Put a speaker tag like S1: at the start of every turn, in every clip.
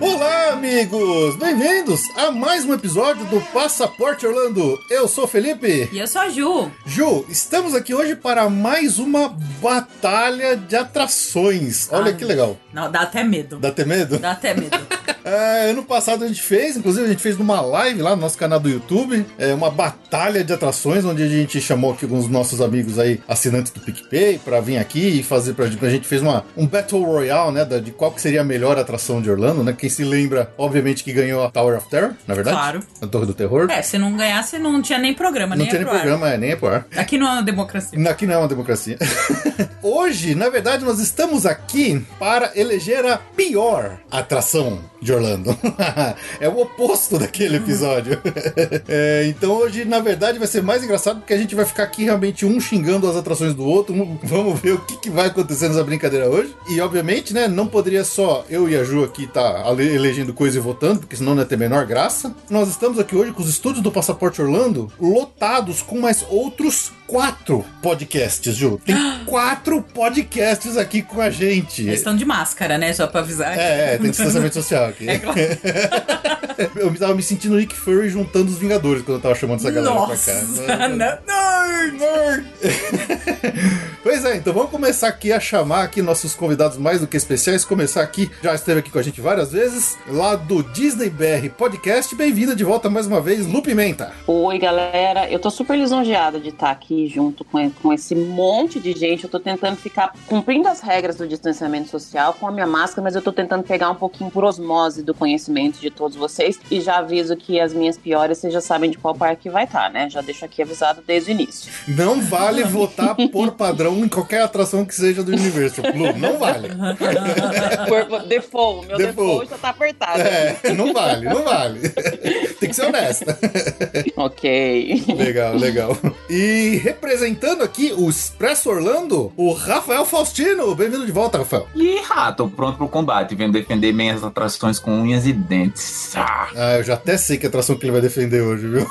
S1: Olá, amigos! Bem-vindos a mais um episódio do Passaporte Orlando. Eu sou o Felipe.
S2: E eu sou a Ju.
S1: Ju, estamos aqui hoje para mais uma batalha de atrações. Olha
S2: Ah.
S1: que legal.
S2: Não, dá até medo. Dá,
S1: Dá até medo?
S2: até medo.
S1: É, ano passado a gente fez, inclusive a gente fez numa live lá no nosso canal do YouTube, é, uma batalha de atrações, onde a gente chamou aqui alguns nossos amigos aí, assinantes do PicPay, pra vir aqui e fazer pra gente. A gente fez uma, um Battle Royale, né, da- de qual que seria a melhor atração de Orlando, né? Quem se lembra, obviamente, que ganhou a Tower of Terror, na verdade?
S2: Claro.
S1: A Torre do Terror.
S2: é, se não ganhasse, não tinha nem programa,
S1: Não
S2: nem
S1: tinha
S2: ia
S1: nem
S2: pro ar.
S1: programa, é, nem é pro ar.
S2: Aqui não é uma democracia.
S1: Aqui não é uma democracia. Hoje, na verdade, nós estamos aqui para eleger a pior atração de Orlando. é o oposto daquele episódio. É, então hoje, na verdade, vai ser mais engraçado porque a gente vai ficar aqui realmente um xingando as atrações do outro. Um- Vamos ver o que, que vai acontecer nessa brincadeira hoje. E obviamente, né, não poderia só eu e a Ju aqui tá ale- elegendo coisa e votando, porque senão não ia ter a menor graça. Nós estamos aqui hoje com os estúdios do Passaporte Orlando lotados com mais outros quatro podcasts, Ju. Tem quatro podcasts aqui com a gente.
S2: Eles estão de máscara, né? Só pra avisar.
S1: É, é, tem distanciamento social aqui.
S2: É claro.
S1: Eu me tava me sentindo Nick Fury juntando os Vingadores quando eu tava chamando essa galera
S2: Nossa!
S1: pra cá.
S2: Não, não.
S1: Pois é, então vamos começar aqui a chamar aqui nossos convidados mais do que especiais. Começar aqui, já esteve aqui com a gente várias vezes, lá do Disney BR Podcast. Bem-vinda de volta mais uma vez, Lu Pimenta.
S3: Oi, galera. Eu tô super lisonjeada de estar aqui junto com, com esse monte de gente. Eu tô tentando ficar cumprindo as regras do distanciamento social com a minha máscara, mas eu tô tentando pegar um pouquinho por osmose do conhecimento de todos vocês. E já aviso que as minhas piores, vocês já sabem de qual parque vai estar, né? Já deixo aqui avisado desde o início.
S1: Não vale votar por padrão em qualquer atração que seja do universo, Lu. Não vale.
S3: Por- default, meu
S1: Default.
S3: default, já tá apertado.
S1: É, não vale, não vale. Tem que ser honesta.
S3: Ok.
S1: Legal, legal. E representando aqui o Expresso Orlando, o Rafael Faustino. Bem-vindo de volta, Rafael.
S4: Ih, ah, tô pronto pro combate. Venho defender minhas atrações com unhas e dentes. Ah,
S1: Ah, eu já até sei que atração que ele vai defender hoje, viu?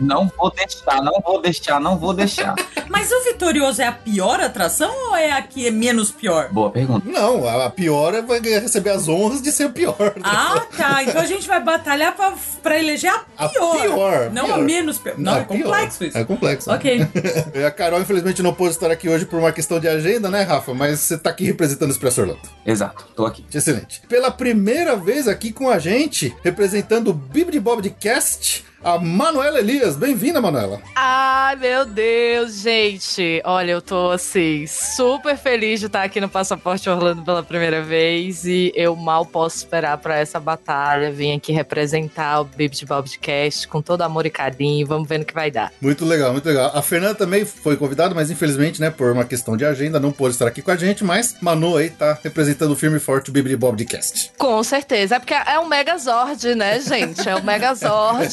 S4: não vou deixar, não vou deixar, não vou deixar.
S2: Mas o vitorioso é a pior atração ou é a que é menos pior?
S4: Boa pergunta.
S1: Não, a a pior é vai ganhar- receber as honras de ser a pior.
S2: Ah, tá. Então a gente vai batalhar pra, pra eleger a
S1: A
S2: pior.
S1: pior,
S2: Não a
S1: pior.
S2: menos pior. Não,
S1: a
S2: é
S1: pior.
S2: complexo isso.
S1: É complexo.
S2: Ok.
S1: E A Carol, infelizmente, não pôde estar aqui hoje por uma questão de agenda, né, Rafa? Mas você tá aqui representando o Expresso Orlando.
S4: Exato, tô aqui.
S1: Excelente. Pela primeira vez aqui com a gente, representando o Bibidi Bob de Cast, a Manuela Elias. Bem-vinda, Manuela.
S5: Ai, meu Deus, gente. Olha, eu tô assim, super feliz de estar aqui no Passaporte Orlando pela primeira vez e eu mal posso esperar pra essa batalha. Vim aqui representar o Baby de Bobcast com todo amor e carinho. Vamos ver no que vai dar.
S1: Muito legal, muito legal. A Fernanda também foi convidada, mas infelizmente, né, por uma questão de agenda, não pôde estar aqui com a gente, mas Manu aí tá representando o firme e forte Bibidi Bob de Cast.
S5: Com certeza. É porque é um Megazord, né, gente? É um Megazord.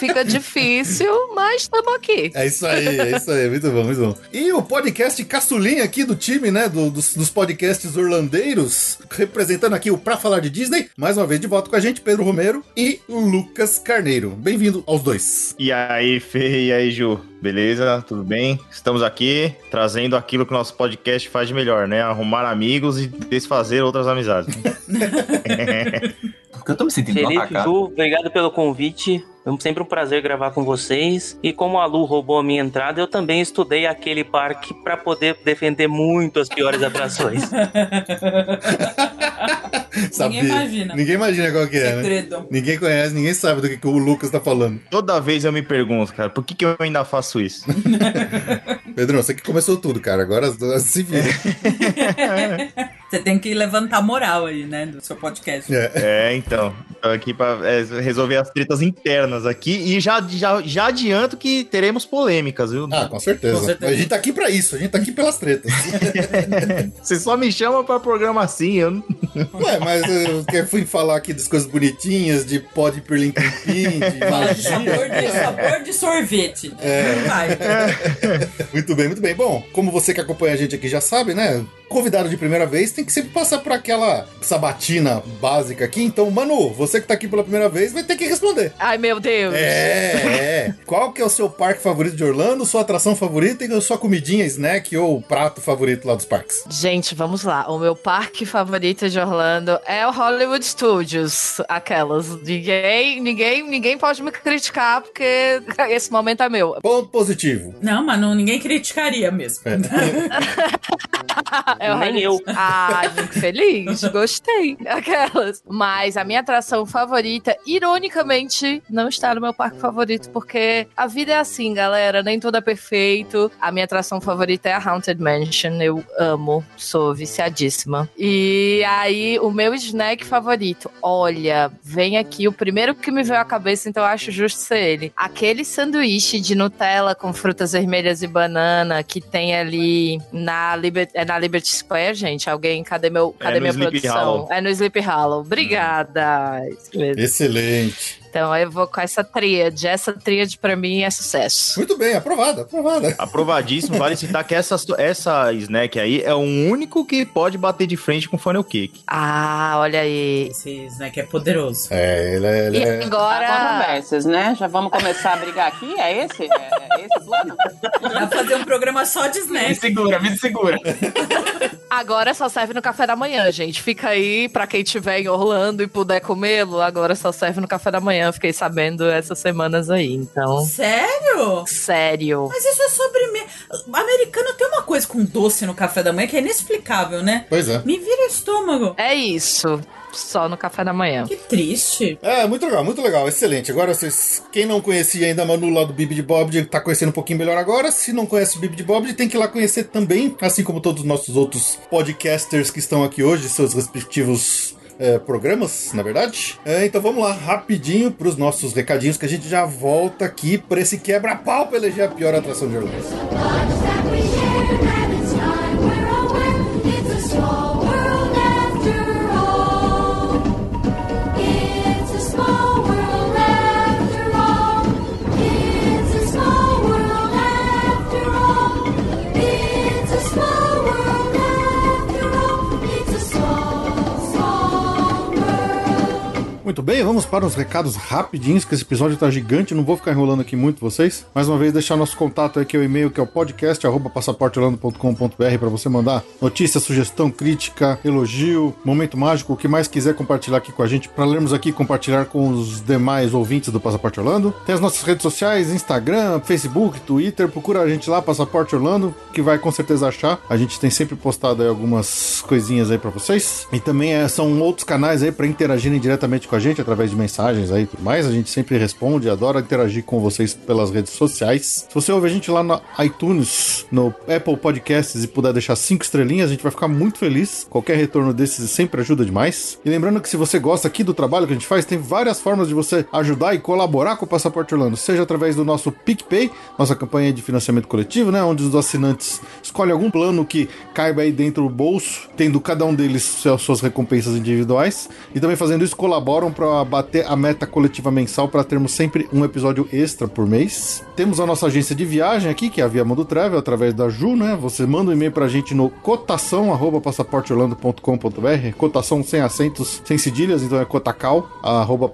S5: Fica difícil, mas estamos aqui.
S1: É isso aí, é isso aí, muito bom, muito bom. E o podcast caçulinha aqui do time, né, do- dos, dos podcasts orlandeiros, representando aqui o Pra Falar de Disney, mais uma vez de volta com a gente, Pedro Romero e Lucas Carneiro. Bem-vindo aos dois.
S6: E aí, Fê, e aí, Ju? Beleza? Tudo bem? Estamos aqui trazendo aquilo que o nosso podcast faz de melhor, né? Arrumar amigos e desfazer outras amizades.
S4: Porque eu tô me sentindo tão
S7: Felipe,
S4: atacado.
S7: Ju, obrigado pelo convite. É sempre um prazer gravar com vocês. E como a Lu roubou a minha entrada, eu também estudei aquele parque para poder defender muito as piores atrações.
S1: Sabia.
S2: imagina.
S1: Ninguém imagina qual que é, né?
S2: Segredo.
S1: Ninguém conhece, ninguém sabe do que, que o Lucas tá falando.
S6: Toda vez eu me pergunto, cara, por que, que eu ainda faço isso?
S8: É.
S1: Pedrão, você que começou tudo, cara. Agora as- as- se vira.
S2: Você tem que levantar a moral aí, né? Do seu podcast.
S1: É.
S6: É, então. Tô aqui pra é, resolver as tretas internas aqui. E já, já, já adianto que teremos polêmicas, viu?
S1: Ah, com certeza.
S2: Com certeza.
S1: A gente tá aqui pra isso, a gente tá aqui pelas tretas.
S6: Você só me chama pra programa assim, eu não...
S1: Ué, mas eu que- fui falar aqui das coisas bonitinhas, de pó de pirlim-pim-pim, de
S2: Fala de
S1: magia.
S2: sabor de, sabor de sorvete.
S1: É.
S2: Não vai.
S1: Muito bem, muito bem. Bom, como você que acompanha a gente aqui já sabe, né? Convidado de primeira vez tem que sempre passar por aquela sabatina básica aqui. Então, Manu, você que tá aqui pela primeira vez vai ter que responder.
S8: Ai, meu Deus.
S1: É, é. Qual que é o seu parque favorito de Orlando, sua atração favorita e a sua comidinha, snack ou prato favorito lá dos parques?
S8: Gente, vamos lá. O meu parque favorito de Orlando é o Hollywood Studios. Aquelas. Ninguém, ninguém, ninguém pode me criticar porque esse momento é meu.
S1: Ponto positivo.
S2: Não, mas não, ninguém criticaria mesmo.
S1: É.
S8: É o
S9: Nem
S8: Hollywood
S9: eu.
S8: Ah, gente, feliz, gostei. Aquelas. Mas a minha atração favorita, ironicamente, não está no meu parque favorito, porque a vida é assim, galera. Nem tudo é perfeito. A minha atração favorita é a Haunted Mansion. Eu amo, sou viciadíssima. E aí, o meu snack favorito. Olha, vem aqui o primeiro que me veio à cabeça, então eu acho justo ser ele. Aquele sanduíche de Nutella com frutas vermelhas e banana que tem ali na, Liber- é na Liberty Square, gente. Alguém, cadê meu, cadê
S6: É no
S8: minha
S6: Sleepy
S8: produção?
S6: Hollow.
S8: É no Sleep Hollow. Obrigada. Isso mesmo.
S1: Excelente.
S8: Então eu vou com essa tríade. Essa tríade pra mim é sucesso.
S1: Muito bem, aprovada, aprovada.
S6: Aprovadíssimo. Vale citar que essa, essa snack aí é o único que pode bater de frente com funnel cake.
S8: Ah, olha aí.
S2: Esse snack é poderoso.
S1: É, ele é.
S8: E
S1: Ele é...
S3: Há
S8: agora.
S3: Controvérsias, né? Já vamos começar a brigar aqui? É esse? É, é esse o plano?
S2: Dá pra fazer um programa só de
S10: Me
S2: snack.
S10: segura, me segura.
S8: Agora só serve no café da manhã, gente. Fica aí pra quem estiver em Orlando e puder comê-lo. Agora só serve no café da manhã. Fiquei sabendo essas semanas aí. Então,
S2: Sério?
S8: sério.
S2: Mas isso é sobremesa. Americano tem uma coisa com doce no café da manhã que é inexplicável, né?
S1: Pois é.
S2: Me vira o estômago.
S8: É isso. Só no café da manhã.
S2: Que triste.
S1: É, muito legal, muito legal, excelente. Agora, vocês, quem não conhecia ainda a Manu lá do Bibi de Bob, tá conhecendo um pouquinho melhor agora. Se não conhece o Bibi de Bob, tem que ir lá conhecer também, assim como todos os nossos outros podcasters que estão aqui hoje, seus respectivos é, programas, na verdade. É, então vamos lá, rapidinho pros nossos recadinhos, que a gente já volta aqui pra esse quebra-pau pra eleger a pior atração de Orlando. Muito bem, vamos para os recados rapidinhos, que esse episódio tá gigante, não vou ficar enrolando aqui muito vocês. Mais uma vez, deixar nosso contato aqui, o e-mail que é o podcast, arroba passaporteorlando.com.br para você mandar notícia, sugestão, crítica, elogio, momento mágico, o que mais quiser compartilhar aqui com a gente, para lermos aqui e compartilhar com os demais ouvintes do Passaporte Orlando. Tem as nossas redes sociais, Instagram, Facebook, Twitter, procura a gente lá, Passaporte Orlando, que vai com certeza achar. A gente tem sempre postado aí algumas coisinhas aí para vocês. E também é, são outros canais aí para interagirem diretamente com a gente através de mensagens aí e tudo mais. A gente sempre responde, adora interagir com vocês pelas redes sociais. Se você ouve a gente lá na iTunes, no Apple Podcasts e puder deixar cinco estrelinhas, a gente vai ficar muito feliz. Qualquer retorno desses sempre ajuda demais. E lembrando que se você gosta aqui do trabalho que a gente faz, tem várias formas de você ajudar e colaborar com o Passaporte Orlando, seja através do nosso PicPay, nossa campanha de financiamento coletivo, né, onde os assinantes escolhem algum plano que caiba aí dentro do bolso, tendo cada um deles seu- suas recompensas individuais, e também fazendo isso colaboram para bater a meta coletiva mensal para termos sempre um episódio extra por mês. Temos a nossa agência de viagem aqui, que é a Via Mundo Travel, através da Ju, né? Você manda um e-mail pra gente no cotação, arroba passaporteorlando.com.br, cotação sem acentos, sem cedilhas, então é cotacal, arroba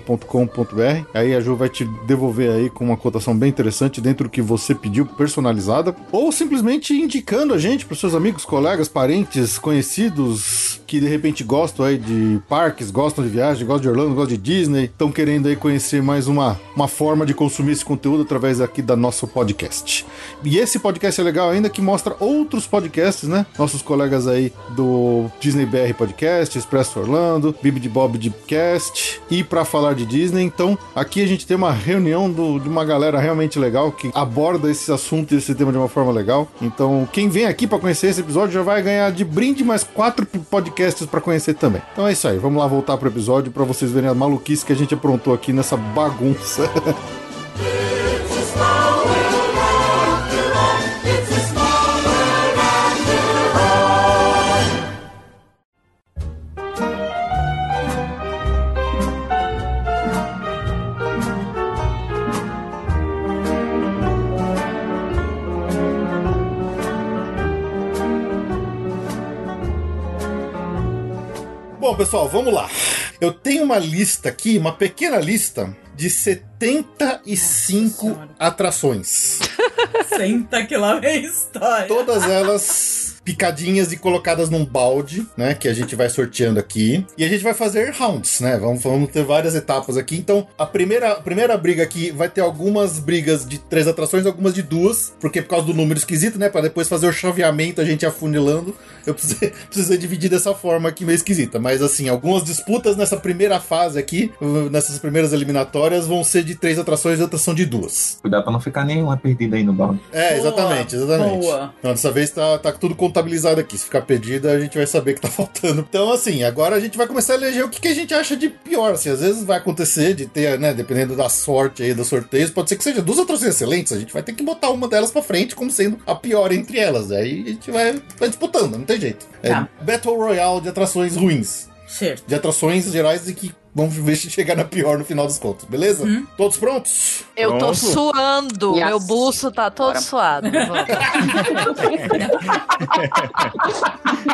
S1: passaporteorlando.com.br. Aí a Ju vai te devolver aí com uma cotação bem interessante dentro do que você pediu, personalizada, ou simplesmente indicando a gente pros seus amigos, colegas, parentes, conhecidos que de repente gostam aí de parques, gostam de viagens, viagem, gosta de Orlando, gosta de Disney, estão querendo aí conhecer mais uma, uma forma de consumir esse conteúdo através aqui da nosso podcast. E esse podcast é legal ainda que mostra outros podcasts, né? Nossos colegas aí do Disney BR Podcast, Expresso Orlando, Bibi de Bob de Cast e para falar de Disney. Então, aqui a gente tem uma reunião do- de uma galera realmente legal que aborda esse assunto e esse tema de uma forma legal. Então, quem vem aqui para conhecer esse episódio já vai ganhar de brinde mais quatro podcasts para conhecer também. Então é isso aí, vamos lá voltar pro episódio para vocês verem a maluquice que a gente aprontou aqui nessa bagunça. Bom, pessoal, vamos lá. Eu tenho uma lista aqui, uma pequena lista de 75
S2: Nossa Senhora.
S1: atrações.
S2: Senta que lá vem a história.
S1: Todas elas picadinhas e colocadas num balde, né? Que a gente vai sorteando aqui. E a gente vai fazer rounds, né? Vamos, vamos ter várias etapas aqui. Então, a primeira, a primeira briga aqui vai ter algumas brigas de três atrações, algumas de duas. Porque por causa do número esquisito, né? Pra depois fazer o chaveamento, a gente afunilando. Eu precisei, precisei dividir dessa forma aqui meio esquisita. Mas assim, algumas disputas nessa primeira fase aqui, uh, nessas primeiras eliminatórias, vão ser de três atrações e outras são de duas.
S4: Cuidado pra não ficar nenhuma perdida aí no balde.
S1: É,
S2: Boa,
S1: exatamente, exatamente.
S2: boa.
S1: Então, dessa vez tá, tá tudo contabilizado aqui. Se ficar perdida, a gente vai saber que tá faltando. Então, assim, agora a gente vai começar a eleger o que, que a gente acha de pior. Assim, às vezes vai acontecer de ter, né, dependendo da sorte aí, dos sorteios, pode ser que seja duas atrações excelentes. A gente vai ter que botar uma delas pra frente como sendo a pior entre elas. Aí a gente vai, vai disputando, não tem jeito. É
S2: Tá.
S1: Battle Royale de atrações ruins.
S2: Certo.
S1: De atrações gerais e que vamos ver se chegar na pior no final dos contos, beleza?
S2: Hum.
S1: Todos prontos?
S5: Eu tô
S6: Pronto.
S5: suando,
S3: Yes.
S5: meu buço tá todo
S3: Bora.
S5: suado. Vamos.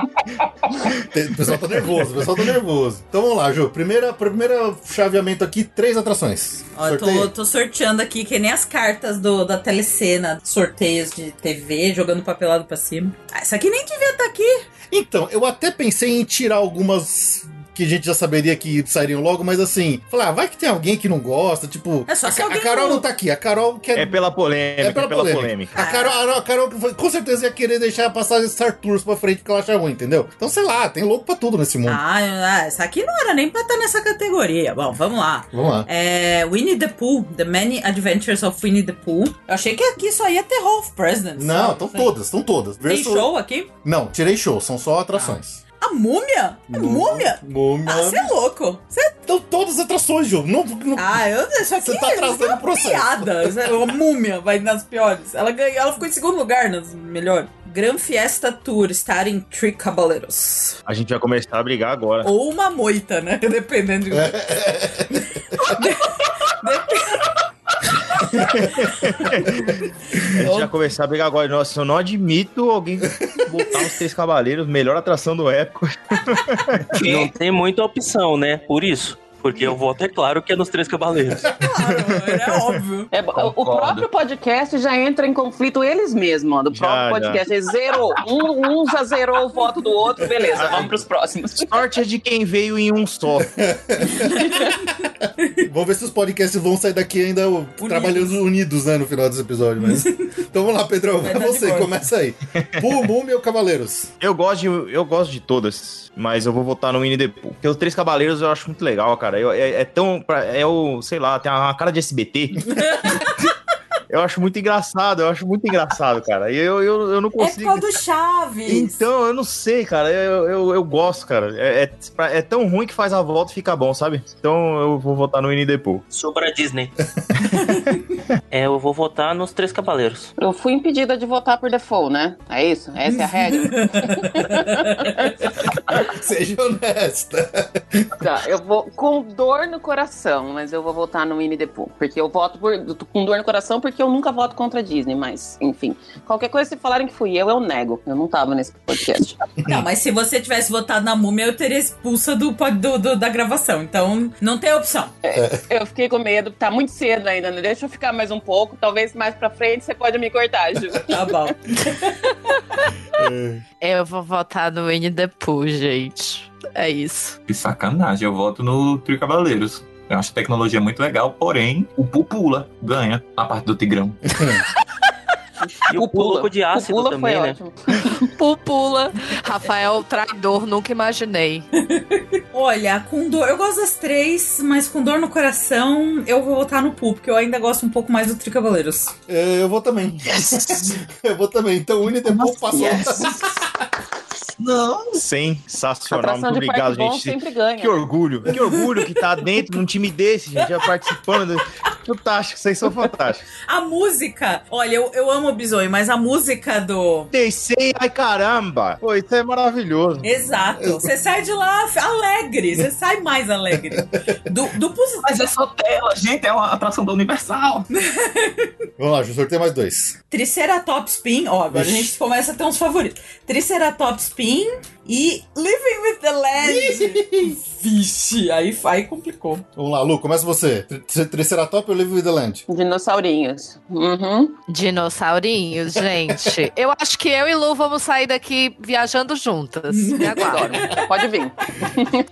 S1: Tem- O pessoal tá nervoso, o pessoal tá nervoso. Então vamos lá, Ju. Primeira, primeira chaveamento aqui, três atrações.
S2: Ó, eu tô, tô sorteando aqui, que nem as cartas do, da telecena, sorteios de TV, jogando papelado pra cima. Ah, isso aqui nem devia estar aqui.
S1: Então, eu até pensei em tirar algumas que a gente já saberia que sairiam logo, mas assim, falar, ah, vai que tem alguém que não gosta, tipo,
S2: É só se
S1: a, Ca- a
S2: alguém
S1: Carol
S2: não-
S1: não tá aqui, a Carol quer
S6: É pela polêmica, é pela, polêmica.
S2: Ah.
S1: A Carol, a Carol- a Carol que foi- com certeza ia querer deixar passar Star Tours pra frente porque ela acha ruim, entendeu? Então, sei lá, tem louco pra tudo nesse mundo.
S2: Ah, ah, isso aqui não era nem pra estar nessa categoria. Bom, vamos lá.
S1: Vamos lá.
S2: É, Winnie the Pooh, The Many Adventures of Winnie the Pooh. Eu achei que aqui só ia ter Hall of Presidents.
S1: Não,
S2: sabe?
S1: então estão todas, estão todas.
S2: Tem show aqui? Ah.
S1: Não, tirei show, são só atrações.
S2: A múmia? A múmia?
S1: Múmia.
S2: Ah, você é louco. Cê-
S1: Então todas as atrações, Ju. Não, não...
S2: Ah, eu isso aqui
S1: Você tá atrasando
S2: é uma
S1: o processo.
S2: piada. Isso é uma múmia vai nas piores. Ela ganhou, ela ficou em segundo lugar nas melhores. Gran Fiesta Tour, estar em Three Caballeros.
S6: A gente vai começar a brigar agora.
S2: Ou uma moita, né? Dependendo de.
S1: É.
S6: A gente vai começar a brigar agora. Nossa, eu não admito alguém botar os Três Cavaleiros, melhor atração do época.
S7: Não tem muita opção, né? Por isso. Porque o voto é claro que é nos Três Cavaleiros.
S2: Claro, é óbvio.
S3: É, o- o
S4: Concordo.
S3: próprio podcast já entra em conflito eles mesmos, ó, do
S6: Já,
S3: próprio podcast. Eles zerou. Um, um já zerou o voto do outro. Beleza, vamos pros próximos.
S6: Sorte é de quem veio em um só.
S1: Vamos ver se os podcasts vão sair daqui ainda trabalhando unidos, né, no final desse episódio. Mas... então vamos lá, Pedrão.
S2: Vai
S1: É
S2: dar de
S1: você,
S2: boa.
S1: começa aí. Pum, Bum, meu Cavaleiros.
S6: Eu gosto de, eu gosto de todas, mas eu vou votar no Winnie the Pooh. Porque os Três Cavaleiros eu acho muito legal, cara. Eu- é, é tão. pra- É o. Sei lá, tem uma cara de SBT. eu acho muito engraçado, eu acho muito engraçado, cara. E Eu, eu, eu não
S2: É por
S6: consigo.
S2: causa do Chaves.
S6: Então, eu não sei, cara. Eu, eu, eu gosto, cara. É, é, pra- é tão ruim que faz a volta e fica bom, sabe? Então eu vou votar no Winnie the Pooh.
S7: Sobre a Disney. é, eu vou votar nos Três Cavaleiros.
S3: Eu fui impedida de votar por default, né? É isso? Essa é a regra?
S1: Seja honesta.
S3: Tá, eu vou com dor no coração, mas eu vou votar no Winnie the Pooh. Porque eu voto por, com dor no coração porque eu nunca voto contra a Disney, mas, enfim. Qualquer coisa, se falarem que fui eu, eu nego. Eu não tava nesse podcast.
S2: Não, mas se você tivesse votado na múmia, eu teria expulsa do, pod- do- do- da gravação. Então, não tem opção.
S1: É.
S3: Eu fiquei com medo, tá muito cedo ainda, né? Deixa eu ficar mais um pouco, talvez mais pra frente você pode me cortar, Ju.
S2: Tá bom.
S3: É.
S5: Eu vou votar no Winnie the Pooh, gente. É isso.
S4: Que sacanagem, eu voto no Trio Cavaleiros. Eu acho a tecnologia muito legal, porém, o Pupula ganha a parte do Tigrão.
S7: E o pouco de ácido
S3: Pupula
S7: também,
S3: foi
S7: né?
S3: ótimo.
S5: Pupula. Rafael, traidor, nunca imaginei.
S2: Olha, com dor. Eu gosto das três, mas com dor no coração, eu vou votar no Poo, porque eu ainda gosto um pouco mais do Trio Cavaleiros.
S1: É, Eu vou também. Eu vou também. Então o Unidepop passou.
S4: Não!
S6: Sensacional,
S3: Atração
S6: muito
S3: de parque
S6: obrigado,
S3: bom
S6: gente.
S3: sempre ganha. né?
S6: Que orgulho, que orgulho que tá dentro de um time desse, gente, já participando. Fantástico, vocês são fantásticos.
S2: A música. Olha, eu, eu amo o Bisonho, mas a música do.
S6: Descei, ai caramba! Pô, isso é maravilhoso.
S2: Exato. Você sai de lá alegre. Você sai mais alegre. Do, do Poo-
S4: Mas é só tela, gente, é uma atração da Universal.
S1: Vamos lá, Ju, sorteio mais dois.
S2: Triceratops Pin. Ó, agora a gente começa a ter uns favoritos. Triceratops Pin e Living with the Land. Vixe, aí, aí complicou.
S1: Vamos lá, Lu, começa você. Tri- Triceratop ou Live with the Land?
S3: Dinossaurinhos. Uhum.
S5: Dinossaurinho, gente. Eu acho que eu e Lu vamos sair daqui viajando juntas. Me aguardo.
S3: Pode vir.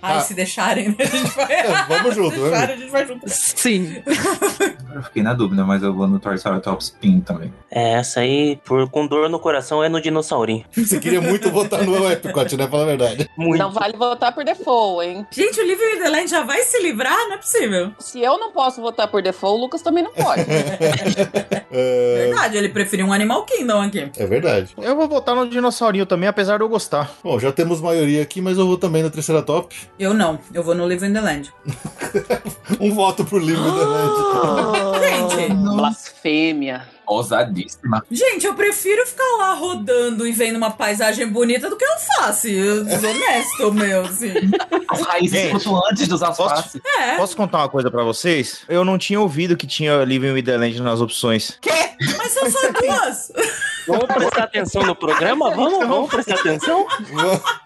S2: Ai,
S1: Ah.
S2: se deixarem, né? A gente vai.
S1: Vamos junto,
S2: Se
S1: vamos
S2: deixarem, a gente vai junto.
S5: Sim.
S4: Agora eu fiquei na dúvida, mas eu vou no Triceratops Pin também.
S7: É, essa aí, por, com dor no coração, é no dinossaurinho.
S1: Você queria muito votar no Epcot, né? Fala a verdade.
S7: Muito.
S3: Não vale votar por default, hein?
S2: Gente, o Living with the Land já vai se livrar? Não é possível.
S3: Se eu não posso votar por default, o Lucas também não pode.
S1: É,
S2: Verdade, ele preferiu um Animal Kingdom aqui.
S1: é verdade.
S6: Eu vou votar tá no dinossaurinho também, apesar de eu gostar.
S1: Bom, já temos maioria aqui, mas eu vou também no Triceratop.
S2: Eu não, eu vou no Living in the Land.
S1: Um voto pro Live with the Land.
S2: Gente,
S3: Blasfêmia.
S4: Ousadíssima.
S2: gente, eu prefiro ficar lá rodando e vendo uma paisagem bonita do que eu faço. Eu desonesto, meu, assim.
S4: As raízes
S6: Gente,
S4: flutuantes dos alfaces.
S2: É.
S6: Posso contar uma coisa pra vocês? Eu não tinha ouvido que tinha Living with the Land nas opções.
S2: Mas são só duas.
S7: Vamos prestar atenção no programa? Vamos, vamos prestar atenção?
S1: Va-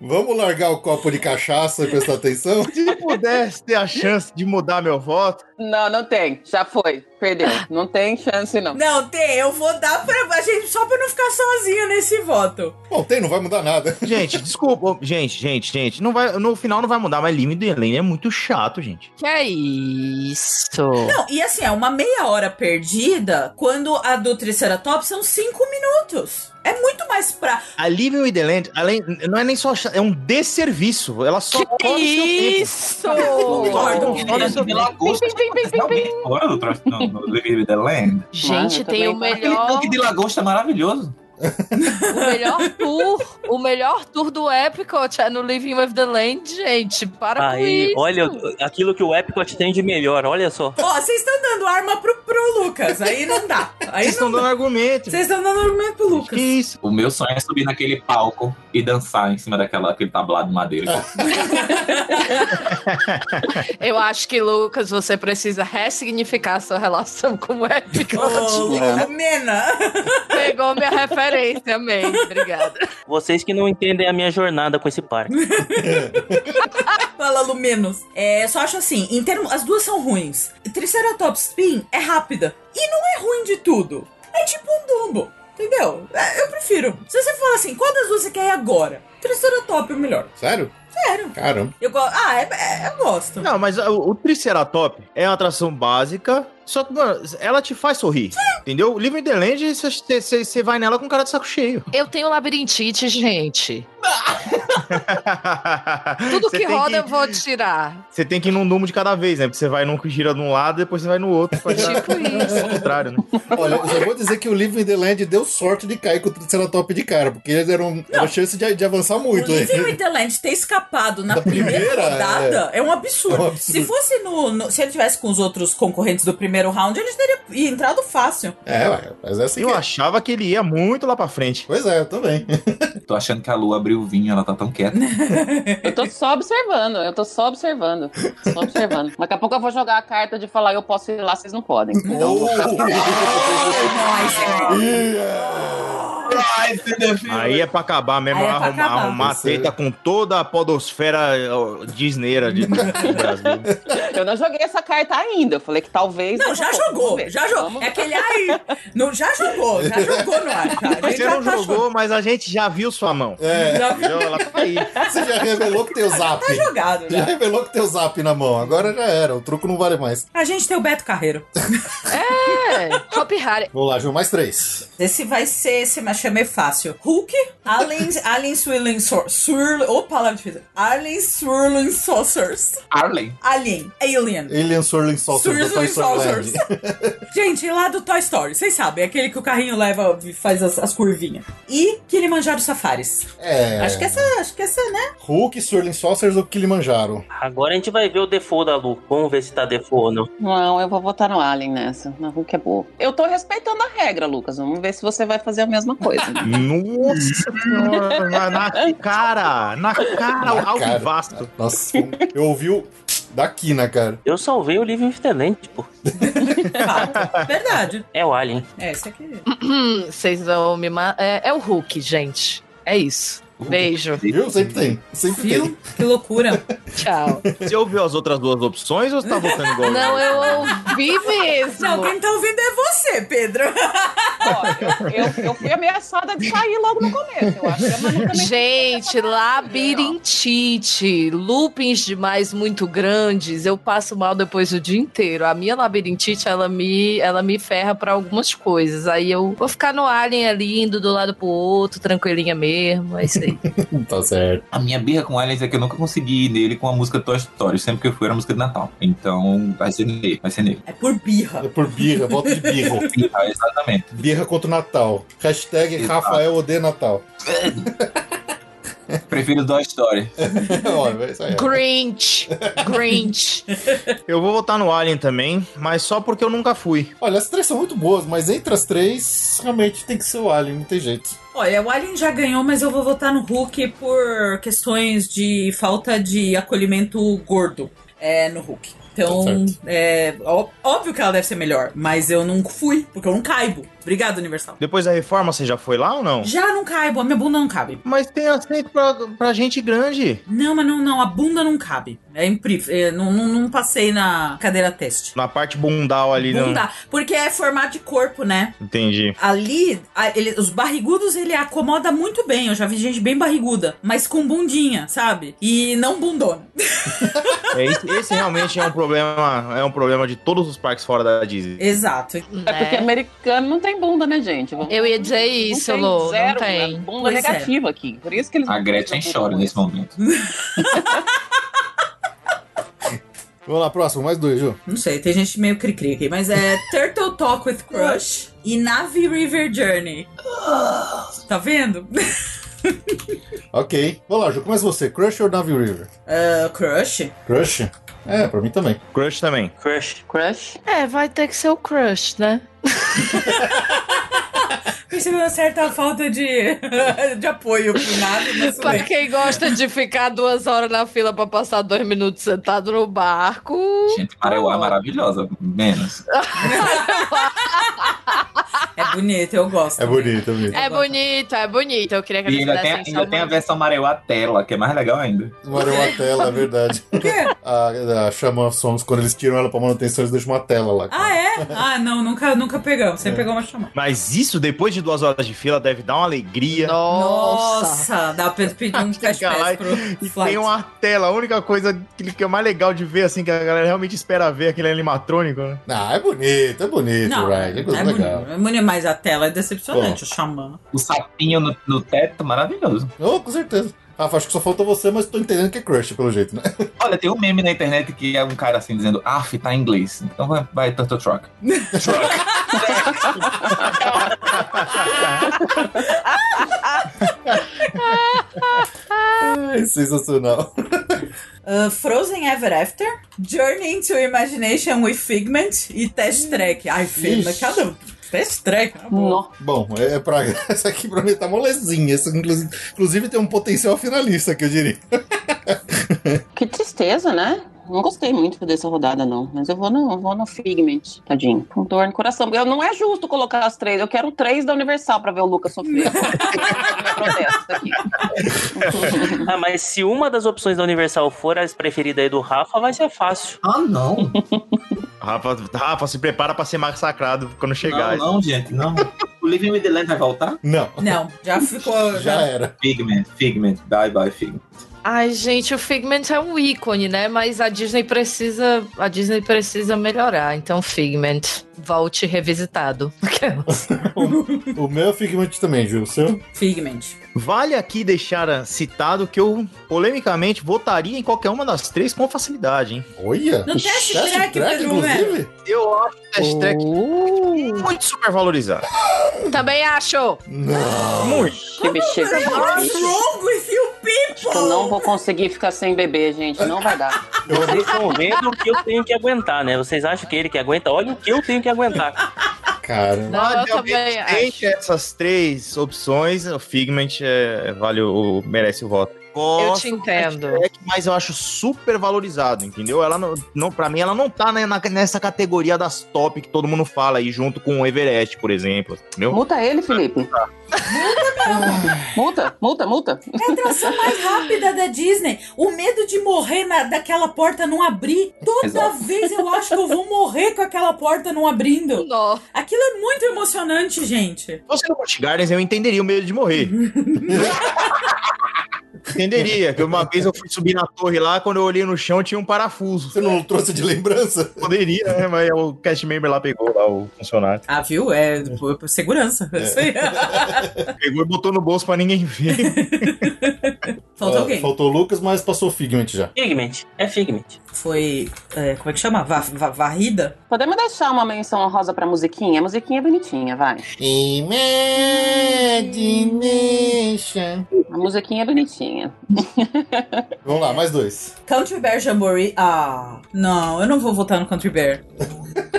S1: Vamos largar o copo de cachaça e prestar atenção?
S6: Se pudesse ter a chance de mudar meu voto,
S3: Não, não tem. Já foi. Perdeu. Não tem chance, não.
S2: Não, tem, eu vou dar pra a gente só pra não ficar sozinha nesse voto.
S1: Bom, tem, não vai mudar nada.
S6: gente, desculpa, gente, gente, gente, não vai, no final não vai mudar, mas Living with the Land é muito chato, gente.
S5: Que é isso?
S2: Não, e assim, é uma meia hora perdida quando a do Triceratops são cinco minutos. É muito mais pra.
S6: A Living with the Land, além, não é nem só chato, é um desserviço. Ela só
S5: Que
S6: come seu tempo.
S5: isso?
S2: Concordo.
S4: Olha só, Vila Augusta,
S3: Pim, pim, pim, pim, pim,
S4: realmente, fora do tra- no- no Living with the Land.
S5: Gente,
S3: Mano,
S5: tem
S3: também
S5: o
S3: vai.
S4: Aquele
S5: melhor,
S4: tanque de lagosta maravilhoso.
S5: o melhor tour, o melhor tour do Epcot é no Living with the Land, gente. Para com
S7: Aí,
S5: isso.
S7: olha aquilo que o Epcot tem de melhor, olha só.
S2: Ó, vocês estão dando arma pro, pro Lucas. Aí não dá. Aí
S6: Vocês
S2: não
S6: estão dando argumento.
S2: Vocês estão dando argumento pro
S6: Que
S2: Lucas.
S6: isso?
S4: O meu sonho é subir naquele palco e dançar em cima daquela, aquele tablado de madeira.
S5: Eu acho que, Lucas, você precisa ressignificar sua relação com o Epcot.
S2: Ô, Mena!
S5: Pegou minha referência, amei. Obrigada.
S7: Vocês que não entendem a minha jornada com esse parque.
S2: Fala, Lumenos. É, só acho assim, em termos. As duas são ruins. Triceratops Spin é rápida. E não é ruim de tudo. É tipo um Dumbo. Entendeu? É, eu prefiro. Se você falar assim, qual das duas você quer ir agora? Triceratops é o melhor.
S1: Sério?
S2: Sério.
S1: Caramba.
S2: Eu gosto. Ah, é, é- eu gosto.
S6: Não, mas o, o Triceratop é uma atração básica, só que, mano, ela te faz sorrir. Entendeu? O Living in the Land, você vai nela com cara de saco cheio.
S5: Eu tenho labirintite, gente. Tudo
S6: Cê
S5: que
S6: tem
S5: roda eu vou tirar.
S6: Você tem que ir num dumo de cada vez, né? Porque você vai num que gira de um lado, depois você vai no outro. pra girar-
S5: Tipo isso.
S6: Ao contrário, né?
S1: Olha, eu só vou dizer que o Live with the Land deu sorte de cair com o Triceratop de cara, porque eles eram era chance de, de avançar muito.
S2: o
S1: hein?
S2: Living with the Land ter escapado na
S1: Da
S2: primeira,
S1: primeira,
S2: rodada é, um absurdo.
S1: É um absurdo.
S2: Se fosse no, no- Se ele tivesse com os outros concorrentes do primeiro round, ele teria entrado fácil.
S1: É, ué, mas é assim
S6: Eu
S1: que...
S6: achava que ele ia muito lá pra frente.
S1: Pois é, eu também.
S4: Tô achando que a lua abriu o vinho, ela tá tão quieta.
S2: Né?
S3: Eu tô só observando. Eu tô só observando. Só observando. Daqui a pouco eu vou jogar a carta de falar eu posso ir Então, lá, vocês não podem.
S1: Oh.
S2: Ai, nossa.
S1: Yeah.
S2: Ah,
S4: Pride se defende.
S6: Aí é pra acabar mesmo,
S2: Aí é pra
S6: arrumar,
S2: acabar.
S6: arrumar a
S1: é-
S6: treta com toda a podosfera ó, disneyra de, do Brasil.
S3: Eu não joguei essa carta ainda. Eu falei que talvez.
S2: Não, já jogou, já jogou. É aquele aí. Não, já jogou, já jogou no ar. já. A gente
S6: Você
S2: já
S6: não
S2: tá
S6: jogou, mas a gente já viu sua mão.
S1: É,
S2: Já
S6: Já, Ela tá aí.
S1: você já revelou que tem o zap.
S2: Tá jogado,
S1: Já
S2: já.
S1: revelou que tem o zap na mão. Agora já era, o truco não vale mais.
S2: A gente tem o Beto Carreiro.
S5: É, Hop Harry.
S1: Vou lá, Ju, mais três.
S2: Esse vai ser, esse mas chamei fácil. Hulk, Alien, Alien Swirling Sor- Swirl, Ô, palavra difícil. Alien Swirling Saucers.
S4: Arlen.
S2: Alien, Alien.
S1: Alien Swirling Saucers do Toy
S2: Swirling
S1: Story
S2: Saucers.
S1: Land.
S2: Gente, lá do Toy Story, vocês sabem, é aquele que o carrinho leva e faz as, as curvinhas. E Kilimanjaro Safaris.
S1: É.
S2: Acho que essa, acho que essa, né?
S1: Hulk, Swirling Saucers ou Kilimanjaro?
S7: Agora a gente vai ver o default da Lu. Vamos ver se tá default ou não.
S3: Não, eu vou votar no Alien nessa. Na Hulk é boa. Eu tô respeitando a regra, Lucas. Vamos ver se você vai fazer a mesma coisa.
S6: Nossa senhora, na,
S2: É.
S6: na cara, na cara,
S1: Na
S6: ao
S1: cara.
S6: vasto.
S1: Nossa, eu ouvi o daqui, né, cara?
S7: Eu salvei o livro Infinitamente, pô.
S5: Ah,
S2: Fato. Verdade.
S7: É o Alien.
S2: É, isso aqui.
S5: Hum, Vocês vão me ma- é, é o Hulk, gente. É isso. Beijo.
S1: Viu? Sempre tem. Sempre
S2: Viu? Que loucura.
S5: Tchau.
S6: Você ouviu as outras duas opções ou você tá votando igual?
S5: Não, eu ouvi mesmo.
S2: Não, quem tá ouvindo é você, Pedro.
S3: Ó, eu, eu- eu fui ameaçada de sair logo no começo. Eu acho que a Manu também-
S5: Gente, labirintite, loopings demais muito grandes, eu passo mal depois o dia inteiro. A minha labirintite, ela me, ela me ferra pra algumas coisas. Aí eu vou ficar no alien ali, indo do lado pro outro, tranquilinha mesmo, é isso aí.
S1: tem. Tá certo.
S4: A minha birra com aliens é que eu nunca consegui ir nele com a música Toy Story. Sempre que eu fui era a música de Natal. Então vai ser nele, vai ser nele.
S2: É por birra.
S1: É por birra, voto de birra.
S4: Birra, exatamente.
S1: Birra contra o Natal. Hashtag
S4: Exato.
S1: Rafael odeia Natal.
S4: Prefiro Toy Story.
S1: Ó, isso aí.
S5: Grinch, Grinch.
S6: Eu vou votar no Alien também, mas só porque eu nunca fui.
S1: Olha, as três são muito boas, mas entre as três, realmente tem que ser o Alien, não tem jeito.
S2: Olha, o Alien já ganhou, mas eu vou votar no Hulk por questões de falta de acolhimento gordo é, no Hulk. Então,
S1: Tá certo.
S2: é, ó- óbvio que ela deve ser melhor, mas eu não fui, porque eu não caibo. Obrigado, Universal.
S6: Depois da reforma, você já foi lá ou não?
S2: Já não caibo, a minha bunda não cabe.
S6: Mas tem assento pra, pra gente grande.
S2: Não, mas não, não, a bunda não cabe. É imprível. é, não, não, não passei na cadeira teste.
S6: Na parte bundal ali,
S2: Não
S6: não.
S2: dá, porque é formato de corpo, né?
S6: Entendi.
S2: Ali, a- ele- os barrigudos ele acomoda muito bem. Eu já vi gente bem barriguda, mas com bundinha, sabe? E não bundona.
S6: É, esse, esse realmente é um problema. É um problema de todos os parques fora da Disney.
S2: Exato.
S3: É porque
S5: Né?
S3: americano não tem bunda, né, gente? Vamos-
S5: Eu ia dizer
S3: Não
S5: isso,
S3: tem
S5: Lô, não
S3: zero,
S5: tem.
S3: né? Bunda
S2: Pois é.
S3: negativa aqui. Por isso que eles
S4: A
S3: não
S4: Gretchen
S3: se preocupam
S4: chora
S3: com
S4: nesse
S3: isso.
S4: momento.
S1: Vamos lá, próximo, mais dois, Ju.
S2: Não sei, tem gente meio cri-cri aqui, mas é Turtle Talk with Crush e Navi River Journey. Tá vendo?
S1: Ok. Vamos lá, Ju, começa você. Crush ou Navi River?
S2: Ah, crush?
S1: Crush? É, pra mim também.
S6: Crush também.
S7: Crush.
S3: Crush?
S5: É, vai ter que ser o crush, né?
S2: Percebeu uma certa falta de, de apoio pro Navi, mas tudo
S5: Pra
S2: bem.
S5: quem gosta de ficar duas horas na fila pra passar dois minutos sentado no barco.
S4: Gente, Mareuá é maravilhosa. Menos.
S2: É bonito, eu gosto.
S1: É bonito, amigo.
S5: É bonito, é bonito. Eu queria que
S4: E
S5: eles
S4: ainda tem,
S5: dessem só
S4: ainda tem a
S5: uma-
S4: versão Mareuá tela, que é mais legal ainda.
S1: Demorou uma tela, é verdade.
S2: O quê?
S1: A, a Xamã Songs, quando eles tiram ela pra manutenção, eles deixam uma tela lá.
S2: Ah, é? Ah, não, nunca, nunca pegamos.
S6: É.
S2: Sempre pegou uma chamada.
S6: Mas isso, depois de duas horas de fila, deve dar uma alegria.
S5: Nossa!
S2: Nossa, dá pra pedir um
S6: Chega
S2: flash pass
S6: lá
S2: pro
S6: E
S2: flight.
S6: tem uma tela, a única coisa que que é mais legal de ver, assim, que a galera realmente espera ver aquele animatrônico, né?
S1: Ah, é bonito, é bonito,
S2: Não,
S1: Ryan. É coisa
S2: é
S1: legal.
S2: bonito, é bonito, mas a tela é decepcionante, o Xamã.
S4: O sapinho no, no teto, maravilhoso.
S1: Oh, com certeza. Rafa, acho que só falta você, mas tô entendendo que é crush, pelo jeito, né?
S4: Olha, tem um meme na internet que é um cara assim dizendo, ah, tá em inglês. Então vai, vai Turtle Truck.
S1: Ai, sensacional.
S2: Uh, Frozen Ever After, Journey into Imagination with Figment e Test Track. Ai, Figment,
S1: Ixi.
S2: cada um. Test Track, tá bom.
S3: Nossa.
S1: Bom, é pra... essa aqui pra mim tá molezinha. Essa, inclusive, inclusive tem um potencial finalista, que eu diria.
S3: Que tristeza, né? Não gostei muito dessa rodada, não. Mas eu vou no, eu vou no Figment, tadinho. Com dor no coração. Eu, não é justo colocar as três. Eu quero três da Universal pra ver o Lucas sofrer. Meu protesto aqui.
S7: Ah, mas se uma das opções da Universal for a preferida aí do Rafa, vai ser fácil.
S4: Ah, não.
S6: Rafa, Rafa, se assim, prepara pra ser massacrado quando chegar.
S4: Não, não, gente, não. O Living with the Land vai voltar?
S1: Não,
S2: Não, já ficou.
S1: já era.
S4: Figment, Figment, bye bye Figment.
S5: Ai, gente, o Figment é um ícone, né? Mas a Disney precisa, a Disney precisa melhorar. Então, Figment, volte revisitado. Aquelas.
S1: O meu Figment também, Ju. O seu?
S2: Figment.
S6: Vale aqui deixar ah, citado que eu, polemicamente, votaria em qualquer uma das três com facilidade, hein?
S1: Olha!
S2: No teste track, Pedro Romero. Oh.
S1: inclusive?
S6: Eu acho o Test Track
S5: Uh,
S6: muito super valorizado.
S5: também acho.
S1: Não!
S6: Muito.
S3: Que
S2: é
S3: bexiga.
S2: What's wrong with you people?
S3: Eu não vou conseguir ficar sem bebê, gente. Não vai dar.
S7: Vocês estão vendo o que eu tenho que aguentar, né? Vocês acham que ele que aguenta? Olha o que eu tenho que aguentar.
S1: Cara,
S5: Não, eu
S6: Vale
S5: também
S6: alguém
S5: acho.
S6: Entre essas três opções, o Figment é, vale o, o- merece o voto.
S5: Eu
S6: Gosto
S5: te entendo.
S6: do Jack, mas eu acho super valorizado, entendeu? Ela não, não para mim ela não tá né, na- nessa categoria das top que todo mundo fala aí junto com o Everest, por exemplo, entendeu? Tá.
S3: Multa ele, Felipe. Multa, multa, multa.
S2: É a atração mais rápida da Disney. O medo de morrer na- daquela porta não abrir. Toda
S4: Exato.
S2: vez eu acho que eu vou morrer com aquela porta não abrindo.
S5: Nó.
S2: Aquilo é muito emocionante, gente.
S6: Se fosse no Busch Gardens, eu entenderia o medo de morrer. entenderia, que uma vez eu fui subir na torre lá, quando eu olhei no chão tinha um parafuso.
S1: você não trouxe de lembrança?
S6: Poderia, né? Mas o cast member lá pegou lá o funcionário.
S2: Ah, viu? É por- por segurança.
S1: É.
S2: Isso aí.
S6: Pegou e botou no bolso pra ninguém ver.
S2: Faltou
S1: Ah,
S2: alguém.
S1: Faltou o Lucas, mas passou o Figment já.
S7: Figment, é Figment.
S2: Foi. é, como é que chama? Va- va- varrida?
S3: Podemos deixar uma menção honrosa pra musiquinha? A musiquinha é bonitinha, vai.
S1: Imagination.
S3: A musiquinha é bonitinha.
S1: Vamos lá, mais dois.
S2: Country Bear Jamboree. Ah, não, eu não vou votar no Country Bear.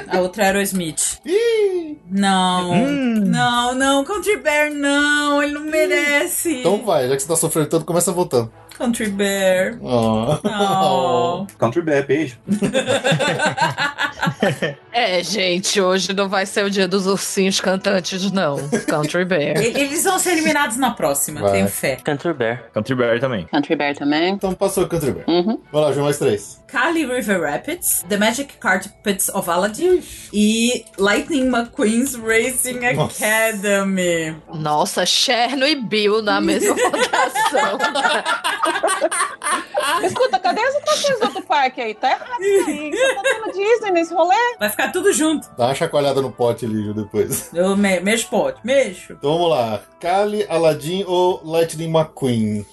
S2: A outra era o Smith.
S1: Ih,
S2: Não.
S6: Hum.
S2: Não, não, Country Bear não, ele não merece.
S1: Hum. então vai, já que você tá sofrendo tanto, começa votando.
S2: Country Bear.
S1: Oh.
S2: Não.
S4: Country Bear, beijo.
S5: É, gente, hoje não vai ser o dia dos ursinhos cantantes, não. Country Bear.
S2: E- Eles vão ser eliminados na próxima,
S1: Vai.
S2: tenho fé.
S7: Cantor Bear.
S6: Country Bear também.
S3: Country Bear também.
S1: Então passou o Country Bear.
S3: Uhum.
S1: Vamos lá, João, mais três.
S2: Kali River Rapids, The Magic Carpets of Aladdin e Lightning McQueen's Racing
S1: Nossa.
S2: Academy.
S5: Nossa, Cherno e Bill na mesma votação.
S3: Escuta, cadê as atrações do outro parque aí? Tá errado isso aí. Você tá tendo Disney nesse rolê?
S2: Vai ficar tudo junto.
S1: Dá uma chacoalhada no pote ali, Ju, depois.
S2: Eu me mexo, pode, mexo.
S1: Então vamos lá. Kali, Aladdin ou Lightning McQueen?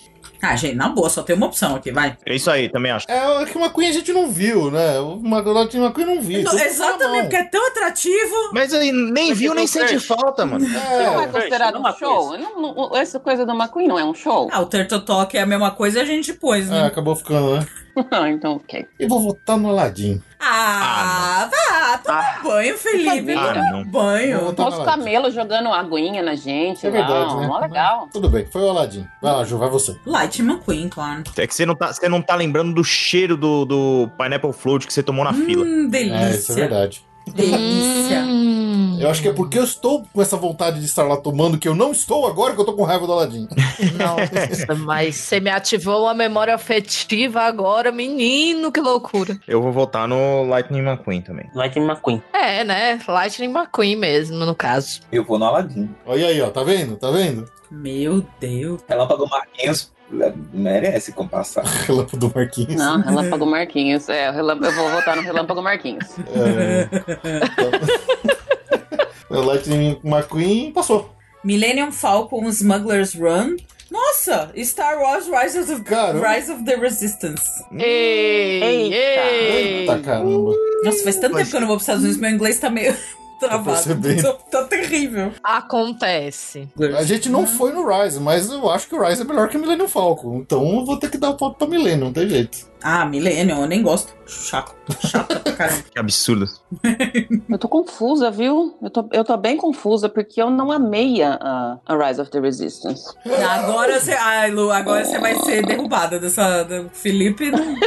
S2: Ah, gente, na boa, só tem uma opção aqui, vai.
S6: É isso aí, também acho.
S1: É, é que o McQueen a gente não viu, né? O Ma- o Lightning McQueen não viu. tá
S2: Então, exatamente, porque é tão atrativo.
S6: Mas aí nem
S7: Porque
S6: viu,
S7: tem
S6: nem sente
S7: Fresh.
S6: falta, mano.
S3: Não
S1: É,
S3: é considerado
S7: Não é
S3: um
S7: uma
S3: show? Não- não- essa coisa do McQueen não é um show?
S2: Ah, o Turtle Talk é a mesma coisa, a gente pôs,
S1: é,
S2: né?
S1: acabou ficando, né?
S3: Ah, então, ok.
S1: Eu vou votar no Aladdin.
S2: Ah, vá, toma banho, Felipe.
S3: Ah,
S2: toma
S6: não.
S1: Eu vou
S2: banho.
S1: votar
S3: Os
S1: no Aladdin.
S3: camelos jogando aguinha na gente.
S1: É verdade,
S3: não,
S1: né?
S3: Mó legal.
S1: Tudo bem, foi o Aladdin. Vai lá, Ju, vai você.
S2: Light McQueen, claro.
S6: É que você não tá, você não tá lembrando do cheiro do, do Pineapple Float que você tomou na fila.
S2: Hum,
S1: É, isso é
S2: delícia.
S1: verdade.
S2: delícia.
S5: Hum.
S1: Eu acho que é porque eu estou com essa vontade de estar lá tomando, que eu não estou agora, que eu tô com raiva do Aladdin.
S5: Nossa, mas você me ativou uma memória afetiva agora, menino, que loucura.
S6: Eu vou votar no Lightning McQueen também.
S7: Lightning McQueen.
S5: É, né? Lightning McQueen mesmo, no caso.
S4: Eu vou no Aladdin.
S1: Olha aí, ó, tá vendo? Tá vendo?
S2: Meu Deus.
S4: Relâmpago Marquinhos é, merece compassar.
S1: Relâmpago do Marquinhos.
S3: Não, Relâmpago Marquinhos. É, o relâmpago- eu vou votar no Relâmpago Marquinhos.
S1: É. Então- o Lightning McQueen passou.
S2: Millennium Falcon um Smuggler's Run. Nossa, Star Wars Rise of the,
S1: Caramba. Hum.
S2: Rise of the Resistance.
S5: Ei, ei.
S1: Eita caramba.
S2: Nossa, faz tanto
S6: Mas-
S2: tempo que eu não vou para os Estados Unidos, meu inglês tá meio travado.
S1: percebendo.
S2: Tá, tá terrível.
S5: Acontece.
S1: A gente não foi no Rise, mas eu acho que o Rise é melhor que o Millennium Falcon. Então eu vou ter que dar o voto pra Millennium, não tem jeito.
S2: Ah, Millennium, eu nem gosto. Chaco. Chata pra caramba.
S6: Que absurdo.
S3: Eu tô confusa, viu? Eu tô, eu tô bem confusa porque eu não amei a, a Rise of the Resistance.
S2: Agora você. Ai, Lu, agora você vai ser derrubada dessa. do Felipe. não- né?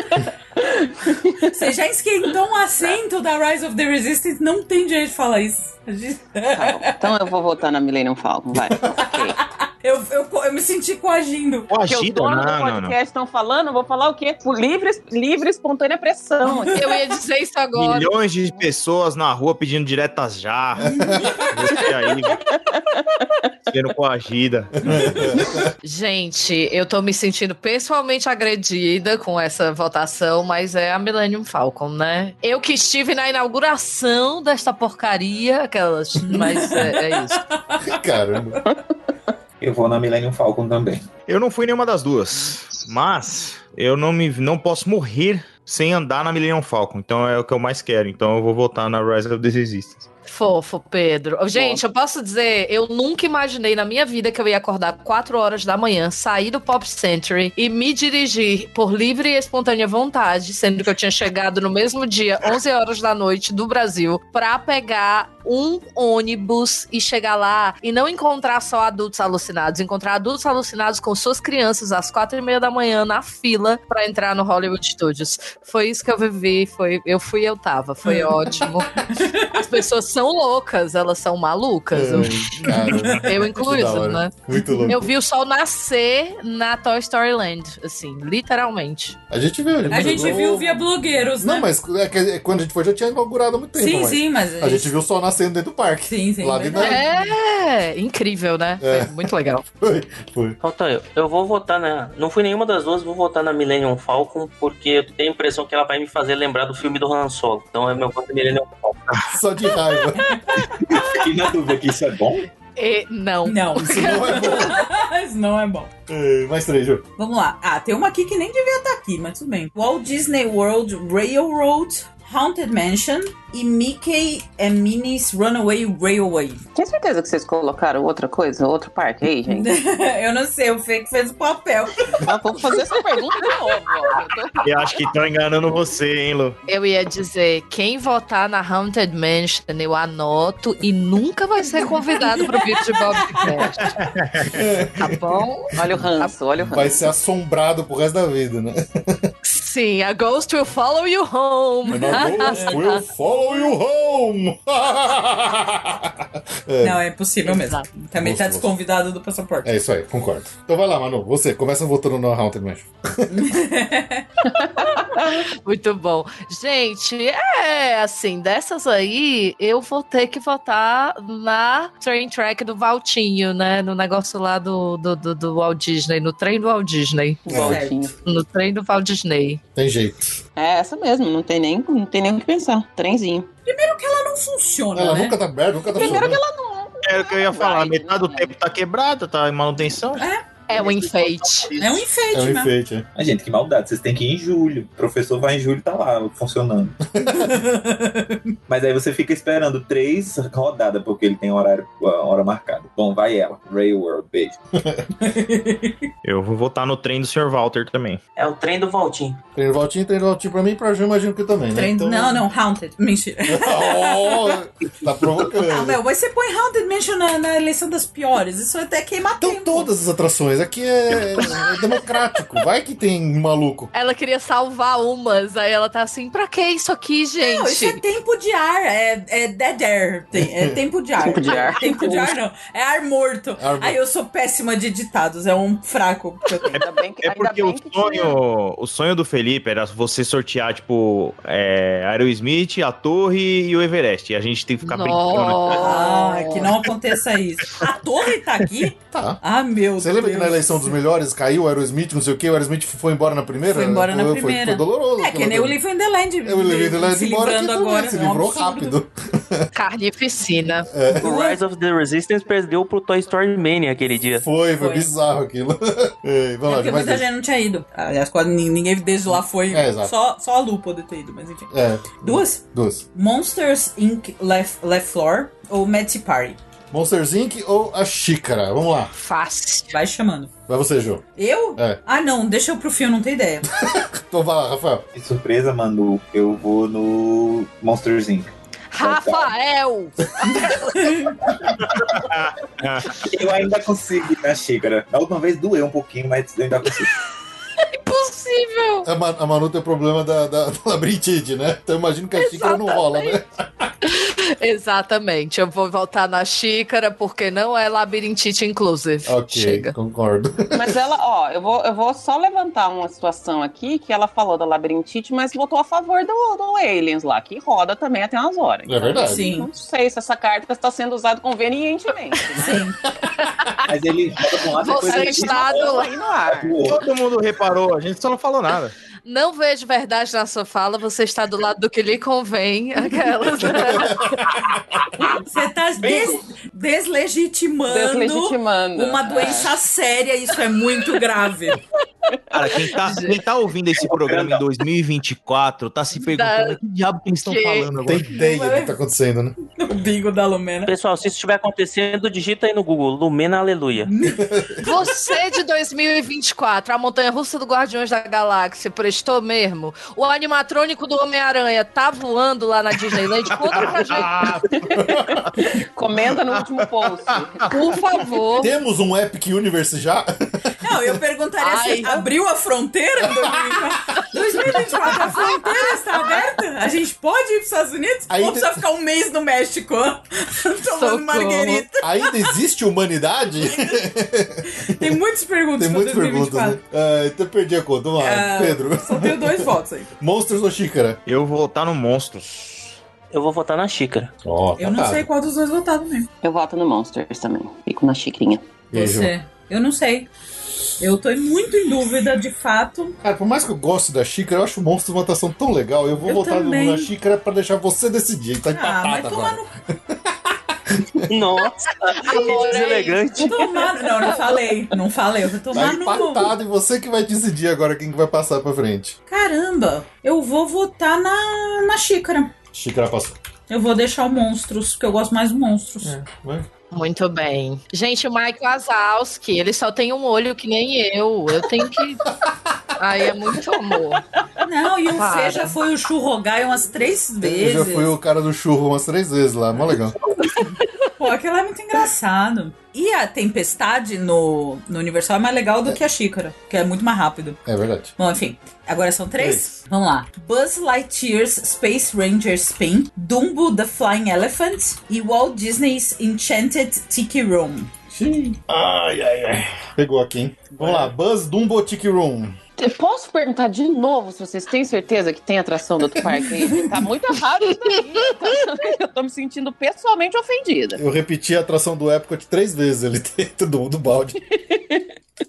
S2: Você já esquentou um assento da Rise of the Resistance, não tem direito de falar isso. A gente-
S3: Tá bom. Então eu vou votar na Millennium Falcon, vai. Ok.
S2: Eu, eu, eu me senti coagindo.
S3: Porque o dono do podcast estão falando, eu vou falar o quê? Por livre, livre espontânea pressão. aqui.
S8: Eu ia dizer isso agora.
S6: Milhões de pessoas na rua pedindo diretas já. Você aí, né? sendo coagida.
S8: Gente, eu tô me sentindo pessoalmente agredida com essa votação, mas é a Millennium Falcon, né? Eu que estive na inauguração desta porcaria, aquelas. Mas é, é isso.
S1: Caramba.
S4: Eu vou na Millennium Falcon também.
S6: Eu não fui nenhuma das duas, mas eu não me não posso morrer sem andar na Millennium Falcon. Então é o que eu mais quero. Então eu vou voltar na Rise of the Resistance.
S8: Fofo, Pedro. Gente, eu posso dizer, eu nunca imaginei na minha vida que eu ia acordar 4 horas da manhã, sair do Pop Century e me dirigir por livre e espontânea vontade, sendo que eu tinha chegado no mesmo dia, 11 horas da noite, do Brasil, pra pegar um ônibus e chegar lá e não encontrar só adultos alucinados, encontrar adultos alucinados com suas crianças às quatro e meia da manhã na fila pra entrar no Hollywood Studios. Foi isso que eu vivi, foi eu fui e eu tava, foi ótimo. As pessoas são loucas, elas são malucas. eu-
S1: É, Caramba.
S8: Eu
S1: Que da
S8: incluído,
S1: hora.
S8: né?
S1: Muito louco.
S8: Eu vi o sol nascer na Toy Story Land, assim, literalmente.
S1: A gente viu.
S2: A gente viu via blogueiros, né?
S1: Não, mas é que- é quando a gente foi, já tinha inaugurado há muito tempo.
S2: sim,
S1: mas
S2: sim, mas. é
S1: A gente viu o sol nascendo dentro do parque.
S2: Sim, sim.
S1: Lá
S2: verdade.
S1: dentro
S8: É incrível, né?
S1: É.
S8: Foi muito legal.
S1: Foi, foi.
S7: Falta eu. Eu vou votar na. Não fui nenhuma das duas, vou votar na Millennium Falcon, porque eu tenho a impressão que ela vai me fazer lembrar do filme do Han Solo. Então é meu voto em Millennium Falcon.
S1: Ah,
S8: É.
S1: Só de raiva.
S4: Fiquei na dúvida que isso é bom.
S8: E não.
S2: Não,
S1: Isso não é bom.
S2: isso não é bom.
S1: É, mais três, Ju.
S2: Vamos lá. Ah, tem uma aqui que nem devia estar aqui, mas tudo bem. Walt Disney World Railroad, Haunted Mansion e Mickey and Minnie's Runaway Railway.
S3: Tem certeza que vocês colocaram outra coisa, outro parque aí, gente?
S2: eu não sei, o Fê que fez o papel.
S3: Eu vou fazer essa pergunta de novo. ó. Eu tô-
S6: Eu acho que estão enganando você, hein, Lu?
S8: Eu ia dizer, quem votar na Haunted Mansion, eu anoto e nunca vai ser convidado pro vídeo de Bobcast. Tá bom?
S3: Olha o ranço, olha o ranço.
S1: Vai ser assombrado pro resto da vida, né?
S8: Sim, a Ghost will follow you home.
S1: Nós will follow you home. É.
S2: Não, é impossível mesmo.
S8: Exato.
S2: Também tá
S1: Gostoso.
S2: desconvidado do passaporte.
S1: É isso aí, concordo. Então vai lá, Manu. Você, começa votando no Haunted Mansion.
S8: Muito
S3: Então,
S8: bom. Gente, é assim, dessas aí, eu vou ter que votar na train track do Valtinho, né? No negócio lá do, do, do, do Walt Disney, no trem do Walt Disney.
S3: Voltinho.
S8: No trem do Walt Disney.
S1: Tem jeito.
S3: É essa mesmo, não tem nem, não tem nem o que pensar. Trenzinho.
S2: Não funciona,
S1: Ela
S2: né?
S1: nunca tá aberta, nunca tá
S3: Primeiro
S1: funcionando.
S6: É o que eu ia falar.
S3: Vai,
S6: Metade do
S3: vai.
S6: tempo tá quebrada, tá em manutenção.
S8: É um enfeite.
S2: É um enfeite,
S1: É um
S2: né?
S1: enfeite, é.
S4: Ah, gente, que maldade. Vocês têm que ir em julho. O professor vai em julho e tá lá, funcionando. Mas aí você fica esperando três rodadas, porque ele tem horário, a hora marcada. Bom, vai ela. Railworld, beijo.
S6: Eu vou votar no trem do Sr. Walter também.
S7: É o trem do Valtinho.
S1: Treino voltinho, treino voltinho pra mim e pra Ju, imagino que também, né?
S2: Trem-
S1: Então-
S2: Não, não, Haunted. Mentira.
S1: Oh, tá
S2: Ah,
S1: provocando.
S2: meu, mas você põe Haunted Mansion na, na eleição das piores. Isso vai até queimar
S1: Estão
S2: tempo.
S1: Então todas as atrações. Aqui é, é democrático. Vai que tem um maluco.
S8: Ela queria salvar umas, aí ela tá assim, pra que isso aqui, gente?
S2: Não, isso é tempo de ar, é, é dead air. Tem- é tempo de ar.
S3: Tempo de ar.
S2: Tempo de ar, não. É ar morto.
S1: Ar morto.
S2: Aí eu sou péssima de ditados, é um fraco que eu tenho.
S3: Ainda bem que,
S6: É
S3: ainda
S6: porque o
S3: bem que tinha-
S6: sonho, o sonho do Felipe era você sortear, tipo, é, Aerosmith, a Torre e o Everest. E a gente tem que ficar Tá brincando. né?
S8: Nossa.
S2: Ah, que não aconteça isso. A torre tá aqui?
S1: Tá.
S2: Ah, meu
S1: Você
S2: Deus.
S1: lembra que na eleição dos melhores caiu o Aerosmith, não sei o que, o Aerosmith foi embora na primeira?
S2: Foi embora na
S1: Foi-
S2: primeira.
S1: Foi, foi doloroso. É,
S2: É que nem o
S1: livro.
S2: Live in the Land.
S1: Eu levei do lado
S2: se
S1: embora
S2: livrando
S1: aqui
S2: agora.
S1: agora, se
S2: é um
S1: livrou
S2: absurdo. É
S1: rápido.
S8: Carnificina.
S7: O Rise of the Resistance perdeu pro Toy Story Mania aquele dia.
S1: Foi, foi,
S2: Foi.
S1: bizarro aquilo. É,
S2: É
S1: vamos lá,
S2: porque
S1: mais
S2: muita
S1: dois.
S2: gente não tinha ido. Aliás, quase nin- ninguém desde lá foi.
S1: É, exato.
S2: só, só a Lu poder ter ido, mas enfim.
S1: É,
S2: Duas?
S1: duas.
S2: Monsters Inc. Left, Left Floor ou Matty Party?
S1: Monsters Inc. ou a Xícara? Vamos lá.
S8: Fácil.
S2: Vai chamando.
S1: Vai você, Ju.
S2: Eu?
S1: É.
S2: Ah, não, deixa eu pro fio, não tenho ideia.
S1: Então vai lá, Rafael.
S4: Que surpresa, Manu. Eu vou no Monsters Inc.
S8: Rafael!
S4: né?
S8: É
S4: Eu ainda consigo ir na xícara. Na última vez doeu um pouquinho, mas eu ainda consigo.
S8: possível.
S1: A, Ma- a Manu tem o problema da, da, da labirintite, né? Então eu imagino que a xícara não rola, né?
S8: Exatamente. Eu vou voltar na xícara, porque não é labirintite inclusive.
S1: Ok,
S8: Chega.
S1: concordo.
S3: Mas ela, ó, eu vou, eu vou só levantar uma situação aqui que ela falou da labirintite, mas votou a favor do, do Aliens lá, que roda também até umas horas.
S1: É verdade.
S2: Sim.
S3: Não sei se essa carta está sendo usada convenientemente.
S2: Sim.
S4: Mas ele joga pra um lado depois
S8: Você
S4: ele
S8: está do
S3: Aí no ar.
S4: pro outro.
S6: Todo mundo reparou, a gente só não falou nada.
S8: Não vejo verdade na sua fala, você está do lado do que lhe convém. Aquelas.
S2: Você tá des- deslegitimando,
S3: Deslegitimando.
S2: uma doença séria, isso é muito grave.
S6: Cara, quem tá, quem tá ouvindo esse programa em 2024 tá se perguntando que diabo que eles estão
S8: Que-
S6: falando
S1: Tem
S6: agora.
S1: ideia do que tá acontecendo, né?
S6: é,
S2: O bingo da Lumena.
S7: Pessoal, se isso estiver acontecendo, digita aí no Google, Lumena Aleluia.
S8: Você de 2024, a montanha russa do Guardiões da Galáxia, prestou mesmo? O animatrônico do Homem-Aranha tá voando lá na Disneyland? Conta pra gente,
S6: Ah,
S3: Comenta no último post.
S8: por favor.
S1: Temos um Epic Universe já?
S2: Não, eu perguntaria se
S8: Ai.
S2: abriu a fronteira em 2024. 2024, a fronteira está aberta? A gente pode ir para os Estados Unidos?
S1: Aí
S2: Ou
S1: tem-
S2: precisa ficar um mês no México?
S8: Socorro.
S2: Tomando marguerita.
S1: Ainda existe humanidade?
S2: Tem muitas perguntas
S1: Tem
S2: pra
S1: muitas perguntas.
S2: 2024.
S1: Né? Ah, então perdi a conta. Vamos lá,
S2: Ah,
S1: Pedro.
S2: Só tenho dois votos aí.
S1: Monstros ou xícara?
S6: Eu vou votar no Monstros.
S7: Eu vou votar na xícara.
S1: Ó, tá
S2: Eu não sei qual dos dois votar também.
S3: Eu voto no Monsters também. Fico na xicrinha.
S2: Você. Eu não sei. Eu tô muito em dúvida, de fato.
S1: Cara, por mais que eu goste da xícara, eu acho o monstro uma atração tão legal. Eu vou
S2: Eu
S1: votar no-
S2: também.
S1: na xícara pra deixar você decidir. Tá
S2: Ah, mas
S1: empatado
S2: toma
S1: agora.
S2: no
S7: Nossa, que deselegante.
S2: Tomar... Não, não falei. Não falei. Eu vou tomar
S1: Tá
S2: no.
S1: empatado e você que vai decidir agora quem que vai passar pra frente.
S2: Caramba, eu vou votar na, na xícara.
S1: Xícara passou.
S2: Eu vou deixar o monstros, porque eu gosto mais do monstros.
S1: É, Vai.
S8: Muito bem. Gente, o Mike Wazowski, ele só tem um olho que nem eu. Eu tenho que. Aí é muito amor.
S2: Não, e o
S8: Para.
S2: Fê já foi o churrogai umas três
S1: Eu
S2: vezes.
S1: já fui o cara do churro umas três vezes lá, mó legal.
S2: Pô, aquilo é muito engraçado. E a tempestade no, no Universal é mais legal do que a xícara, que é muito mais rápido.
S1: É verdade.
S2: Bom, enfim, agora são três?
S1: Três.
S2: Vamos lá. Buzz Lightyear's Space Ranger Spin, Dumbo the Flying Elephant e Walt Disney's Enchanted Tiki Room.
S1: Ai, ai, ai. Pegou aqui, hein? Vamos lá, Buzz Dumbo Tiki Room.
S3: Eu Posso perguntar de novo se vocês têm certeza que tem atração do outro parque aí? Tá muito errado isso aí. Eu tô me sentindo pessoalmente ofendida.
S1: Eu repeti a atração do Epcot três vezes ali dentro do, do balde.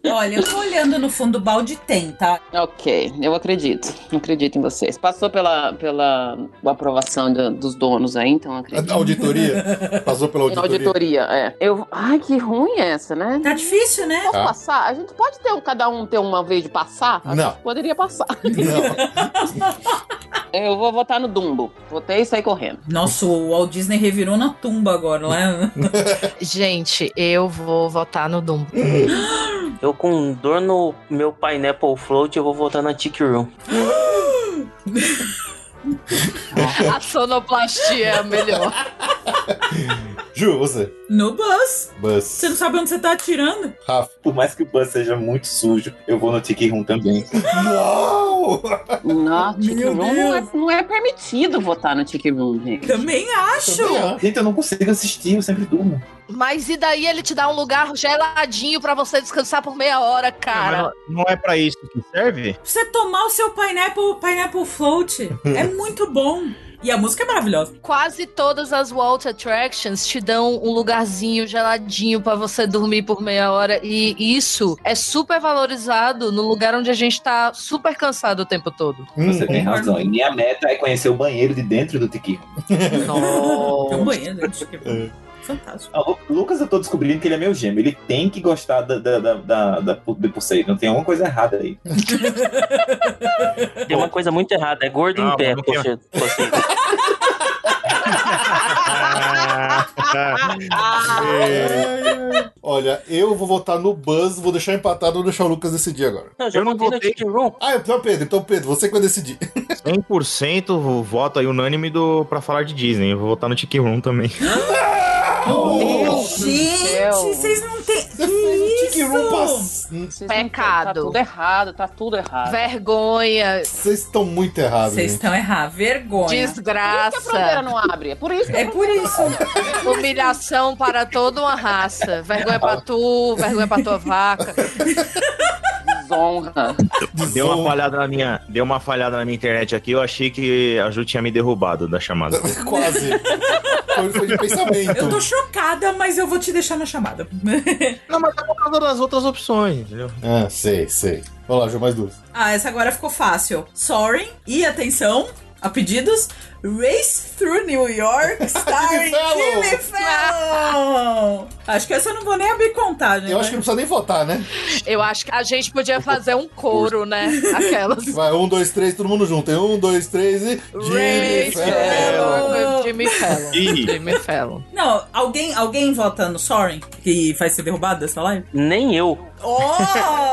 S2: Olha, eu tô olhando no fundo do balde, tem, tá?
S3: Ok, eu acredito. Acredito em vocês. Passou pela, pela aprovação da- dos donos aí, então eu acredito.
S1: A auditoria. Passou pela
S3: Na
S1: auditoria.
S3: auditoria, é. Eu, ai, que ruim essa, né?
S2: Tá difícil, né?
S3: Posso
S1: Tá.
S3: passar? A gente pode ter um- cada um ter uma vez de passar? A
S1: Não.
S3: gente Poderia passar.
S1: Não.
S3: Eu vou votar no Dumbo. Votei e saí correndo.
S2: Nossa, o Walt Disney revirou na tumba agora, né?
S8: Gente, eu vou votar no Dumbo.
S7: Eu com dor no meu Pineapple Float, eu vou votar na Tiki Room.
S8: A sonoplastia é a melhor.
S1: Ju, você.
S2: No bus.
S1: Buzz.
S2: Você não sabe onde você tá atirando?
S1: Rafa.
S4: Por mais que o Buzz seja muito sujo, eu vou no Tiki Room também.
S1: Não!
S3: Não, Tiki
S2: Meu
S3: Room não é,
S2: Deus.
S3: não é permitido votar no Tiki Room, gente.
S2: Também acho.
S4: Gente, eu não consigo assistir, eu sempre durmo.
S8: Mas e daí ele te dá um lugar geladinho pra você descansar por meia hora, cara?
S6: Mas Não é pra isso que serve?
S2: Pra Você tomar o seu pineapple, pineapple float. É muito bom. E a música é maravilhosa.
S8: Quase todas as Walt Attractions te dão um lugarzinho geladinho pra você dormir por meia hora. E isso é super valorizado no lugar onde a gente tá super cansado o tempo todo.
S4: Você tem
S1: Hum,
S4: razão. E minha meta é conhecer o banheiro de dentro do Tiki Room.
S2: Tem um
S8: Nossa.
S2: banheiro, gente. que
S1: É.
S2: Fantástico.
S4: Ah, o Lucas, eu tô descobrindo que ele é meu gêmeo. Ele tem que gostar da, da, da, da, da, do Poseidon. Tem alguma coisa errada aí.
S7: Tem uma coisa muito errada, é gordo
S6: Calma,
S7: em pé.
S6: não quero.
S7: poxa- poxa.
S1: é. Olha, eu vou votar no Buzz, vou deixar empatado, vou deixar o Lucas decidir agora.
S7: Não, já
S6: Eu não
S7: votei na
S6: votei.
S7: Tiki Room.
S1: Ah, então Pedro, então Pedro, você que vai decidir.
S6: 100% o voto aí unânime do, pra falar de Disney. Eu vou votar no Tiki Room também.
S3: Meu Deus do
S2: Gente,
S3: céu.
S2: vocês não têm.
S1: Você fez um
S2: Que
S1: Tiki não passou.
S3: Vocês não-
S5: Pecado.
S3: Tá tudo errado, tá tudo errado.
S5: Vergonha,
S1: Vocês estão muito errados.
S2: Vocês
S1: gente.
S2: estão errados. Vergonha.
S3: Por isso que a
S8: tá
S3: fronteira
S5: desgraça,
S3: não abre. É por isso que
S2: É por isso.
S5: humilhação para toda uma raça. Vergonha pra tu, vergonha pra tua vaca.
S3: desonra.
S6: Deu uma
S1: Zorro.
S6: falhada na minha, deu uma falhada na minha internet aqui. Eu achei que a Ju tinha me derrubado da chamada.
S1: Quase. Foi, foi de pensamento.
S2: Eu tô chocada, mas eu vou te deixar na chamada.
S6: Não, mas é por causa das outras opções, entendeu?
S1: Ah, sei, sei. Vamos lá, Ju, mais duas.
S2: ah, essa agora ficou fácil. Sorry. E atenção, a pedidos. Race Through New York, starring
S1: Fallon.
S2: Jimmy Fallon. Acho que essa eu não vou nem abrir contagem.
S1: Eu
S2: né?
S1: acho que não precisa nem votar, né?
S5: Eu acho que a gente podia fazer um coro, né? Aquelas.
S1: Vai, um, dois, três, todo mundo junto. Tem um, dois, três e.
S5: Ray
S1: Jimmy
S2: é.
S1: Fallon.
S5: Fallon. Jimmy Fallon.
S6: Ih.
S5: Jimmy Fallon.
S2: Não, alguém, alguém vota no Sorry, que vai ser derrubado dessa live?
S7: Nem eu.
S2: Oh,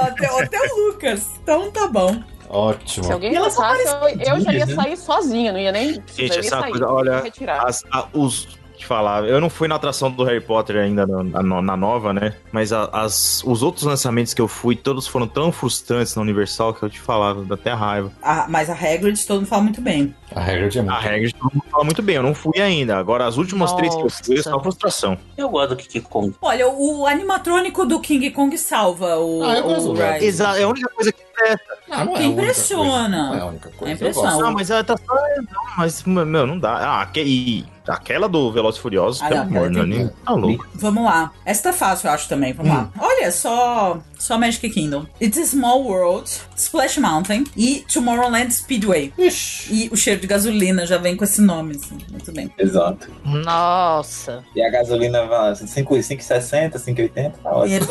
S2: até, até o Lucas. Então tá bom.
S3: Se
S1: Ótimo.
S3: alguém
S2: E elas são
S3: passasse, eu, eu já ia
S4: né?
S3: sair sozinha, não ia nem.
S6: Gente,
S3: eu ia
S6: essa
S3: sair,
S6: coisa, olha,
S3: ia retirar.
S6: As- a- os te falar, eu não fui na atração do Harry Potter ainda na, na- na nova, né? Mas a- as, os outros lançamentos que eu fui, todos foram tão frustrantes na Universal que eu te falava, dá até raiva.
S2: Ah, mas a Hagrid todo mundo fala muito bem.
S1: A regra é
S6: A
S1: muito.
S6: regra todo mundo fala muito bem, eu não fui ainda. Agora, as últimas três que eu fui, é só
S5: Nossa.
S6: frustração.
S7: Eu gosto do Kiki Kong.
S2: Olha, o animatrônico do King Kong salva o,
S1: Ah, eu gosto
S2: o
S1: do Rise.
S2: Rise.
S6: Exato, é a única coisa que presta.
S1: Ah,
S2: que
S1: não a única
S2: impressiona.
S1: coisa. Não é a única coisa.
S2: É
S1: Eu
S2: impressão.
S1: gosto.
S6: Não, mas a atração é- não, mas, meu, não dá. Ah, aque- e aquela do Velozes e Furiosos,
S2: Ah,
S6: pelo
S2: não,
S6: amor,
S2: aquela
S6: né?
S2: tem-
S4: é
S6: Nem- Tá louco.
S2: Vamos lá. Essa tá fácil, eu acho também. Vamos
S6: Hum.
S2: lá. Olha, só, só Magic Kingdom. It's a Small World, Splash Mountain e Tomorrowland Speedway.
S1: Ixi.
S2: E o cheiro de gasolina já vem com esse nome, assim. Muito bem.
S4: Exato.
S5: Nossa.
S4: E a gasolina vai 5, 5,60, 5,80, tá ótimo.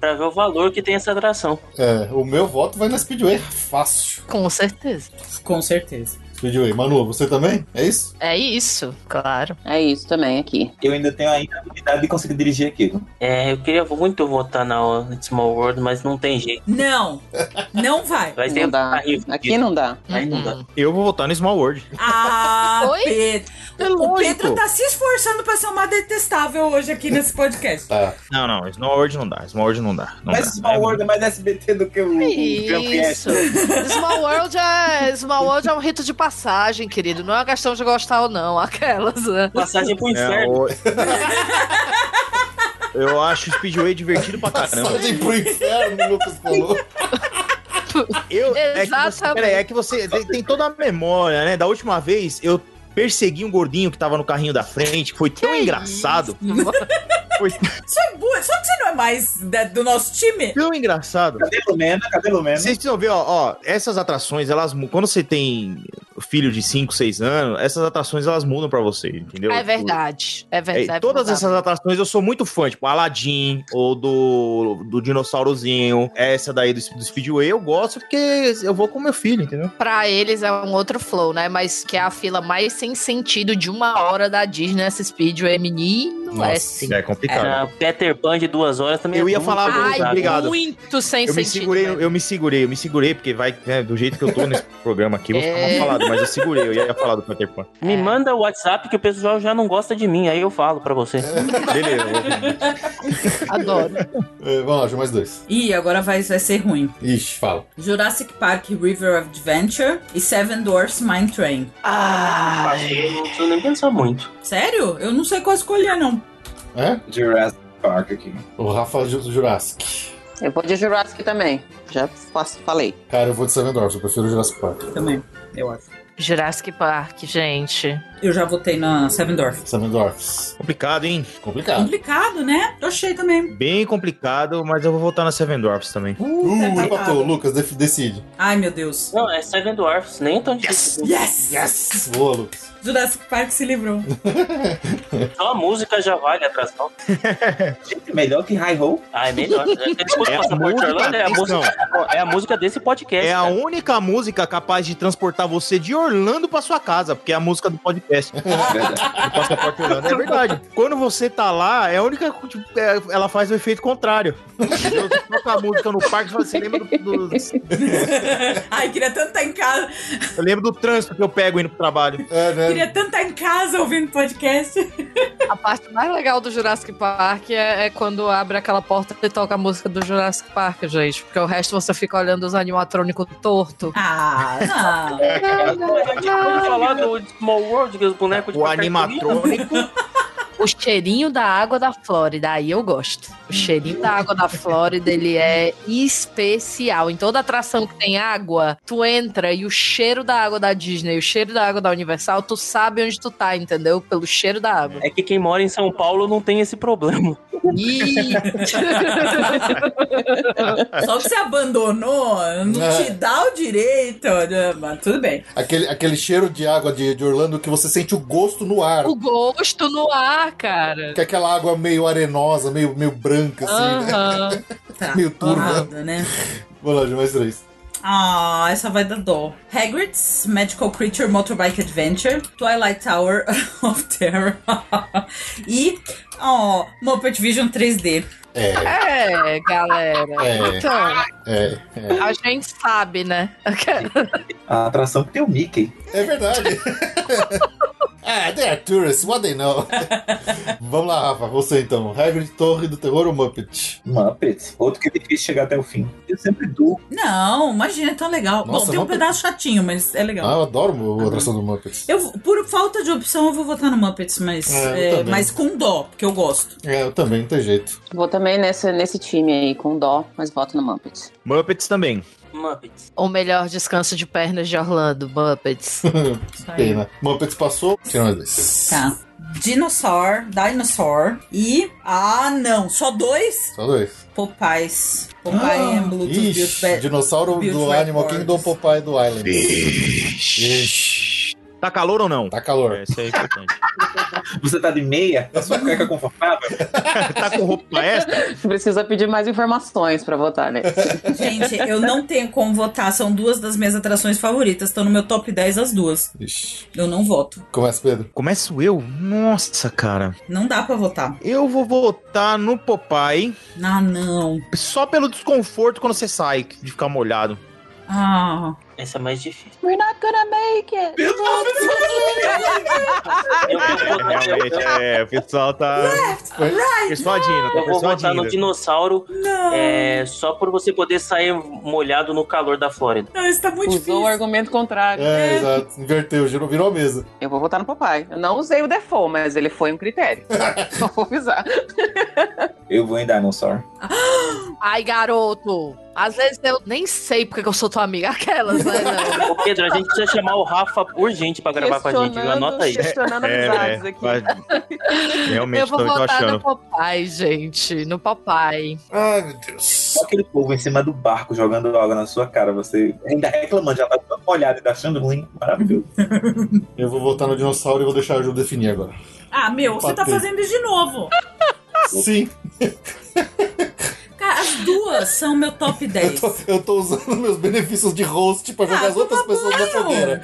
S7: Pra ver o valor que tem essa atração.
S1: É, o meu voto vai na Speedway. Fácil.
S5: Com certeza.
S2: Com certeza.
S1: Speedway. Manu, você também? É isso?
S5: É isso, claro.
S3: É isso também aqui.
S4: Eu ainda tenho a habilidade de conseguir dirigir aquilo.
S7: É, eu queria muito votar na Small World, mas não tem jeito.
S2: Não, não vai.
S7: Vai ter
S3: Não dá.
S7: carrinho
S3: Aqui não dá.
S7: Aí não dá.
S6: Eu vou votar no Small World.
S2: Ah,
S5: Oi?
S2: Pedro.
S6: É
S2: O
S6: lógico.
S2: Pedro tá se esforçando pra ser uma detestável hoje aqui nesse podcast.
S1: Tá.
S6: Não, não, Small World não dá. Small World não dá. Não
S4: Mas
S6: dá.
S4: Small World é mais SBT do que o
S5: É Isso. Small World, é, Small World é um rito de passagem, querido. Não é uma questão de gostar ou não. Aquelas, né?
S4: Tá
S7: Passagem
S4: tipo um
S7: pro
S6: É,
S7: inferno.
S6: o- Eu acho o Speedway divertido pra caramba.
S1: Passagem pro inferno, o Lucas falou.
S6: Eu,
S5: Exatamente.
S6: É que você, peraí, é que você tem, tem toda a memória, né? Da última vez, eu persegui um gordinho que tava no carrinho da frente. Foi tão
S5: é
S6: engraçado. Foi
S2: Só, é bu- só que você não é mais da- do nosso time.
S6: tão engraçado.
S4: Cadê Lumena? Cadê Lumena?
S6: Vocês precisam ver, ó, ó, essas atrações, elas mu- quando você tem filho de 5, 6 anos, essas atrações elas mudam pra você, entendeu?
S5: É
S6: Tipo,
S5: verdade. É
S6: É,
S5: verdade.
S6: todas
S5: não dá.
S6: essas atrações eu sou muito fã, tipo Aladdin ou do, do dinossaurozinho, essa daí do, do Speedway, eu gosto porque eu vou com meu filho, entendeu?
S5: Pra eles é um outro flow, né? Mas que é a fila mais sem sentido de uma hora da Disney, essa Speedway, menino, é sim.
S6: é complicado.
S7: Na Peter Pan de duas horas também.
S6: Eu
S7: é
S6: ia
S7: muito
S6: falar,
S5: Ai,
S7: pesado.
S6: obrigado.
S5: muito sem
S6: Eu me
S5: sentido.
S6: segurei,
S5: mesmo.
S6: eu me segurei, eu me segurei, porque vai, né, do jeito que eu tô nesse programa aqui, eu vou ficar mal
S5: É.
S6: falado, mas eu segurei, eu ia falar do Peter Pan.
S7: Me
S5: É.
S7: manda o WhatsApp que o pessoal já não gosta de mim, aí eu falo pra você.
S6: Beleza, eu vou-
S5: Adoro.
S1: É, vamos lá, Ju, mais dois.
S2: Ih, agora vai, vai ser ruim.
S1: Ixi, fala.
S2: Jurassic Park River Adventure e Seven Dwarfs Mine Train.
S7: Ah, eu não preciso nem pensar muito.
S2: Sério? Eu não sei qual escolher, não.
S1: É?
S4: Jurassic Park aqui.
S1: O Rafa Ju- Jurassic.
S3: Eu vou de Jurassic também. Já faço- falei.
S1: Cara, eu vou de Seven Dwarfs, eu prefiro o Jurassic Park.
S2: Também, eu acho.
S5: Jurassic Park, gente.
S2: Eu já votei na Seven Dwarfs.
S1: Seven Dwarfs.
S6: complicado, hein?
S1: Complicado.
S2: Complicado, né? Eu achei também.
S6: Bem complicado, mas eu vou voltar na Seven Dwarfs também.
S1: Uh,
S2: Puta,
S1: empatou.
S2: coitado.
S1: Lucas, def- decide.
S2: Ai, meu Deus.
S7: Não, é Seven Dwarfs, nem é tão difícil.
S2: Yes!
S1: Yes! Boa, Lucas.
S2: Jurassic Park se livrou.
S7: Só a música já vale a atração.
S4: Gente, melhor que High Hole.
S7: Ah, é melhor. Depois
S6: É
S7: do
S6: a
S7: Passaporte
S6: música,
S7: Orlando, é a
S6: atenção.
S7: música, é a música desse podcast.
S6: É a
S7: cara.
S6: única música capaz de transportar você de Orlando pra sua casa, porque é a música do podcast.
S1: É
S4: Verdade.
S6: do Passaporte Orlando. É verdade. Quando você tá lá, é a única. tipo, é- ela faz o efeito contrário. Entendeu? Você toca a música no parque e fala assim: lembra do, do-
S2: Ai, queria tanto estar em casa.
S6: eu lembro do trânsito que eu pego indo pro trabalho.
S1: É, né?
S2: Queria tanto estar em casa ouvindo podcast.
S8: A parte mais legal do Jurassic Park é, é quando abre aquela porta e toca a música do Jurassic Park, gente. Porque o resto você fica olhando os animatrônicos torto.
S2: Ah, não.
S7: Vamos falar do Small World, que é os bonecos de
S6: O
S7: papel
S6: animatrônico.
S8: O cheirinho da água da Flórida, aí eu gosto. O cheirinho da água da Flórida, ele é especial. Em toda atração que tem água, tu entra e o cheiro da água da Disney, o cheiro da água da Universal, tu sabe onde tu tá, entendeu? Pelo cheiro da água.
S7: É que quem mora em São Paulo não tem esse problema.
S8: Ih!
S2: Só que você abandonou, não
S1: É.
S2: te dá o direito. né? Mas tudo bem.
S1: Aquele, aquele cheiro de água de, de Orlando que você sente o gosto no ar.
S8: o gosto no ar, cara.
S1: Que é aquela água meio arenosa, meio, meio branca, assim, né?
S8: Aham.
S2: Tá.
S1: Meio turva.
S2: Porrada, né?
S1: Vamos lá, de mais três.
S2: Ah, essa vai dar dó. Hagrid's Magical Creature Motorbike Adventure, Twilight Tower of Terror e oh, Muppet Vision 3D.
S1: É,
S8: É, galera.
S1: É.
S8: Então,
S1: é, é.
S8: a gente sabe, né?
S4: A atração que tem um o Mickey.
S1: É verdade. ah, they are tourists, what they know. Vamos lá, Rafa, você então. Hagrid, Torre do Terror ou Muppet?
S4: Muppets. Outro que é difícil chegar até o fim. Eu sempre dou.
S2: Não, imagina, é tão legal.
S1: Nossa,
S2: Bom, tem um
S1: Muppet-
S2: pedaço chatinho, mas é
S1: Ah,
S2: legal.
S1: eu adoro o- a atração do Muppets.
S2: Eu, por falta de opção, eu vou votar no Muppets, mas,
S1: É, eu
S2: é,
S1: também.
S2: mas com dó, porque eu gosto.
S1: É, eu também, não tem jeito.
S3: Vou também nesse, nesse time aí, com dó, mas voto no Muppets.
S6: Muppets também.
S7: Muppets.
S8: O melhor descanso de pernas de Orlando, Muppets.
S2: Isso aí.
S1: Pena. Muppets passou, tira mais dois.
S2: Tá. Dinosaur, Dinosaur e. Ah, não, só dois?
S1: Só dois.
S2: Popeyes.
S1: Ah,
S2: Popeye and Bluetooth Built
S1: Ixi,
S2: Ba-
S1: dinossauro
S2: Built
S1: do
S2: Backwards.
S1: Animal Kingdom, Popeye do Island. Ixi.
S6: Tá calor ou não?
S1: Tá calor.
S6: É, isso é importante.
S4: Você tá de meia? A sua cueca é confortável?
S6: tá com roupa extra?
S3: Precisa pedir mais informações pra votar, né?
S2: Gente, eu não tenho como votar. São duas das minhas atrações favoritas. Estão no meu top 10 as duas.
S1: Ixi.
S2: Eu não voto.
S1: Começa, Pedro.
S6: Começo eu? Nossa, cara.
S2: Não dá pra votar.
S6: Eu vou votar no Popeye
S2: Ah, não.
S6: só pelo desconforto quando você sai, de ficar molhado.
S2: Ah.
S7: Essa é mais difícil.
S3: We're not gonna make it!
S7: Eu vou,
S6: Realmente, é, o pessoal tá. Persuadindo, tá
S7: eu vou votar no
S6: persuadindo.
S7: dinossauro
S2: Não.
S7: é, só por você poder sair molhado no calor da Flórida.
S2: Não, isso tá muito
S3: Usou o argumento contrário.
S1: É, exato. Inverteu, girou, virou a mesa.
S3: Eu vou votar no papai. Eu não usei o default, mas ele foi um critério. Só vou avisar.
S4: Eu vou em Dinosaur.
S8: Ai, garoto. Às vezes eu nem sei porque que eu sou tua amiga. Aquelas, né? Não.
S7: Ô Pedro, a gente precisa chamar o Rafa urgente pra gravar com a gente. viu? Anota aí.
S3: Questionando
S6: É,
S3: amizades
S6: é,
S3: aqui.
S6: mas-
S8: Eu
S6: Realmente,
S8: vou
S6: também tô
S8: votar no
S6: achando.
S8: papai, gente. No papai.
S1: Ai, meu Deus.
S4: Só aquele povo em cima do barco jogando água na sua cara. Você ainda reclamando, já tá toda molhada, ainda achando ruim. Maravilhoso.
S1: Eu vou voltar no dinossauro e vou deixar a Ju definir agora.
S2: Ah, meu, você tá
S1: Empatei.
S2: fazendo isso de novo.
S1: Sim,
S2: Cara, as duas são meu top
S1: eu
S2: 10.
S1: tô, eu tô usando meus benefícios de host pra jogar
S2: Ah,
S1: as outras
S2: toma
S1: pessoas na
S2: banho.
S1: fogueira.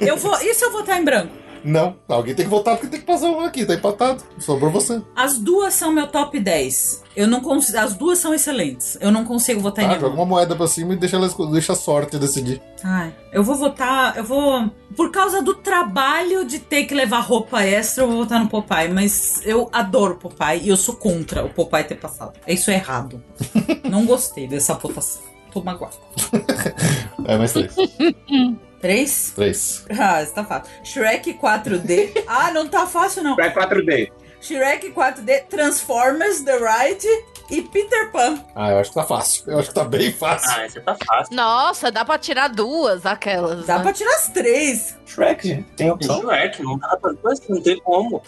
S2: Eu vou, e se eu votar em branco?
S1: Não, alguém tem que votar porque tem que passar um aqui, tá empatado. Sobrou você.
S2: As duas são meu top 10. Eu não cons... As duas são excelentes. Eu não consigo votar
S1: Tá,
S2: em
S1: joga
S2: nenhuma.
S1: uma moeda pra cima e deixa, ela, esco- deixa a sorte decidir.
S2: Ai, eu vou votar. Eu vou. Por causa do trabalho de ter que levar roupa extra, eu vou votar no Popeye. Mas eu adoro Popeye e eu sou contra o Popeye ter passado. Isso é errado. Não gostei dessa votação. Tô magoado.
S1: É, mais três.
S2: Três?
S1: três.
S2: Ah, isso tá fácil. Shrek 4D. Ah, não tá fácil, não.
S1: É
S4: Vai 4D.
S2: Shrek 4D, Transformers The Ride e Peter Pan.
S1: Ah, eu acho que tá fácil. Eu acho que tá bem fácil.
S7: Ah, essa tá fácil.
S8: Nossa, dá pra tirar duas aquelas.
S2: Dá
S8: né?
S2: pra tirar as três.
S4: Shrek, gente. Tem opção?
S7: Shrek, não dá pra não tem como.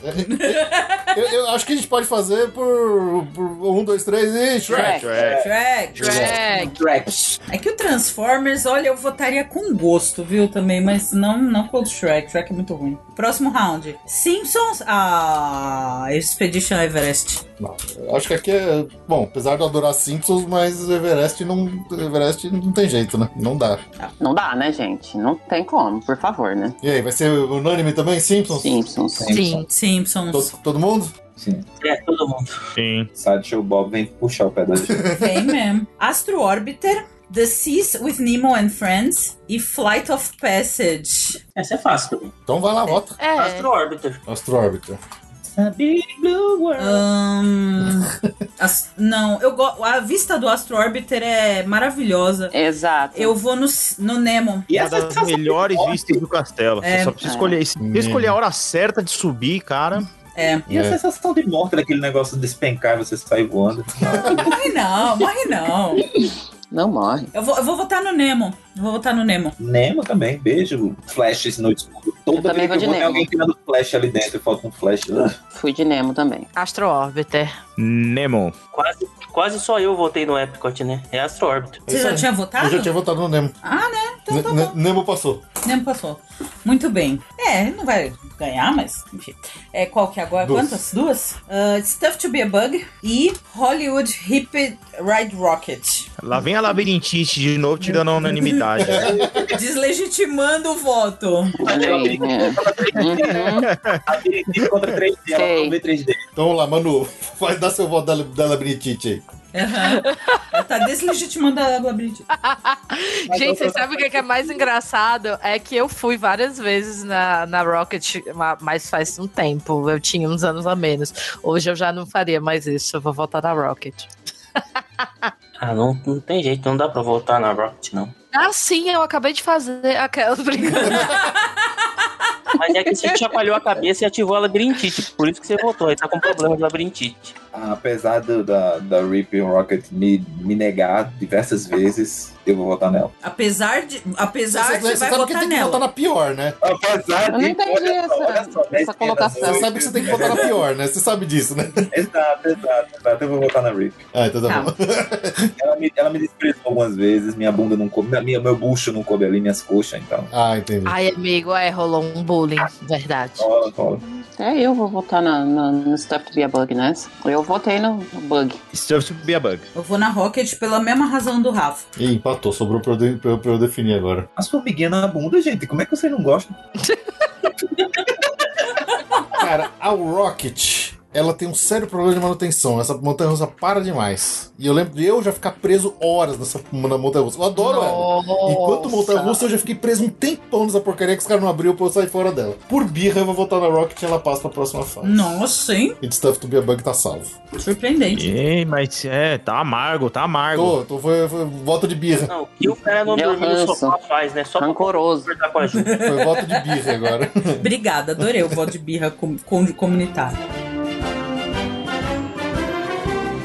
S1: Eu, eu acho que a gente pode fazer por, por um, dois, três e Shrek.
S3: Shrek.
S6: É,
S2: Shrek.
S8: Shrek.
S4: Shrek.
S2: É que o Transformers, olha, eu votaria com gosto, viu, também, mas não, não com o Shrek. Shrek é muito ruim. Próximo round. Simpsons. Ah, Expedition Everest.
S1: Não, eu acho que aqui é. Bom, apesar de eu adorar Simpsons, mas Everest não. Everest não tem jeito, né? Não dá.
S3: Não dá, né, gente? Não tem como, por favor, né?
S1: E aí, vai ser unânime também, Simpsons?
S3: Simpsons.
S5: Sim.
S2: Simpsons.
S1: To- todo mundo?
S4: Sim.
S7: É, todo mundo.
S6: Sim.
S4: Sideshow Bob vem puxar o pé da gente.
S2: Vem mesmo. Astro Orbiter. The Seas with Nemo and Friends e Flight of Passage.
S7: Essa é fácil também.
S1: Então vai lá, vota.
S5: É.
S7: Astro Orbiter.
S1: Astro Orbiter.
S2: Ahn, Hum, as- não, eu go- a vista do Astro Orbiter é maravilhosa.
S3: Exato.
S2: Eu vou no, s- no Nemo.
S4: E
S6: Uma
S4: essa
S6: das melhores
S4: forte.
S6: vistas do castelo.
S2: É.
S6: Você só precisa escolher. Se
S4: Uhum.
S6: você escolher a hora certa de subir, cara.
S2: É.
S4: E a
S1: É.
S4: sensação de morte daquele negócio de despencar e você sair voando.
S2: Morre não, morre não.
S3: Não morre.
S2: Eu vou, eu vou votar no Nemo. Eu vou votar no Nemo.
S4: Nemo também, beijo. Flashes no escuro. Toda
S3: também
S4: vez
S3: vou
S4: que
S3: de
S4: eu vou tem
S3: Nemo.
S4: alguém tirando flash ali dentro e falta um flash. Ah,
S3: Fui de Nemo também.
S5: Astro Orbiter.
S6: Nemo.
S7: Quase, quase só eu votei no Epcot, né? É Astro Orbiter.
S2: Você já tinha votado?
S1: Eu já tinha votado no Nemo.
S2: Ah, né? Então tá
S1: Ne-
S2: bom.
S1: Ne- Nemo passou.
S2: Ah, Nemo passou. Muito bem. É, não vai ganhar, mas enfim. É, qual que é agora?
S1: Duas.
S2: Quantas? Duas? Ah, Stuff to be a Bug e Hollywood Hip Ride Rocket.
S6: Lá vem a labirintite de novo, tirando a unanimidade.
S1: é.
S2: Deslegitimando o voto.
S3: Olha aí, né? Uhum.
S4: A diretiva contra 3D, ela
S3: Sei.
S4: não vê 3D.
S1: Então vamos lá, Manu, vai dar seu voto da, da labirintite aí.
S2: Aham. tá deslegitimando a labirintite.
S5: Gente, vocês sabem o que é que é mais engraçado? É que eu fui várias vezes na, na Rocket, ma- mas faz um tempo. Eu tinha uns anos a menos. Hoje eu já não faria mais isso. Eu vou votar na Rocket.
S7: Ah, não, não tem jeito, não dá pra voltar na Rocket, não.
S5: Ah, sim, eu acabei de fazer aquela brincando.
S7: Mas é que você chapalhou a cabeça e ativou a labirintite. Por isso que você voltou. Ele tá com problema de labirintite.
S4: Ah, apesar do- da, da Rip e o Rocket me, me negar diversas vezes, eu vou votar nela.
S2: Apesar de. Apesar
S1: Você,
S2: de.
S1: você
S2: Vai
S1: sabe que
S2: votar
S1: tem que
S2: nela.
S1: votar na pior, né?
S4: Apesar
S3: Eu não entendi essa-
S4: dez
S3: essa
S4: cenas,
S3: colocação.
S1: Você
S4: oito.
S1: sabe que você tem que votar na pior, né? Você sabe disso, né?
S4: Exato, exato, exato. Eu vou votar na Rip.
S1: Ah, então tá
S2: Tá.
S1: bom.
S4: Ela me, ela me desprezou algumas vezes, minha bunda não coube, minha, meu bucho não coube ali, minhas coxas, então.
S1: Ah, entendi.
S5: Ai, amigo, é, rolou um bullying, verdade.
S4: Cola, cola.
S3: Até eu vou votar na, na, no Stuff to be a Bug, né? Eu votei no Bug.
S6: Stuff to be a bug.
S2: Eu vou na Rocket pela mesma razão do Rafa.
S1: Ih, empatou, sobrou pra eu, de- pra eu- pra eu definir agora.
S4: As formiguinhas na bunda, gente, como é que vocês não gostam?
S1: Cara, a Rocket, ela tem um sério problema de manutenção. Essa montanha russa para demais. E eu lembro de eu já ficar preso horas nessa, na montanha russa. Eu adoro ela. Enquanto montanha russa, eu já fiquei preso um tempão nessa porcaria que os caras não abriu pra eu sair fora dela. Por birra, eu vou votar na Rocket e ela passa pra próxima fase.
S2: Nossa, hein?
S1: E de Stuff to be a Bug tá salvo.
S2: Surpreendente.
S6: Ei, mas é, tá amargo, tá amargo.
S1: Tô, tô, foi, foi voto de birra.
S7: Não, o que o cara não
S3: Meu
S7: dormir no
S3: ranço.
S7: sofá faz, né? Só pra
S3: Rancoroso.
S7: concordar com a Ju.
S1: Foi voto de birra agora.
S2: Obrigada, adorei o voto de birra com, com, comunitário.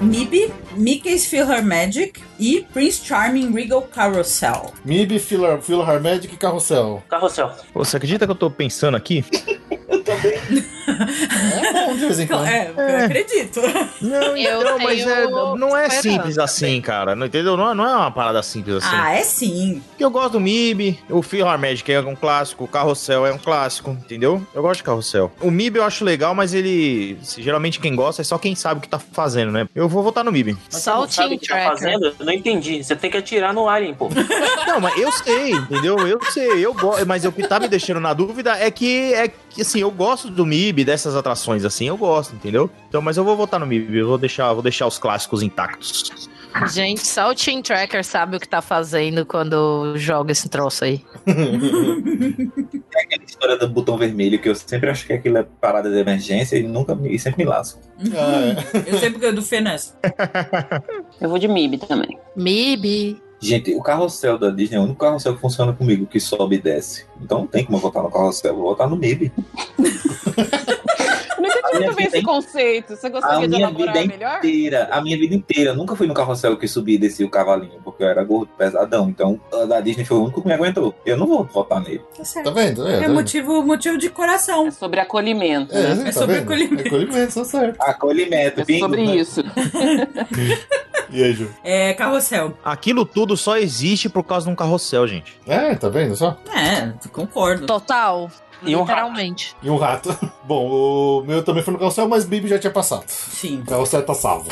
S2: MIB, Mickey's Her Magic e Prince Charming Regal Carousel.
S1: MIB, Philharmedic e Carrossel.
S7: Carrossel.
S6: Pô, você acredita que eu tô pensando aqui?
S1: É bom de vez em quando.
S2: É, eu acredito.
S6: Não,
S5: Eu
S6: não, mas é-
S5: tenho
S6: não é
S5: esperança
S6: simples assim, cara. Não entendeu? Não é, não é uma parada simples assim.
S2: Ah, é sim.
S6: Porque Eu gosto do MIB, o Fear Magic é um clássico, o Carrossel é um clássico, entendeu? Eu gosto de Carrossel. O MIB eu acho legal, mas ele. se- Geralmente quem gosta é só quem sabe o que tá fazendo, né? Eu vou votar no MIB.
S5: Só o
S7: Sabe
S5: Team
S7: o que tá
S5: Tracker.
S7: fazendo? Eu não entendi. Você tem que atirar no alien, pô.
S6: Não, mas eu sei, entendeu? Eu sei, eu gosto. Mas o que tá me deixando na dúvida é que, é que, assim, eu gosto do MIB, dessas atrações, assim, eu gosto, entendeu? Então, mas eu vou votar no MIB, eu vou deixar, vou deixar os clássicos intactos.
S5: Gente, só o Team Tracker sabe o que tá fazendo quando joga esse troço aí.
S4: É Aquela história do botão vermelho que eu sempre acho que é aquela parada de emergência e nunca me- e sempre me lasco.
S1: Ah,
S2: Eu sempre ganho do Fenas.
S3: Eu vou de MIB também.
S5: Mibi.
S4: Gente, o carrossel da Disney é o único carrossel que funciona comigo, que sobe e desce. Então não tem como eu votar no carrossel, eu vou votar no MIB.
S3: Eu nunca tinha nunca vi
S4: vida é
S3: esse conceito. Você
S4: A
S3: gostaria de
S4: minha
S3: elaborar
S4: vida é
S3: é melhor?
S4: inteira, a minha vida inteira, nunca fui no carrossel que subi e desci o cavalinho, porque eu era gordo, pesadão. Então, a da Disney foi o único que me aguentou. Eu não vou votar nele.
S2: Tá certo.
S1: Tá vendo? É,
S2: É
S1: tá vendo?
S2: motivo, motivo de coração.
S3: É sobre acolhimento. né?
S1: É, tá
S2: sobre
S1: vendo?
S2: acolhimento.
S1: Acolhimento, tá certo.
S4: Acolhimento,
S3: É
S4: bingo. né?
S3: sobre isso.
S1: E aí, Ju?
S2: É, carrossel.
S6: Aquilo tudo só existe por causa de um carrossel, gente.
S1: É, tá vendo só?
S2: É, concordo.
S5: Total.
S7: E um rato.
S5: literalmente.
S1: E um rato. Bom, o meu também foi no carrossel, mas Bibi já tinha passado.
S2: Sim,
S1: O carrossel tá salvo.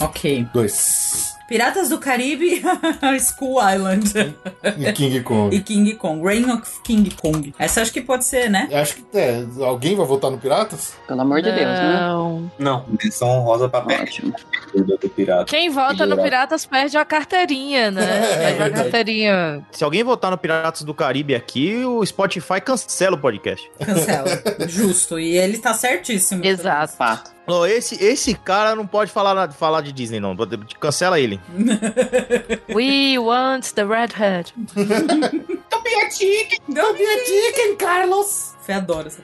S2: ok.
S1: Dois.
S2: Piratas do Caribe, School Island
S1: E King Kong.
S2: e King Kong. Reign of King Kong. Essa acho que pode ser, né?
S1: Acho que é, alguém vai votar no Piratas?
S3: Pelo amor de Deus, né?
S5: Não.
S7: Não.
S4: Menção rosa pra perto
S3: Ótimo.
S4: do do pirata.
S5: Quem vota no
S4: Jurado.
S5: Piratas perde a carteirinha, né?
S1: É,
S5: Perde a
S1: verdade.
S5: carteirinha.
S6: Se alguém votar no Piratas do Caribe aqui, o Spotify cancela o podcast.
S2: Cancela. Justo. E ele tá certíssimo.
S5: Exato.
S3: Fato.
S6: Não, esse, esse cara não pode falar, nada- falar de Disney, não. Cancela ele.
S5: We want the Red Hat.
S1: Não me indiquem, Carlos!
S2: Fê adora essa.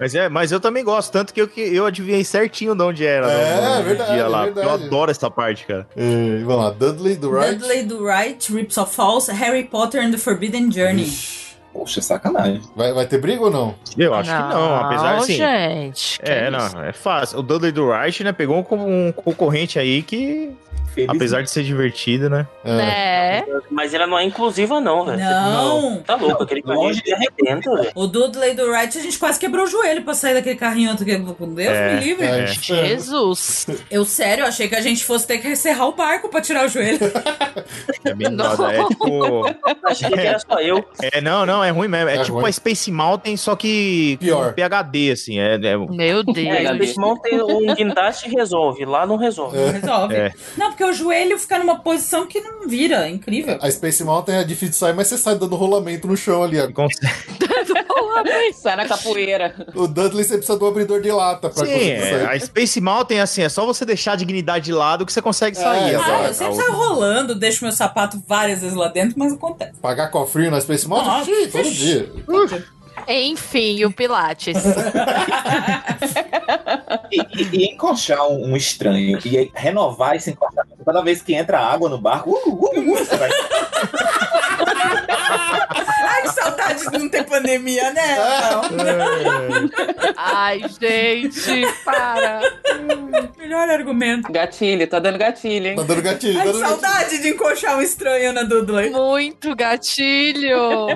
S6: Mas, é, mas eu também gosto, tanto que eu, que eu adivinhei certinho de onde era. né,
S1: É,
S6: no- no
S1: verdade,
S6: dia lá.
S1: verdade.
S6: Eu adoro essa parte, cara.
S1: É, vamos lá, Dudley do Right.
S2: Dudley do Right, Rips of Falls, Harry Potter and the Forbidden Journey.
S1: Ixi.
S4: Poxa, é sacanagem.
S1: Vai, vai ter briga ou não?
S6: Eu acho que não, apesar de. Assim,
S5: gente. que
S6: é,
S5: isso?
S6: não, é fácil. O Dudley do Wright, né, pegou um, um concorrente aí que,
S4: Felizmente.
S6: apesar de ser divertido, né?
S1: É.
S5: É.
S7: Mas ela não é inclusiva, não, velho.
S2: Não.
S7: Tá louco, aquele carinha
S4: Longe.
S7: de arrebenta, velho.
S2: O Dudley do Right, a gente quase quebrou o joelho pra sair daquele carrinho. outro que- Deus
S6: É,
S2: me livre.
S1: é.
S5: Jesus.
S2: Eu, sério, achei que a gente fosse ter que encerrar o barco pra tirar o joelho.
S6: É bem nada, é tipo.
S7: Achei que era só eu.
S6: É, não, não, é ruim mesmo. É,
S1: É
S6: tipo
S1: ruim.
S6: a Space Mountain, só que. com
S1: Pior.
S6: PHD, assim. É, é-
S5: Meu
S7: É,
S5: Deus.
S3: Gabi.
S7: o Pishmão tem um guindaste e resolve. Lá não resolve.
S2: Não resolve.
S6: É.
S2: Não, porque o joelho fica numa posição que não vira. É incrível.
S1: A Space Mountain é difícil de sair, mas você sai dando rolamento no chão ali. ó.
S3: Sai na capoeira.
S1: O Dudley você precisa do abridor de lata pra
S6: Sim,
S1: conseguir
S6: é,
S1: sair.
S6: a Space Mountain, assim, é só você deixar a dignidade de lado que você consegue
S1: É,
S6: sair.
S1: exato.
S6: agora.
S2: Ah, eu sempre
S6: A-
S2: saio rolando, deixo meu sapato várias vezes lá dentro, mas acontece.
S1: Pagar cofrinho na Space Mountain?
S2: Nossa,
S1: Ih, todo
S2: ixi.
S1: dia.
S5: Enfim, o Pilates.
S4: E, e- e encoxar um, um estranho. E aí, renovar esse encoxamento. Toda vez que entra água no barco, uh, uh, uh, você vai.
S2: Ai, que saudade de não ter pandemia, né?
S1: É.
S2: É.
S5: Ai, gente, para.
S2: Melhor argumento.
S3: Gatilho, tá dando gatilho, hein?
S1: Tá dando gatilho, tá
S2: Ai, que
S1: dando gatilho.
S2: saudade de
S5: É
S2: encoxar um estranho
S5: né,
S2: na Dudley.
S5: Muito gatilho.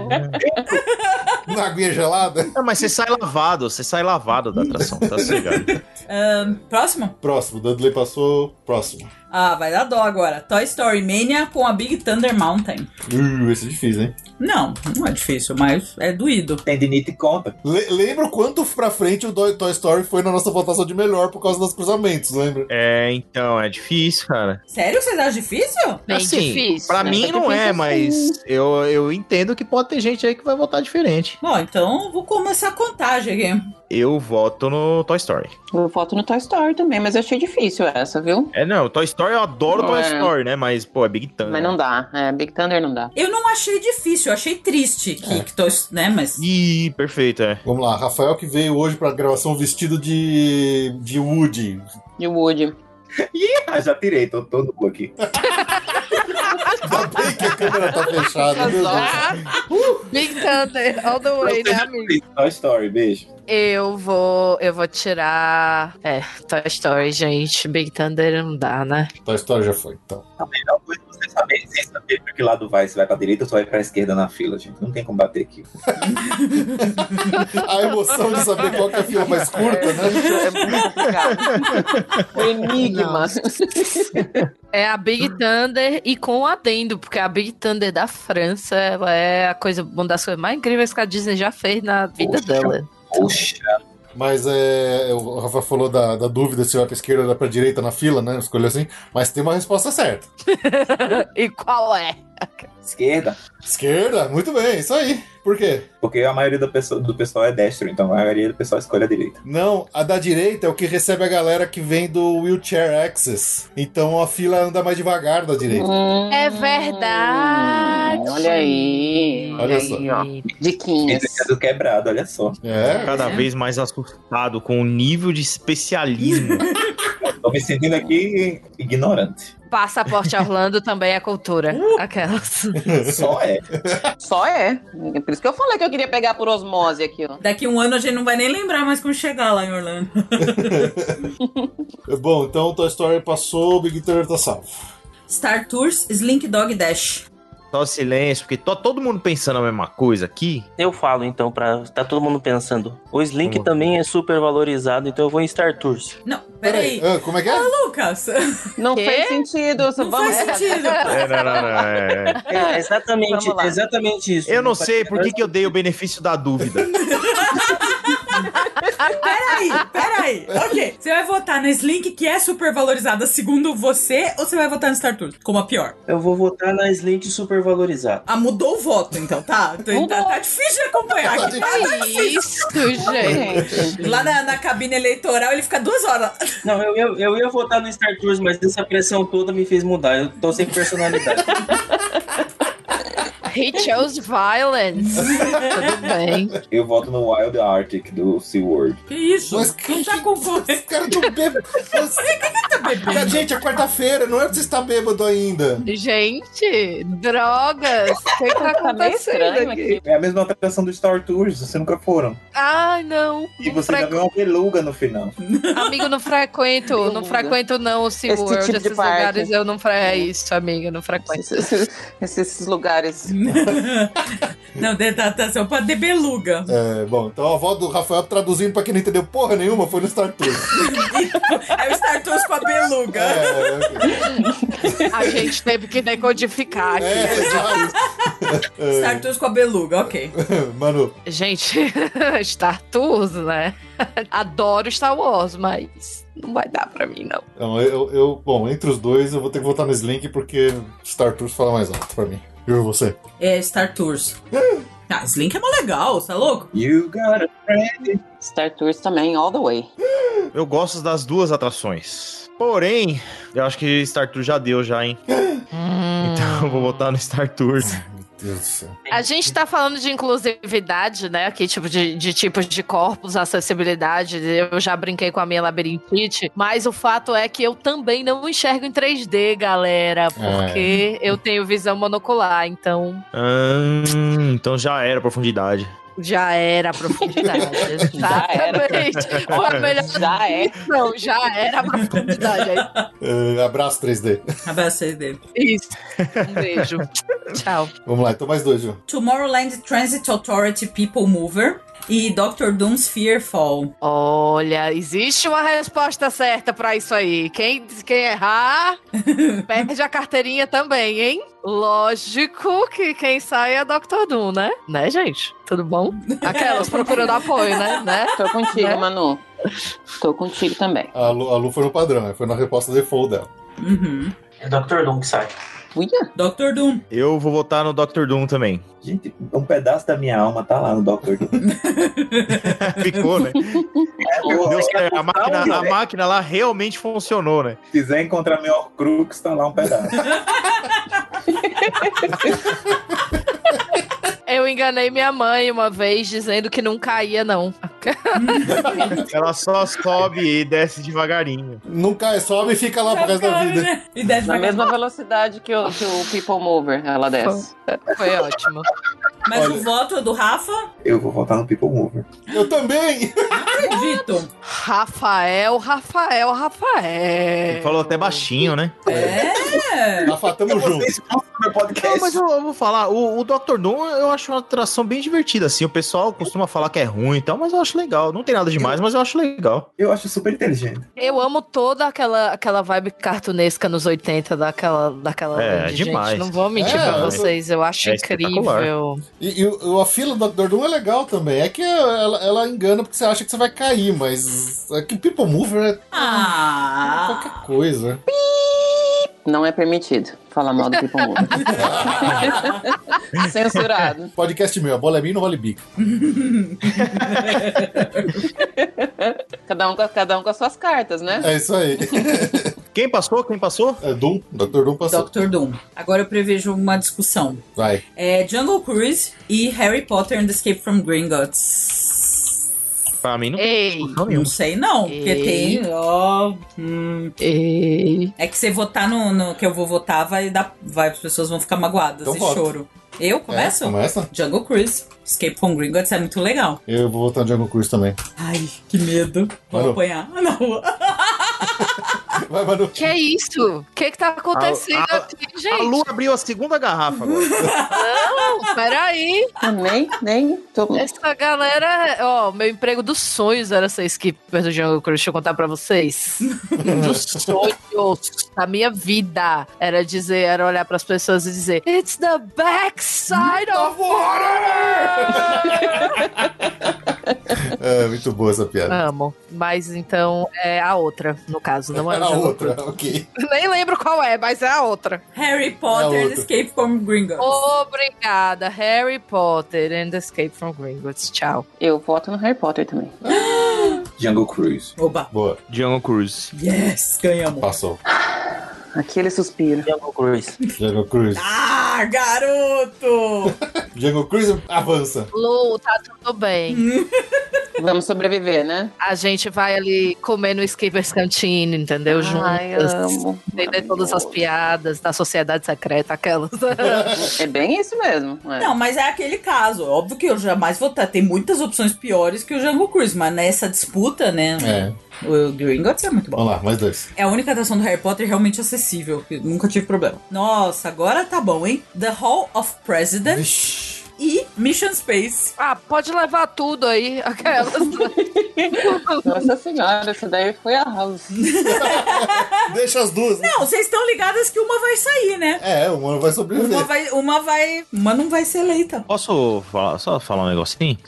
S1: Na aguinha gelada.
S6: Não, mas você sai lavado, você sai lavado da atração, tá sossegado.
S2: Próximo?
S1: Próximo, Dudley passou. Próximo.
S2: Ah, vai dar dó agora. Toy Story Mania com a Big Thunder Mountain.
S1: Uh, esse é difícil, hein?
S2: Não, não é difícil, mas é doído.
S4: Tendinite e conta.
S1: Le- lembra o quanto pra frente o Toy Toy Story foi na nossa votação de melhor por causa dos cruzamentos, lembra?
S6: É, então, é difícil, cara.
S2: Sério? Vocês acham difícil?
S5: Bem
S6: assim,
S5: difícil.
S6: pra
S5: né?
S6: mim
S3: Tá
S6: não
S3: difícil
S6: é,
S3: sim.
S6: mas eu, eu entendo que pode ter gente aí que vai votar diferente.
S2: Bom, então eu vou começar a contagem aqui.
S6: Eu voto no Toy Story.
S3: Eu voto no Toy Story também, mas eu achei difícil essa, viu?
S6: É, não, Toy Story, eu adoro
S3: Não,
S6: Toy
S3: é.
S6: Story, né? Mas, pô, é Big Thunder.
S3: Mas não dá. É, Big Thunder não dá.
S2: Eu não achei difícil, eu achei triste que, que tô, né, mas...
S6: Ih, perfeito, é.
S1: Vamos lá, Rafael que veio hoje pra gravação vestido de. de Woody.
S3: E o Woody.
S4: Ah, já tirei, tô todo nu aqui.
S1: Ainda bem que a câmera tá fechada, meu Deus.
S5: Big Thunder, all the way, né, amigo?
S4: Toy Story, beijo.
S5: Eu vou, eu vou tirar. É, Toy Story, gente. Big Thunder não dá, né?
S1: Toy Story já foi, então.
S4: A melhor coisa é você saber, sem saber pra que lado vai. Se vai pra direita ou se vai pra esquerda na fila, gente. Não tem como bater aqui.
S1: A emoção de saber qual que é a fila mais curta, né?
S3: É muito complicado. O enigma.
S5: É a Big
S4: Hum.
S5: Thunder e com o adendo, porque a Big Thunder da França ela é a coisa, uma das coisas mais incríveis que a Disney já fez na vida
S4: Poxa.
S5: dela.
S4: Poxa,
S1: Mas é. O Rafa falou da, da dúvida se vai pra esquerda ou pra direita na fila, né? Escolheu assim. Mas tem uma resposta certa.
S5: E qual é?
S4: Esquerda.
S1: Esquerda? Muito bem, É isso aí. Por quê?
S4: Porque a maioria do pessoal, do pessoal é destro, então a maioria do pessoal escolhe a direita.
S1: Não, a da direita é o que recebe a galera que vem do Wheelchair Access. Então a fila anda mais devagar da direita.
S5: Hum.
S3: É
S8: verdade.
S3: Olha aí.
S1: Olha só.
S3: aí, ó.
S4: Quem
S3: Diquinhas.
S4: é do quebrado, olha só.
S1: É.
S6: Cada vez mais assustado com o nível de especialismo.
S4: Tô me sentindo aqui ignorante.
S5: Passaporte Orlando também é cultura.
S2: Uh!
S5: Aquelas.
S4: Só é.
S3: Só é. É Por isso que eu falei que eu queria pegar por osmose aqui, ó.
S2: Daqui um ano a gente não vai nem lembrar mais quando chegar lá em Orlando.
S1: Bom, então Toy Story passou, Big Thunder tá salvo.
S2: Star Tours, Slink Dog Dash.
S6: Só silêncio, porque tá todo mundo pensando a mesma coisa aqui.
S7: Eu falo então, pra. Tá todo mundo pensando. O Slink
S6: Vamos.
S7: também é super valorizado, então eu vou em Star Tours.
S2: Não, peraí.
S1: Ah, como é que é?
S2: Lucas,
S3: Não
S5: Quê?
S3: fez sentido.
S2: não
S3: Vamos...
S2: faz sentido.
S6: É, não, não, não, é.
S7: É, exatamente,
S3: Vamos lá.
S7: exatamente isso.
S6: Eu não sei por que, que eu dei o benefício da dúvida.
S2: Ah, Peraí, peraí. Ok. Você vai votar na Slink, que é super valorizada segundo você, ou você vai votar no Star Tours? Como a pior.
S7: Eu vou votar na Slink super valorizada.
S2: Ah, mudou o voto, então, tá? Tá, tá- tá difícil de acompanhar aqui.
S8: Isso, gente.
S3: Gente,
S2: Lá na, na cabine eleitoral ele fica duas horas.
S7: Não, eu ia, eu ia votar no Star Tours, mas essa pressão toda me fez mudar. Eu tô sem personalidade.
S8: He chose violence. Tudo bem.
S4: Eu voto no Wild Arctic do SeaWorld.
S2: Que isso?
S1: Mas
S2: não tá concorrendo.
S1: Os caras tão bêbados.
S2: tá
S1: Mas, Gente, é quarta-feira, não é pra você estar bêbado ainda.
S8: Gente, drogas. O que que tá
S3: tá meio
S8: acontecendo
S3: estranho
S8: aqui?
S3: aqui.
S4: É a mesma atração do Star Tours, vocês nunca foram.
S8: Ai, não.
S4: E
S8: não
S4: você ainda
S8: frequ-
S4: ganhou uma beluga no final.
S8: Amigo, não frequento.
S3: Meu
S8: Não
S3: mundo.
S8: frequento, não, o SeaWorld.
S3: tipo de
S8: esses
S3: parque.
S8: lugares eu não frequento. É isso, amiga, não frequento.
S3: Esses, esses lugares.
S2: Não, detatação pra debeluga.
S1: É, bom, então a avó do Rafael traduzindo pra quem não entendeu porra nenhuma foi no Star Tours.
S2: É o Star Tours com a beluga.
S1: É, ok.
S8: A gente teve que decodificar aqui.
S1: é, exato.
S2: Star Tours com a beluga, ok.
S1: Mano,
S8: Gente, Star Tours, né? Adoro Star Wars, mas não vai dar pra mim, não.
S1: não, Então, eu, eu- bom, entre os dois eu vou ter que votar no Slink porque Star Tours fala mais alto pra mim. Eu e você.
S2: É Star Tours. Ah, Slink é mó legal, você tá louco?
S4: You got it.
S3: Star Tours também, all the way.
S6: Eu gosto das duas atrações. Porém, eu acho que Star Tours já deu já, hein? Então eu vou votar no Star Tours.
S1: Meu Deus do céu.
S8: A gente tá falando de inclusividade, né? Aqui, tipo, de, de tipos de corpos, acessibilidade. Eu já brinquei com a minha labirintite, mas o fato é que eu também não enxergo em 3D, galera, porque eu tenho visão monocular, então
S6: Hum, então já era a profundidade.
S8: já era a profundidade.
S3: Já era.
S8: Exatamente. Foi a melhor
S3: Já é.
S8: Não, já era a profundidade. É
S1: É, abraço 3D.
S2: Abraço aí dele.
S8: Isso. Um beijo. Tchau.
S1: Vamos lá, então mais dois, Ju.
S2: Tomorrowland Transit Authority People Mover e Doctor Doom's Fearfall.
S8: Olha, existe uma resposta certa pra isso aí. Quem, quem errar, perde a carteirinha também, hein? Lógico que quem sai é Dr. Doom, né? Né, gente? Tudo bom?
S1: É.
S8: Aquelas procurando apoio, né? né?
S3: Tô contigo,
S8: Né?
S3: Manu. Tô contigo também.
S1: A Lu, a Lu foi no padrão, né? foi na resposta default dela.
S2: Uhum.
S7: É Dr. Doom que sai.
S3: Uia,
S2: Doctor Doom.
S6: Eu vou votar no Dr. Doom também.
S4: Gente, um pedaço da minha alma tá lá no Doctor Who.
S6: Ficou, né?
S4: É,
S6: Deu certo. A máquina, a
S4: Se
S6: máquina lá realmente funcionou, né?
S4: quiser encontrar meu Horcrux, tá lá um pedaço.
S8: Eu enganei minha mãe uma vez dizendo que não caía, não.
S6: Ela só sobe e desce devagarinho.
S1: Não cai, sobe e fica lá pro resto da vida.
S2: E deve
S3: na
S2: pagar-
S3: mesma velocidade que o, que o People Mover, ela desce.
S8: Foi ótimo.
S2: Mas
S1: Olha.
S2: o voto é do Rafa,
S4: Eu vou votar no People Mover.
S1: Eu também!
S2: acredito.
S8: Rafael, Rafael, Rafael.
S6: Ele falou até baixinho, né?
S2: É.
S1: Rafa, Tá tamo junto.
S4: Então, Vocês escutam meu
S6: Não, mas
S4: podcast.
S6: eu, eu vou falar, o, o Dr. Doom eu acho uma atração bem divertida, assim. O pessoal costuma falar que é ruim e tal, mas eu acho legal. Não tem nada demais, mas eu acho legal.
S4: Eu acho super inteligente.
S8: Eu amo toda aquela, aquela vibe cartunesca nos 80 daquela, daquela
S6: É,
S8: Land,
S6: demais.
S8: gente. Não vou mentir
S1: É,
S8: pra
S1: eu-
S8: vocês, eu acho
S6: é
S8: incrível.
S1: E, e o- a fila do Dr. Doom é legal também. É que ela, ela engana porque você acha que você vai cair, mas. É que People Mover é
S2: Ah.
S1: qualquer coisa.
S3: Não é permitido falar mal do People Mover. Censurado.
S1: Podcast meu, a bola é minha e não vale bico.
S3: Cada um, com- cada um com as suas cartas, né?
S1: É isso aí.
S6: Quem passou? Quem passou?
S1: É, Doom, Dr. Doom passou.
S2: Dr. Doom. Agora eu prevejo uma discussão.
S1: Vai.
S2: É Jungle Cruise e Harry Potter and the Escape from Gringotts.
S6: Pra mim não tem
S8: Ei,
S6: discussão
S2: Não
S6: nenhuma.
S2: sei não, porque
S8: Ei.
S2: tem... ó, hum,
S8: ei.
S2: é que você votar no, no que eu vou votar, vai dar, vai, as pessoas vão ficar magoadas
S1: Então
S2: e
S1: voto.
S2: choro. Eu começo?
S1: É, começa?
S2: Jungle Cruise, Escape from Gringotts é muito legal.
S1: Eu vou votar no Jungle Cruise também.
S2: Ai, que medo. Vou
S1: Manu.
S2: apanhar na rua.
S1: Vai, Manu.
S8: Que é isso? O que que tá acontecendo
S6: A- a-
S8: aqui, gente?
S6: A Lu abriu a segunda garrafa agora.
S8: Não, peraí.
S3: Eu nem, nem. Tô...
S8: Essa galera... Ó, meu emprego dos sonhos era ser skipper do Jungle Cruise. Deixa eu contar pra vocês. dos sonhos da minha vida. Era dizer, era olhar pras pessoas e dizer It's the backside of...
S1: É, muito boa essa piada.
S8: Amo. Mas então é a outra, no caso. Não é
S1: Era
S8: o Jungle
S1: outra, ok.
S8: Cruise. Nem lembro qual é, mas é a outra.
S2: Harry Potter and
S1: É outro.
S2: Escape from Gringotts.
S8: Obrigada, Harry Potter and Escape from Gringotts. Tchau.
S3: Eu voto no Harry Potter também.
S4: Jungle Cruise.
S2: Oba.
S1: Boa,
S6: Jungle Cruise.
S2: Yes, ganhamos.
S1: passou.
S3: Aquele suspiro.
S7: Jungle Cruise.
S1: Jungle Cruise.
S2: Ah, garoto!
S1: Jungle Cruise avança.
S8: Lu, tá tudo bem.
S3: Vamos sobreviver, né?
S8: A gente vai ali comer no Skipper's Cantina, entendeu?
S3: Ai,
S8: Juntas.
S3: amo.
S8: Entender todas as piadas da sociedade secreta, aquelas.
S3: É bem isso mesmo. é.
S2: Não, mas é aquele caso. Óbvio que eu jamais vou votar. Tem muitas opções piores que o Jungle Cruise, mas nessa disputa, né?
S1: É,
S2: O Gringotts é muito bom.
S1: vamos lá, mais dois.
S2: É a única atração do Harry Potter realmente acessível, que nunca tive problema. Nossa, agora tá bom, hein? The Hall of Presidents
S1: Vixe.
S2: e Mission Space.
S8: ah, pode levar tudo aí, aquelas.
S3: Nossa senhora, isso daí foi arraso.
S1: Deixa as duas. né?
S2: Não, vocês estão ligadas que uma vai sair, né?
S1: É, uma vai
S2: Uma
S1: sobreviver.
S2: vai, uma vai. Uma não vai ser eleita.
S6: Posso falar, só falar um negocinho?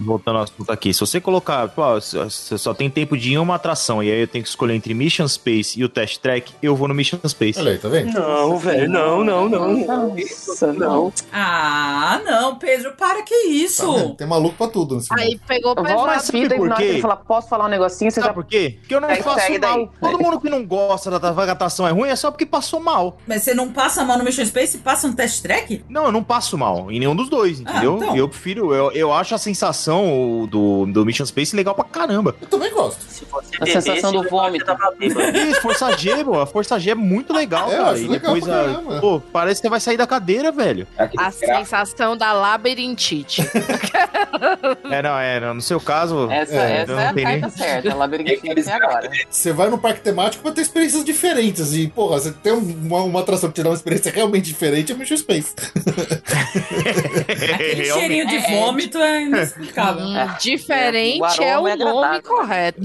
S6: Voltando ao assunto aqui. Se você colocar, tipo, pô, você só tem tempo de ir em uma atração e aí eu tenho que escolher entre Mission Space e o Test Track, eu vou no Mission Space.
S1: Olha aí, tá vendo?
S7: Não, velho, não, não, não.
S3: Nossa, não.
S2: Ah, não, Pedro, para que
S1: Tá
S2: isso?
S1: vendo? Tem maluco pra tudo nesse mundo.
S8: aí pegou
S3: Vou
S8: pesado.
S3: na
S6: sabe
S3: fita e
S6: assim, por
S3: na hora que
S6: quê?
S3: ele fala, posso falar um negocinho, você
S6: Sabe
S3: já...
S6: por quê? Porque eu não
S3: Aí
S6: faço
S3: segue daí.
S6: mal. Todo mundo que não gosta da vagatação é ruim é só porque passou mal.
S2: Mas você não passa mal no Mission Space e passa no test track?
S6: Não, eu não passo mal em nenhum dos dois, entendeu?
S2: então.
S6: Eu prefiro, eu, eu acho a sensação do, do Mission Space legal pra caramba.
S1: Eu também gosto.
S7: Se você
S3: A sensação do
S7: você
S3: vômito.
S7: tava bêbado.
S6: Isso, Força G, pô, a Força G é muito legal,
S1: É, eu
S6: cara.
S1: acho
S6: E
S1: legal
S6: depois,
S1: pra
S6: a-
S1: caramba.
S6: pô, parece que você vai sair da cadeira, velho.
S3: tá
S4: Aquele
S8: A
S4: gra-
S8: sensação da labirintite.
S6: É, não, é, não, no seu caso,
S3: Essa,
S1: É,
S3: essa
S6: não
S3: é a
S6: tem
S3: carta
S6: nem-
S3: certa, ela briga até agora.
S1: Você vai num parque temático pra ter experiências diferentes. E, porra, você tem um, uma, uma atração que te dá uma experiência realmente diferente é Mission Space.
S2: Aquele
S6: realmente.
S2: cheirinho de vômito é inexplicável.
S8: Hum, Diferente
S3: O
S8: é o
S3: aroma é
S8: nome
S3: agradável.
S8: correto.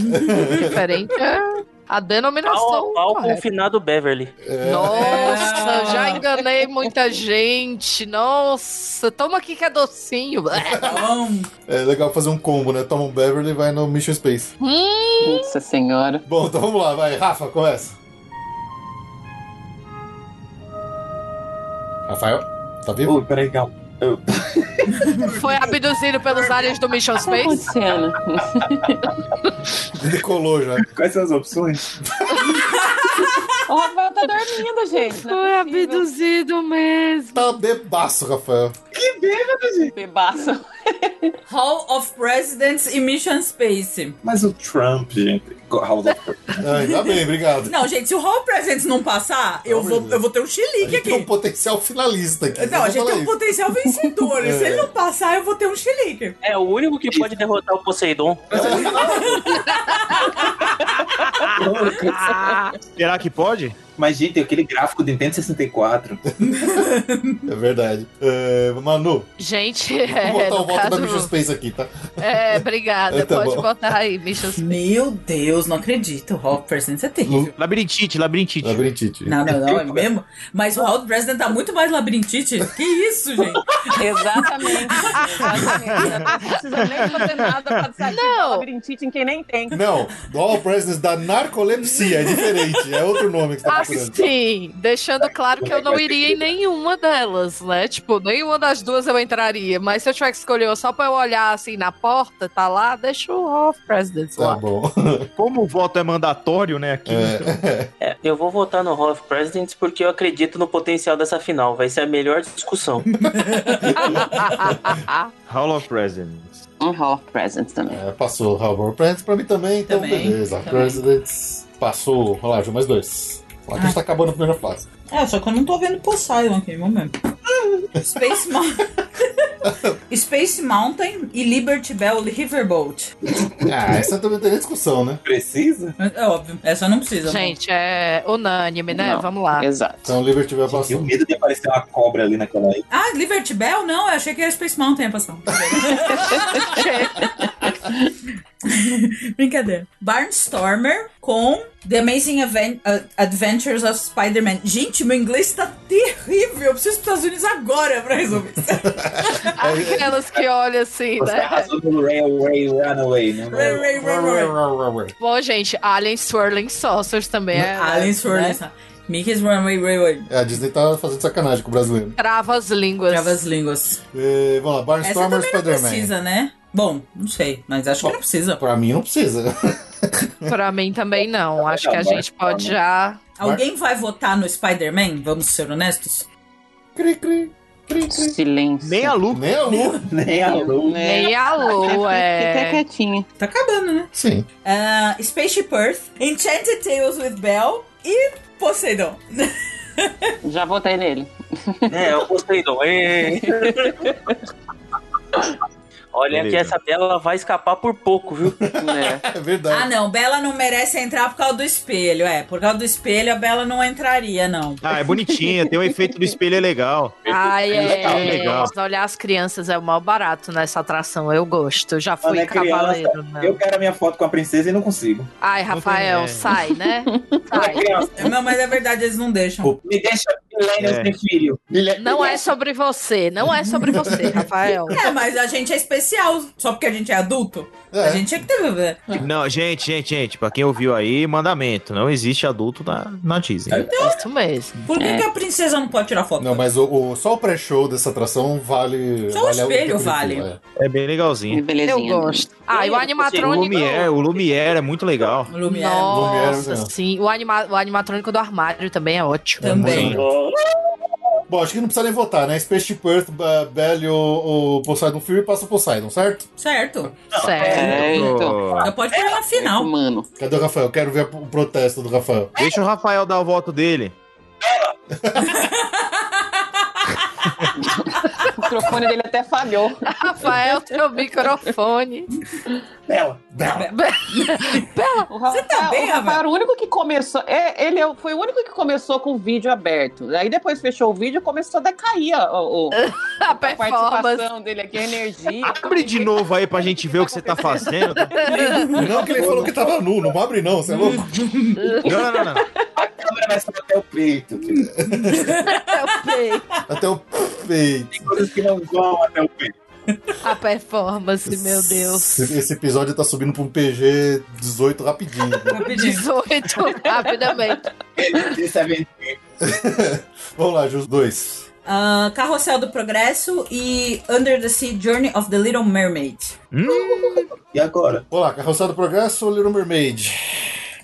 S8: Diferente é a
S7: Pau
S8: denominação
S7: a pau com o
S8: correta.
S7: finado Beverly.
S8: Nossa,
S2: É.
S8: eu já enganei muita gente. Nossa, toma aqui que é docinho.
S2: Então,
S1: É legal fazer um combo, né? Toma um Beverly e vai no Mission Space.
S8: Hum,
S3: Nossa senhora.
S1: Bom, então vamos lá, vai. Rafa, começa. Rafael, tá vivo?
S4: Ui, peraí, calma. Eu-
S8: foi abduzido pelos aliens do Mission
S3: O que tá
S8: Space?
S3: acontecendo?
S1: Ele decolou já.
S4: Quais são as opções?
S3: O Rafael tá dormindo, gente. Não
S8: Foi
S3: é possível.
S8: abduzido mesmo.
S1: Tá bebaço, Rafael.
S3: Bebaço.
S2: Hall of Presidents e Mission Space.
S4: Mas o Trump, gente. House of
S1: Ah, Ainda bem, obrigado.
S2: Não, gente, se o Hall of Presidents não passar, eu
S1: Pelo amor
S2: vou,
S1: de Deus.
S2: eu vou ter um
S1: A
S2: chilique
S1: gente tem um
S2: aqui.
S1: potencial finalista aqui.
S2: Não, a
S1: vamos
S2: gente
S1: falar
S2: tem um
S1: isso. É.
S2: potencial vencedor. E Se ele não passar, eu vou ter um chilique.
S7: É o único que pode derrotar o Poseidon.
S6: Será que pode?
S4: Mas, gente, aquele gráfico do Nintendo 64.
S1: É verdade. É, Manu,
S8: Gente,
S1: vou
S8: é,
S1: botar o
S8: no
S1: voto da
S8: caso,
S1: Mission Space aqui, tá?
S8: é obrigada.
S1: Tá
S8: Pode
S1: bom.
S8: botar aí, Mission Space.
S2: Meu Deus Deus, não acredito. Hopper, você é terrível.
S6: Labirintite, labirintite.
S1: Labirintite.
S2: Não, não, não, é mesmo? Mas o Harold President tá muito mais labirintite. Que isso, gente?
S3: Exatamente. exatamente. Não precisa nem fazer nada pra desativar
S8: Não.
S3: o labirintite em quem nem tem.
S1: Não, All Presence da narcolepsia é diferente, é outro nome que você tá procurando.
S8: Assim, deixando claro que eu não iria em nenhuma delas, né? Tipo, nenhuma das duas eu entraria. Mas se eu tiver que escolher só pra eu olhar assim na porta, tá lá, deixa o Off President
S1: Tá
S8: lá.
S1: bom.
S6: Como o voto é mandatório, né, aqui.
S7: É, eu vou votar no Hall of Presidents porque eu acredito no potencial dessa final. Vai ser a melhor discussão.
S6: Hall of Presidents.
S3: Um Hall of Presents também.
S1: É, passou o Hall Presence pra mim também, então
S2: Também,
S1: beleza.
S2: também.
S1: Presidents passou, olha lá, Ju, mais dois. Olha lá que a gente
S2: Ah.
S1: tá acabando a primeira fase.
S2: É, só que eu não tô vendo Poseidon aqui, momento. Space Mountain. Space Mountain e Liberty Bell Riverboat.
S1: Ah, essa também tem nem discussão, né?
S4: Precisa?
S2: É óbvio, essa não precisa.
S8: Gente, é unânime, né?
S3: Não.
S8: Vamos lá.
S3: Ah, Exato.
S1: Então o Liberty vai
S4: Gente, eu
S1: passou.
S4: medo de aparecer uma cobra ali naquela aí.
S2: Ah, Liberty Bell? Não, eu achei que era Space Mountain a Tá passão. Brincadeira. Barnstormer com The Amazing Aven- uh, Adventures of Spider-Man. Gente, meu inglês tá terrível. Eu preciso dos Estados Unidos agora pra resolver isso.
S1: É,
S8: Aquelas que olham assim,
S4: Você
S8: né?
S4: arrasou no Railway Runaway, né?
S2: Ray, ray, ray, ray.
S8: né? Bom, gente, Alien Swirling Saucers também é.
S2: Alien Swirling.
S8: né?
S2: Mickey's Runway Railway.
S1: É, a Disney tá fazendo sacanagem com o brasileiro.
S8: Trava as línguas.
S2: Trava as línguas.
S1: É, vamos lá,
S2: Essa
S1: Barnstormer
S2: também não
S1: Spider-Man.
S2: precisa, né? Bom, não sei, mas acho que não precisa.
S1: Pra mim não precisa.
S8: Pra mim também não. Acho que a
S4: Agora,
S8: gente pode já.
S2: Alguém vai votar no Spider-Man? Vamos ser honestos?
S1: Cri, cri, cri, cri.
S3: Silêncio.
S6: Nem a Lu.
S1: Nem a Lu.
S4: Nem a luz.
S3: Né?
S8: Nem alô,
S3: Fica
S8: é.
S3: quietinho.
S2: Tá acabando, né?
S1: Sim.
S2: Ah, Spaceship Earth, Enchanted Tales with Belle e Poseidon.
S3: Já votei nele.
S7: É, eu gostei do. Ei. Olha que
S6: Beleza.
S7: essa bela vai escapar por pouco, viu?
S3: É.
S1: É
S2: Ah,
S1: verdade.
S2: não, Bela não merece entrar por causa do espelho, é. Por causa do espelho, a Bela não entraria, não.
S6: Ah, é bonitinha, tem o efeito do espelho, é legal.
S3: Ah.
S8: Ai,
S6: Legal,
S8: é.
S6: legal.
S8: Mas olhar as crianças é o maior barato nessa atração. Eu gosto. Eu já
S4: Quando
S8: fui
S4: é criança,
S8: cavaleiro. né?
S4: Eu quero a minha foto com a princesa e não consigo.
S8: Ai,
S6: tem
S8: Rafael,
S6: ideia.
S8: sai, né?
S4: Quando é
S8: Sai.
S4: criança,
S2: Não, mas é verdade, eles não deixam.
S4: me deixa milênio
S6: É.
S4: sem filho.
S8: Não é sobre você. Não é sobre você, Rafael.
S2: É, mas a gente é especial. Só porque a gente é adulto, a
S1: É.
S2: gente tinha que ter.
S6: Não, gente, gente, gente, pra quem ouviu aí, mandamento. Não existe adulto na, na Disney.
S2: Então,
S8: Isso mesmo.
S2: Por que,
S3: É.
S2: que a princesa não pode tirar foto?
S1: Não, mas o, o- só o pré-show dessa atração vale.
S2: Só o
S1: vale a
S2: espelho
S1: única
S2: vale.
S1: película,
S6: É bem legalzinho.
S8: Eu
S3: Belezinha.
S8: gosto. Ah, e o
S7: Eu
S6: O
S7: Trônico.
S8: animatrônico.
S6: Lumière, o Lumière é muito legal.
S1: é
S2: Lumière.
S8: Nossa,
S1: Lumière, né?
S8: sim. O, anima o animatrônico do armário também é ótimo. É
S2: Também.
S1: Sim. Bom, acho que não precisa nem votar, né? Spaceship Earth, Ba- Belle ou, ou Poseidon Fury passa o Poseidon, certo?
S2: Certo.
S8: Sério.
S3: Certo.
S6: Ô,
S2: Já pode pôr na final.
S3: Mano.
S1: Cadê o Rafael? Quero ver o protesto do Rafael.
S6: Deixa o Rafael dar o voto dele.
S3: O microfone dele até falhou.
S8: Rafael, teu microfone.
S4: Bela.
S3: O Rafael,
S2: tá bem,
S3: o Rafael
S2: Rafael?
S3: era o único que começou. é, ele é o- foi o único que começou com o vídeo aberto. Aí depois fechou o vídeo e começou a decair a, o- o-
S8: A
S3: a
S8: performance.
S3: participação dele aqui, a energia.
S6: Abre de novo aí pra gente ver o que você tá fazendo.
S1: Não que ele falou que tava nu, não abre não, você é louco?
S6: Não, não, não. não.
S4: Câmera vai só até o peito. filho.
S1: Até o peito.
S4: Tem coisas que não vão até o peito.
S8: A performance, meu Deus.
S1: Esse, esse episódio tá subindo pra um PG 18 rapidinho. né?
S2: Rapidinho.
S8: 18, rapidamente.
S4: Esse evento
S1: Vamos lá, Jus, dois.
S2: Ah, Carrossel do Progresso e Under the Sea Journey of the Little Mermaid.
S6: Hum.
S4: E agora?
S1: Olá, Carroçada do Progresso ou Little Mermaid?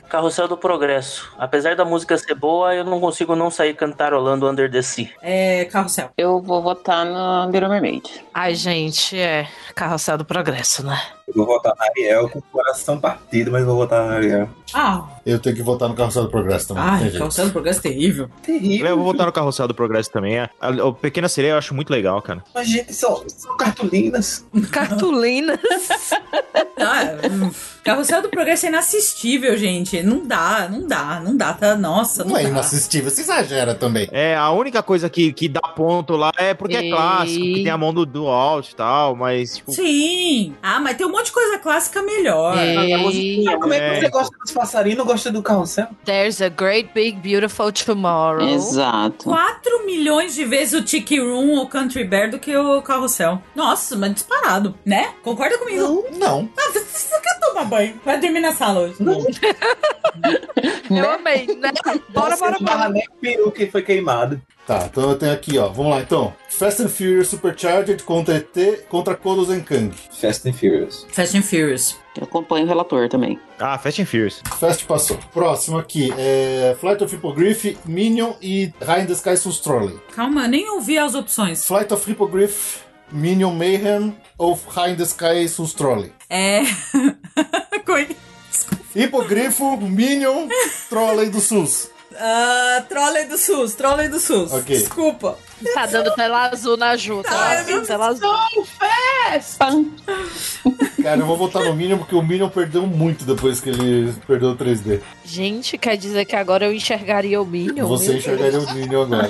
S7: Carrossel do Progresso. Apesar da música ser boa, eu não consigo não sair cantarolando Under the Sea.
S2: É, Carrossel.
S3: Eu vou votar no Little Mermaid.
S8: Ai, gente, é carrossel do progresso, né?
S4: Eu vou votar na Ariel com o coração partido, mas vou votar na Ariel.
S2: Ah,
S1: Eu tenho que votar no Carroçada do Progresso também. não
S2: ai,
S1: tem jeito.
S2: Carrossel do Progresso é terrível.
S4: Terrível.
S6: Eu vou votar no Carrossel do Progresso também. é. A- a- O Pequena Sereia eu acho muito legal, cara.
S4: Mas, gente, são, são cartolinas.
S8: Cartolina.
S2: Ah, hum, Carrossel do Progresso é inassistível, gente. Não dá, não dá, não dá. Tá, nossa, não,
S1: Não é
S2: dá.
S1: inassistível, você exagera também.
S6: É, a única coisa que, que dá ponto lá é porque é
S8: Ei.
S6: clássico, que tem a mão do, do alt e tal, mas, tipo,
S2: Sim. Ah, mas tem um monte de coisa clássica melhor.
S4: Ah, como é que
S6: É.
S4: você gosta dos passarinhos e não gosta do carrossel?
S8: There's a great big beautiful tomorrow.
S3: Exato.
S2: 4 milhões de vezes o Tiki Room ou Country Bear do que o Carrossel. Nossa, mas disparado, né? Concorda comigo?
S1: Não.
S2: Ah, você só quer tomar banho. Vai dormir na sala hoje.
S8: Eu amei, né? Bora, bora, bora.
S4: Barrané peru que foi queimado.
S1: Tá, então eu tenho aqui, ó. Vamos lá, então. Fast and Furious Supercharged contra ET contra Kodos Kang.
S4: Fast and Furious.
S2: Fast and Furious.
S3: Eu acompanho o relator também.
S6: ah, Fast and Furious.
S1: Fast passou. Próximo aqui é Flight of Hippogriff, Minion e High in the Sky Soos Trolley.
S2: Calma, eu nem ouvi as opções.
S1: Flight of Hippogriff, Minion Mayhem ou High in the Sky Soos Trolley.
S2: É. Coi-
S1: Hipogrifo, Minion, Trolley do SUS.
S2: Ah, Trolley do SUS, Trolley do SUS.
S1: Ok.
S2: Desculpa.
S8: Tá dando tela azul na Ju. Tela
S2: Ai,
S8: azul, tela azul.
S3: Pam.
S1: Cara, eu vou votar no Minion porque o Minion perdeu muito depois que ele perdeu o 3D.
S8: Gente, quer dizer que agora eu enxergaria o Minion?
S1: Você
S8: Meu
S1: enxergaria o Minion agora.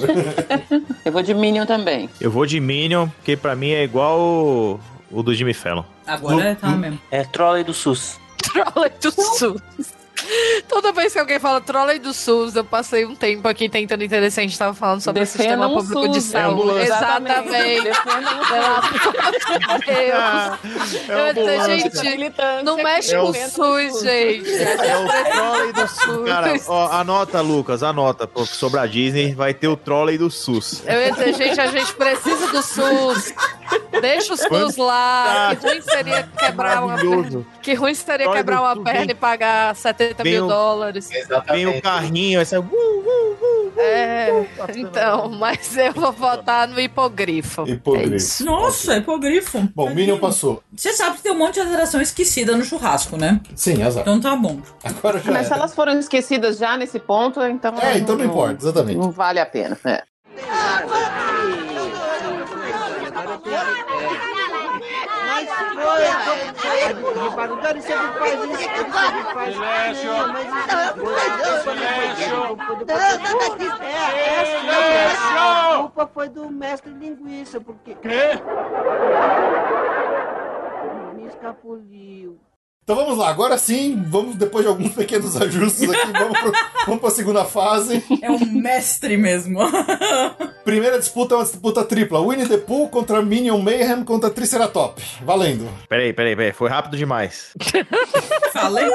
S3: Eu vou de Minion também.
S6: Eu vou de Minion, porque pra mim é igual o, o do Jimmy Fallon.
S2: Agora tá mesmo.
S7: É Trolley do SUS.
S8: Trolley do SUS. Toda vez que alguém fala Trolley do SUS, eu passei um tempo aqui tentando entender se a gente tava falando sobre o sistema
S3: Defendam o
S8: público de
S3: SUS.
S8: saúde. Exatamente.
S3: Defendam o
S8: Pela
S3: SUS.
S8: amor de Deus.
S6: é
S8: É, Eu ia dizer,
S6: ambulância.
S8: gente, não mexe
S6: é
S8: com
S6: o
S8: o SUS, gente.
S6: É o Trolley do SUS. Cara, ó, anota, Lucas, anota. pô, Sobre a Disney, vai ter o Trolley do
S2: É
S6: SUS.
S8: Eu ia dizer, gente, a gente precisa do SUS. Deixa o SUS lá. Que ruim seria quebrar uma perna.
S6: Ah, Maravilhoso.
S8: Que ruim seria
S6: Trolley
S8: quebrar
S6: do
S8: uma
S6: SUS,
S8: perna e
S6: vem-
S8: pagar 70
S6: vem
S8: mil
S6: o-
S8: dólares.
S6: Vem o
S4: Exatamente.
S6: carrinho, essa. Uh, uh, uh.
S8: É, então, mas eu vou votar no hipogrifo.
S1: Hipogrifo.
S8: É isso.
S2: Nossa, hipogrifo. Tá
S1: Bom, Minion passou.
S2: Você sabe que tem um monte de atração esquecida no churrasco, né?
S1: Sim, azar.
S2: Então tá bom.
S1: Agora já
S3: Mas se
S1: era.
S3: elas foram esquecidas já nesse ponto, então.
S1: É, então não importa, exatamente.
S3: Não vale a pena. É.
S11: A culpa foi do mestre linguiça, porque. Quê? Me escapuliu.
S1: Então vamos lá, agora sim, vamos depois de alguns pequenos ajustes aqui, vamos, pro, vamos pra segunda fase.
S2: É um mestre mesmo.
S1: Primeira disputa é uma disputa tripla: Winnie the Pooh contra Minion Mayhem contra Triceratop. Valendo.
S6: Peraí, peraí, peraí. Foi rápido demais.
S2: Falei?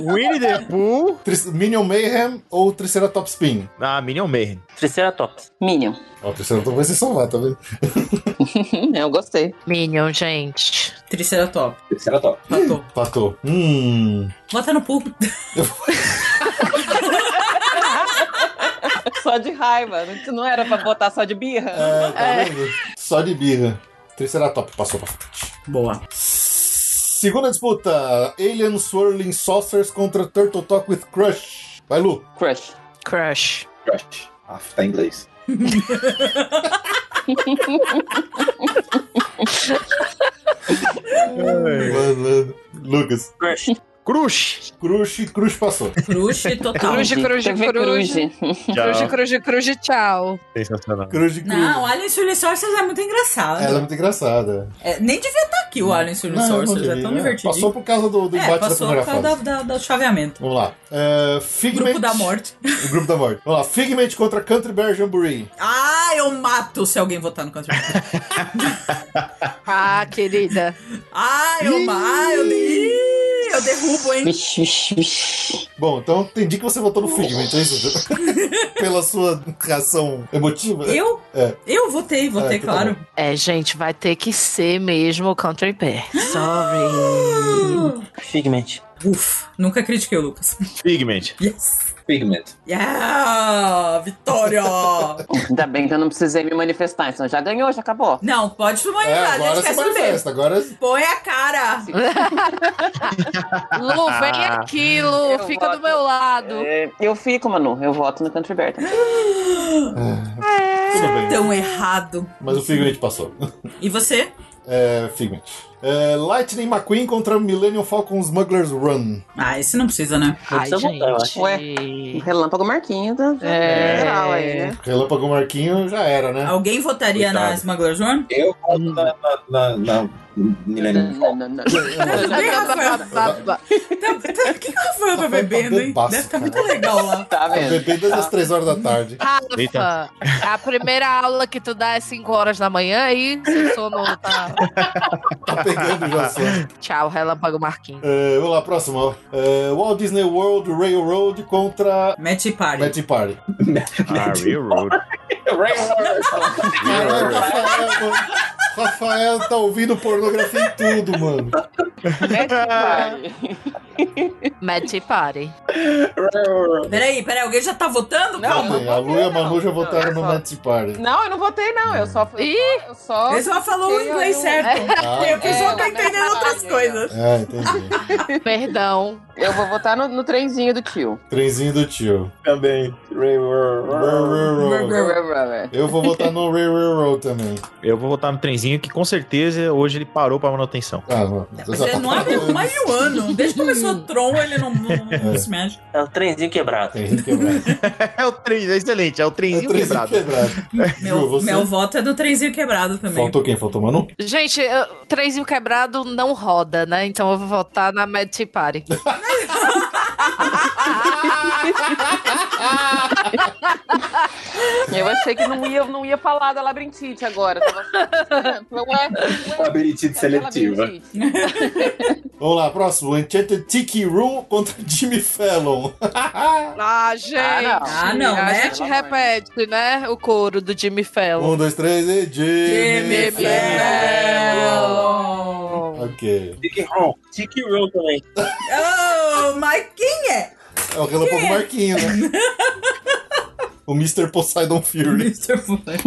S6: Winnie the Pooh.
S1: Tris- Minion Mayhem ou Triceratop Spin?
S6: Ah, Minion Mayhem.
S7: Triceratops.
S3: Minion.
S1: Ó, o Triceratop vai se salvar, tá vendo?
S3: Eu gostei.
S8: Minion, gente.
S2: Triceratop.
S4: Triceratop.
S2: Matou.
S1: Patou. Hum.
S2: Bota no pulpo.
S3: Só de raiva. Não- Não era pra botar só de birra?
S1: É, tá vendo? Só de birra. Triceratop passou pra frente.
S2: Boa.
S1: Segunda disputa: Alien Swirling Saucers contra Turtle Talk with Crush. Vai, Lu.
S3: Crush.
S8: Crush.
S4: Crush. Ah, tá em inglês.
S1: Mano, Lucas.
S7: Crush.
S6: Crush.
S1: Crush, Crush passou.
S2: Crush total.
S8: Crush, crush,
S3: TV
S8: crush. Crush, crush, crush, tchau.
S6: Sensacional.
S1: Crush, Crush.
S2: Não, Alien Sully Sources é muito engraçado.
S1: Ela é muito engraçada.
S2: É, nem devia estar aqui o Alien Sully Sources, é
S1: devia,
S2: tão
S1: né?
S2: divertido.
S1: Passou por causa do, do
S2: é,
S1: embate da
S2: passou
S1: primeira
S2: por causa
S1: fase.
S2: da, da- do chaveamento.
S1: Vamos lá. É, Figment...
S2: Grupo da morte.
S1: O grupo da morte. Vamos lá. Figment contra Country Bear Jamboree.
S2: Ah, eu mato se alguém votar no Country Bear.
S8: Ah, querida.
S2: ah, eu mato. Eu, Ih, eu derrubo, hein?
S3: Vixe, vixe, vixe.
S1: Bom, então entendi que você votou no Figment, é isso? Pela sua reação emotiva.
S2: Eu?
S1: É.
S2: Eu votei, votei,
S6: Ah,
S1: É, tá
S2: claro.
S8: É, gente, vai ter que ser mesmo o Country Bear. Sorry.
S7: Figment.
S2: Uf, nunca critiquei o Lucas.
S6: Figment.
S2: Yes!
S4: Pigment.
S2: Yeah! Vitória!
S3: Ainda bem que eu não precisei me manifestar, então já ganhou, já acabou.
S2: Não, pode se
S1: É,
S2: manifestar, a
S1: agora
S2: gente
S1: se
S2: quer saber.
S1: manifesta. Agora...
S2: Põe a cara!
S8: Lu, vem aqui, Lu.
S3: Eu
S8: fica
S3: voto.
S8: do meu lado.
S3: É, Eu fico, Manu. Eu voto no Country Bear. também.
S1: Tudo bem.
S2: Tão errado.
S1: Mas o Figment passou.
S2: E você?
S1: É, Figment. É, Lightning McQueen contra Millennium Falcon Smuggler's Run.
S2: Ah, esse não precisa, né?
S3: Ai,
S7: Precisa voltar, eu
S3: gente. Ué, Relâmpago Marquinhos da
S5: É.
S3: geral aí, né?
S1: Relâmpago Marquinho já era, né?
S2: Alguém votaria na
S4: Coitado.
S2: Smuggler's Run?
S4: Eu conto na, na, na, na Millennium
S3: Não,
S4: Falcon.
S3: não, não.
S2: Tudo bem, Rafael? Tá- tá- O que que o Rafael tá bebendo, hein?
S1: bebaço,
S2: Deve tá muito
S1: cara.
S2: legal lá.
S3: Tá vendo?
S1: Bebê desde as 3 horas da tarde.
S6: Eita.
S8: Rafa, a primeira aula que tu dá é 5 horas da manhã e seu sono tá.
S1: Tá pegando já só.
S8: Tchau, relâmpago Marquinhos.
S1: É, vamos lá, próximo. É, Walt Disney World Railroad contra
S2: Match Party.
S1: Matty Party.
S6: Ah, Railroad.
S1: Caralho, Rafael, mano. Rafael tá ouvindo pornografia em tudo, mano.
S3: Mete o pare.
S8: Match Party.
S2: Peraí, peraí, alguém já tá votando?
S3: Não,
S2: Calma.
S1: Bem, a Lu e a Manu já
S3: não,
S1: votaram
S3: não,
S1: no
S3: só-
S1: Matty Party.
S3: Não, eu não votei, não. Eu só fui. Eu só.
S2: Ele só falou o
S3: Tem
S2: inglês
S3: aí um-
S2: certo. Tem a
S1: Ah,
S2: pessoa
S3: é,
S2: tá entendendo
S3: é,
S2: outras
S3: é, é.
S2: coisas.
S1: ah, entendi.
S8: Perdão.
S3: Eu vou votar no, no trenzinho do tio.
S1: Trenzinho do tio.
S4: Também. Railroad.
S1: Railroad.
S3: Railroad.
S1: Eu vou votar no Railroad também.
S6: Eu vou votar no trenzinho que com certeza hoje ele parou pra manutenção.
S1: Ah, mano.
S2: Mas ele não abre mais de um ano. Desde que começou o Tron, ele não, não- não se mexe.
S7: É o trenzinho quebrado.
S1: Tem rim quebrado.
S6: É o trenzinho, é excelente, é o
S1: É
S6: trenzinho
S1: trenzinho
S6: quebrado.
S1: quebrado. Ju,
S2: Meu,
S1: você?
S2: meu voto é do trenzinho quebrado também.
S1: Faltou quem? Faltou Manu?
S8: Gente, eu- trenzinho quebrado não roda, né? Então eu vou votar na Match Party.
S3: Eu achei que não ia, eu não ia falar da labirintite agora. Tava... Ué, ué,
S4: Labirintite
S3: cadê a
S4: seletiva.
S3: labirintite?
S1: Vamos lá, próximo. Enchanted Tiki Room contra Jimmy Fallon.
S8: Então. Ah, gente.
S3: Ah,
S2: não,
S8: A
S2: né?
S8: gente repete, né? O coro do Jimmy Fallon.
S1: um, dois, três e Jimmy,
S2: Jimmy
S1: Fallon.
S2: Fallon.
S1: Ok.
S7: Tiki Roll. Tiki Roll também.
S2: Oh, mas quem é?
S1: É o Relâmpago Marquinho, né? o Mr. Poseidon Fury.
S2: Mr. Fuller.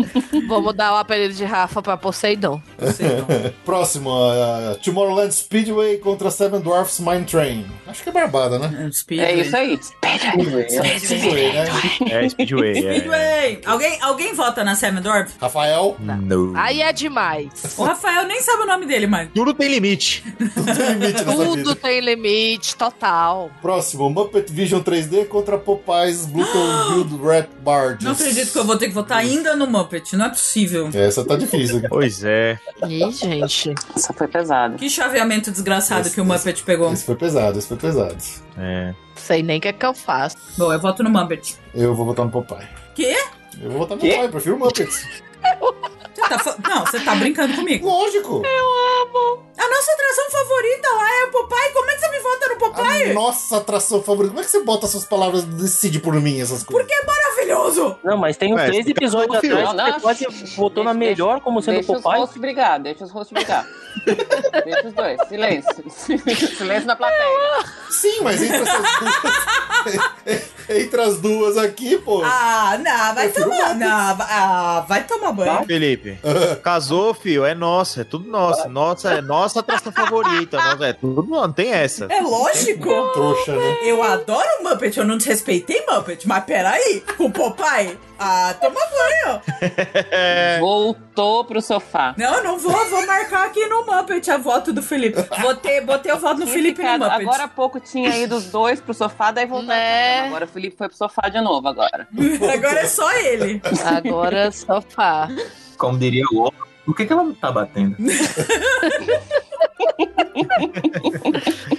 S8: Vou mudar o apelido de Rafa pra Poseidon.
S1: Próximo, ah, Tomorrowland Speedway contra Seven Dwarfs Mine Train. Acho que é barbada, né?
S3: É isso aí.
S1: É Speedway, né?
S6: É Speedway. É...
S2: Speedway. Alguém, alguém vota na Semendorf?
S1: Rafael,
S6: Não.
S8: Aí é demais.
S2: O Rafael nem sabe o nome dele, mas.
S6: Tudo tem limite.
S1: não tem limite nessa
S8: Tudo
S1: vida.
S8: tem limite, total.
S1: Próximo, Muppet Vision 3D contra Popeyes Bluto Build Rat Bard.
S2: Não acredito que eu vou ter que votar ainda no Muppet. Não é possível.
S1: Essa tá difícil.
S6: Pois é.
S8: Ih, gente.
S3: Essa foi pesada.
S2: Que chaveamento desgraçado
S1: Esse-
S2: que o Muppet pegou.
S1: Esse foi pesado, esse foi pesado.
S6: é.
S8: Sei nem o que é que eu faço.
S2: Bom, eu voto no Muppet.
S1: Eu vou votar no Popeye.
S2: Quê?
S1: Eu vou votar no
S4: Quê?
S1: Popeye, prefiro Muppets.
S2: Você tá fa- Não, você tá brincando comigo.
S1: Lógico!
S2: A nossa atração favorita lá é o Popeye. Como é que você me vota no Popeye?
S1: A nossa atração favorita. Como é que você bota suas palavras decide por mim essas coisas? Por
S2: Maravilhoso!
S7: Não, mas tem uns
S6: É,
S7: três
S6: tem
S7: episódios
S6: que
S7: atrás
S3: Não,
S7: que você
S3: não.
S7: quase votou na
S3: Deixa- deixa-
S7: melhor como sendo
S3: deixa os
S7: Popeye.
S3: rostos brigar, deixa os rostos brigar. deixa os dois. Silêncio. Silêncio na plateia.
S1: Sim, mas
S2: é
S1: entre essas duas. entre as duas aqui, pô.
S2: Ah, não, vai tomar. Não, vai- ah, vai tomar banho.
S6: Felipe, casou, filho, é nosso, é tudo nosso. Nossa, é nossa atração favorita. Nossa, é tudo, não tem essa.
S2: É lógico.
S1: Trouxa, né?
S2: Eu adoro o Muppet, eu não desrespeitei Muppet, mas peraí, com o Popeye? Ah, toma banho!
S3: Voltou pro sofá.
S2: Não, não vou, vou marcar aqui no Muppet a voto do Felipe. Botei, botei o voto no
S3: Tinha
S2: Felipe no
S3: ficado-
S2: Muppet.
S3: Agora há pouco tinha ido os dois pro sofá, daí voltou.
S8: Né?
S3: Agora o Felipe foi pro sofá de novo agora.
S2: Agora é só ele.
S8: Agora sofá.
S4: Como diria o outro. Por que, que ela não tá batendo?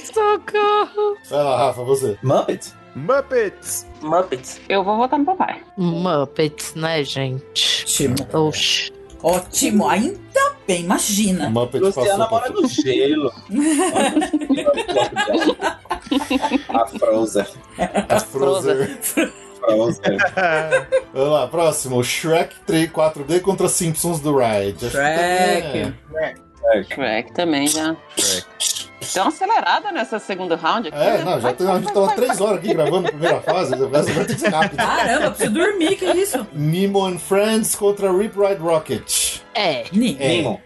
S8: Socorro.
S1: Vai lá, Rafa, você.
S4: Muppet?
S6: Muppets.
S7: Muppets.
S3: Eu vou votar no papai.
S8: Muppets, né, gente?
S2: Ótimo.
S8: Oxi.
S2: Ótimo, ainda bem, imagina.
S1: Muppet
S4: Você
S1: passou.
S4: namora
S1: pra-
S4: do gelo. A Frozen.
S1: A Frozen.
S4: Frozen.
S1: Vamos lá, próximo. Shrek 3 4D contra Simpsons do Ride. Acho que tá é. também
S2: Shrek.
S3: Shrek também já. Deu uma acelerada nessa segunda round aqui.
S1: É, é
S3: né?
S1: não, já
S3: Vai,
S1: tem,
S3: vai,
S1: a gente
S3: vai,
S1: tava
S3: vai,
S1: 3
S3: vai.
S1: horas aqui gravando a primeira fase, o resto vai ter que ser rápido.
S2: Caramba, preciso dormir, que isso?
S1: Nemo and Friends contra Rip Ride Rocket.
S8: É,
S2: Ninguém.
S4: Nemo.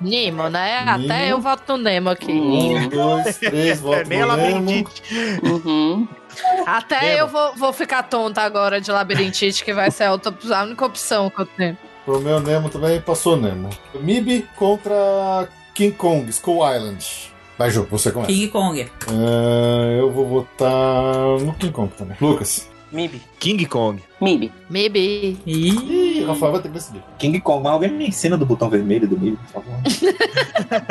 S8: Nemo, né?
S1: Nemo.
S8: Até eu voto no Nemo aqui. Uhum.
S1: Um, dois, três, volta
S6: É
S1: no
S6: nem ela
S1: Nemo.
S3: Uhum.
S8: Até
S6: Nemo.
S8: eu vou, vou ficar tonta agora de labirintite, que vai ser a, outra- a única opção que eu tenho.
S1: Pro meu Nemo também passou Nemo. Mib contra King Kong, Skull Island. Vai, Ju, você começa.
S2: King Kong.
S1: Ah, eu vou votar no King Kong também. Lucas.
S7: Mib.
S6: King Kong.
S3: Mib.
S8: Maybe.
S2: Ih,
S1: Ih, Rafael vai ter que decidir.
S4: King Kong, mas alguém me ensina do botão vermelho do milho, por favor.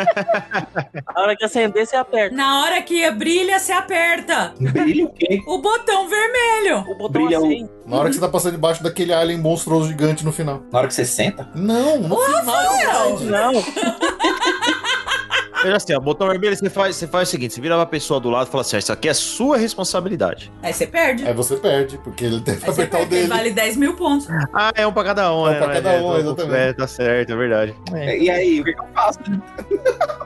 S7: A hora que acender, você aperta.
S2: Na hora que brilha, se aperta
S4: Brilha o quê?
S2: o botão vermelho.
S7: O botão assim.
S4: Brilha o-
S7: acende.
S1: Na hora que você tá passando debaixo daquele alien monstruoso gigante no final.
S4: Na hora que você senta?
S1: Não, no final.
S2: Rafael!
S1: Rafael.
S7: Não,
S6: Veja assim, ó, botão vermelho, você faz, você faz o seguinte: você vira pra pessoa do lado e fala assim, ó, isso aqui é sua responsabilidade.
S2: Aí você perde.
S1: Aí você perde, porque ele teve que
S2: Aí você
S1: É apertar o
S2: perde, ele
S1: dele.
S2: vale 10 mil pontos.
S6: Ah, é um pra cada um,
S1: É um
S6: né?
S1: pra cada
S6: É,
S1: um,
S6: é,
S1: exatamente.
S6: É, tá certo, é verdade.
S4: E aí, o que que eu faço?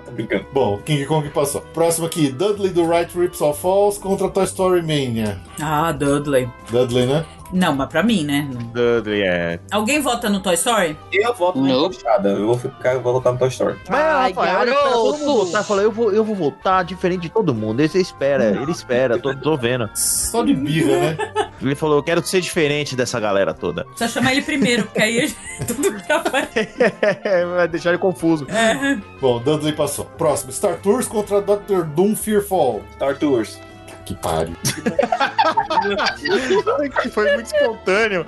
S4: Tô brincando.
S1: Bom, King Kong passou. Próximo aqui, Dudley do Right Rips All Falls contra Toy Story Mania.
S2: Ah, Dudley.
S1: Dudley, né?
S2: Não, mas pra mim, né?
S6: Dudley, é.
S2: Alguém vota no Toy Story?
S4: Eu volto na
S3: Não.
S4: embaixada. Eu vou ficar, eu vou voltar no Toy Story.
S8: Ai,
S6: olha, espera todo mundo
S8: garoto.
S6: voltar, fala, eu vou, eu vou voltar diferente de todo mundo. Ele espera, ele espera, tô, tô vendo.
S1: Só de birra, né?
S6: Ele falou, eu quero ser diferente dessa galera toda.
S2: Só chamar ele primeiro, porque aí tudo acaba.
S6: Vai deixar ele confuso.
S2: É.
S1: Bom, Dudley passou. Próximo, Star Tours contra Dr. Doom Fearfall.
S4: Star Tours.
S1: Que pariu.
S6: Foi muito espontâneo.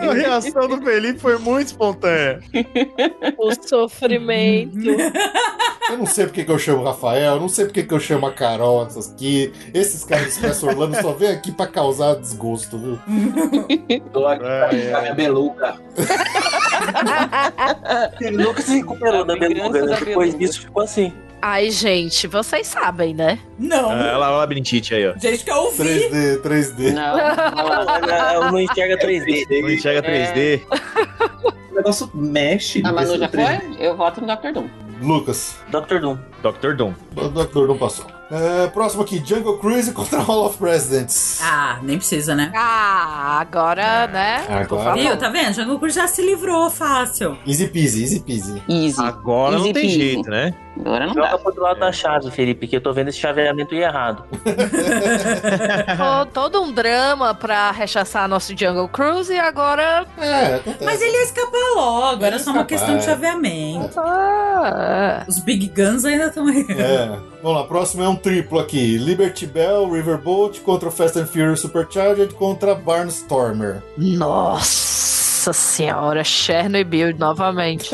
S6: A reação do Felipe foi muito espontânea.
S12: O sofrimento.
S1: Eu não sei porque que eu chamo o Rafael, eu não sei porque que eu chamo a Carol, essas aqui. Esses caras do Expresso Orlando só vêm aqui pra causar desgosto, viu?
S4: Tô aqui pra
S6: Ah, é.
S4: brincar minha beluga.
S7: ele nunca se recuperou
S3: A
S7: da
S3: vingança
S7: beluga. né?
S3: da
S7: Depois
S3: beluga.
S7: disso, ficou assim.
S8: Ai, gente, vocês sabem, né?
S2: Não.
S6: É, Olha lá o labirintite aí, ó.
S2: Gente, que eu ouvi.
S1: 3D, 3D.
S3: Não, não.
S7: Ela ela não enxerga 3D.
S6: Não enxerga 3D.
S4: O negócio mexe.
S3: A Manu Ah, já
S4: Esse 3D.
S3: foi? Eu voto no Dr. Doom.
S1: Lucas.
S7: Dr. Doom.
S6: Dr. Doom.
S1: O Dr. Doom passou. É, próximo aqui, Jungle Cruise contra Hall of Presidents.
S2: Ah, nem precisa, né?
S8: Ah, agora, né?
S1: Agora.
S2: Viu? Tá vendo? Jungle Cruise já se livrou fácil.
S1: Easy peasy, easy peasy.
S3: Easy.
S6: Agora
S3: Easy
S6: não tem
S3: peasy.
S6: jeito, né?
S3: Agora não
S7: Joga
S3: dá.
S7: pro outro lado da chave, Felipe, que eu tô vendo esse chaveamento ir errado.
S8: Tô- todo um drama pra rechaçar nosso Jungle Cruise e agora.
S1: É, acontece.
S2: Mas ele ia escapar logo, era só uma
S1: Escapar. é.
S2: questão de chaveamento.
S8: Ah,
S2: Os Big Guns ainda estão aí.
S1: É. Vamos lá, próximo é um triplo aqui. Liberty Bell, Riverboat contra Fast and Furious Supercharged contra Barnstormer.
S8: nossa senhora, Chernobyl novamente.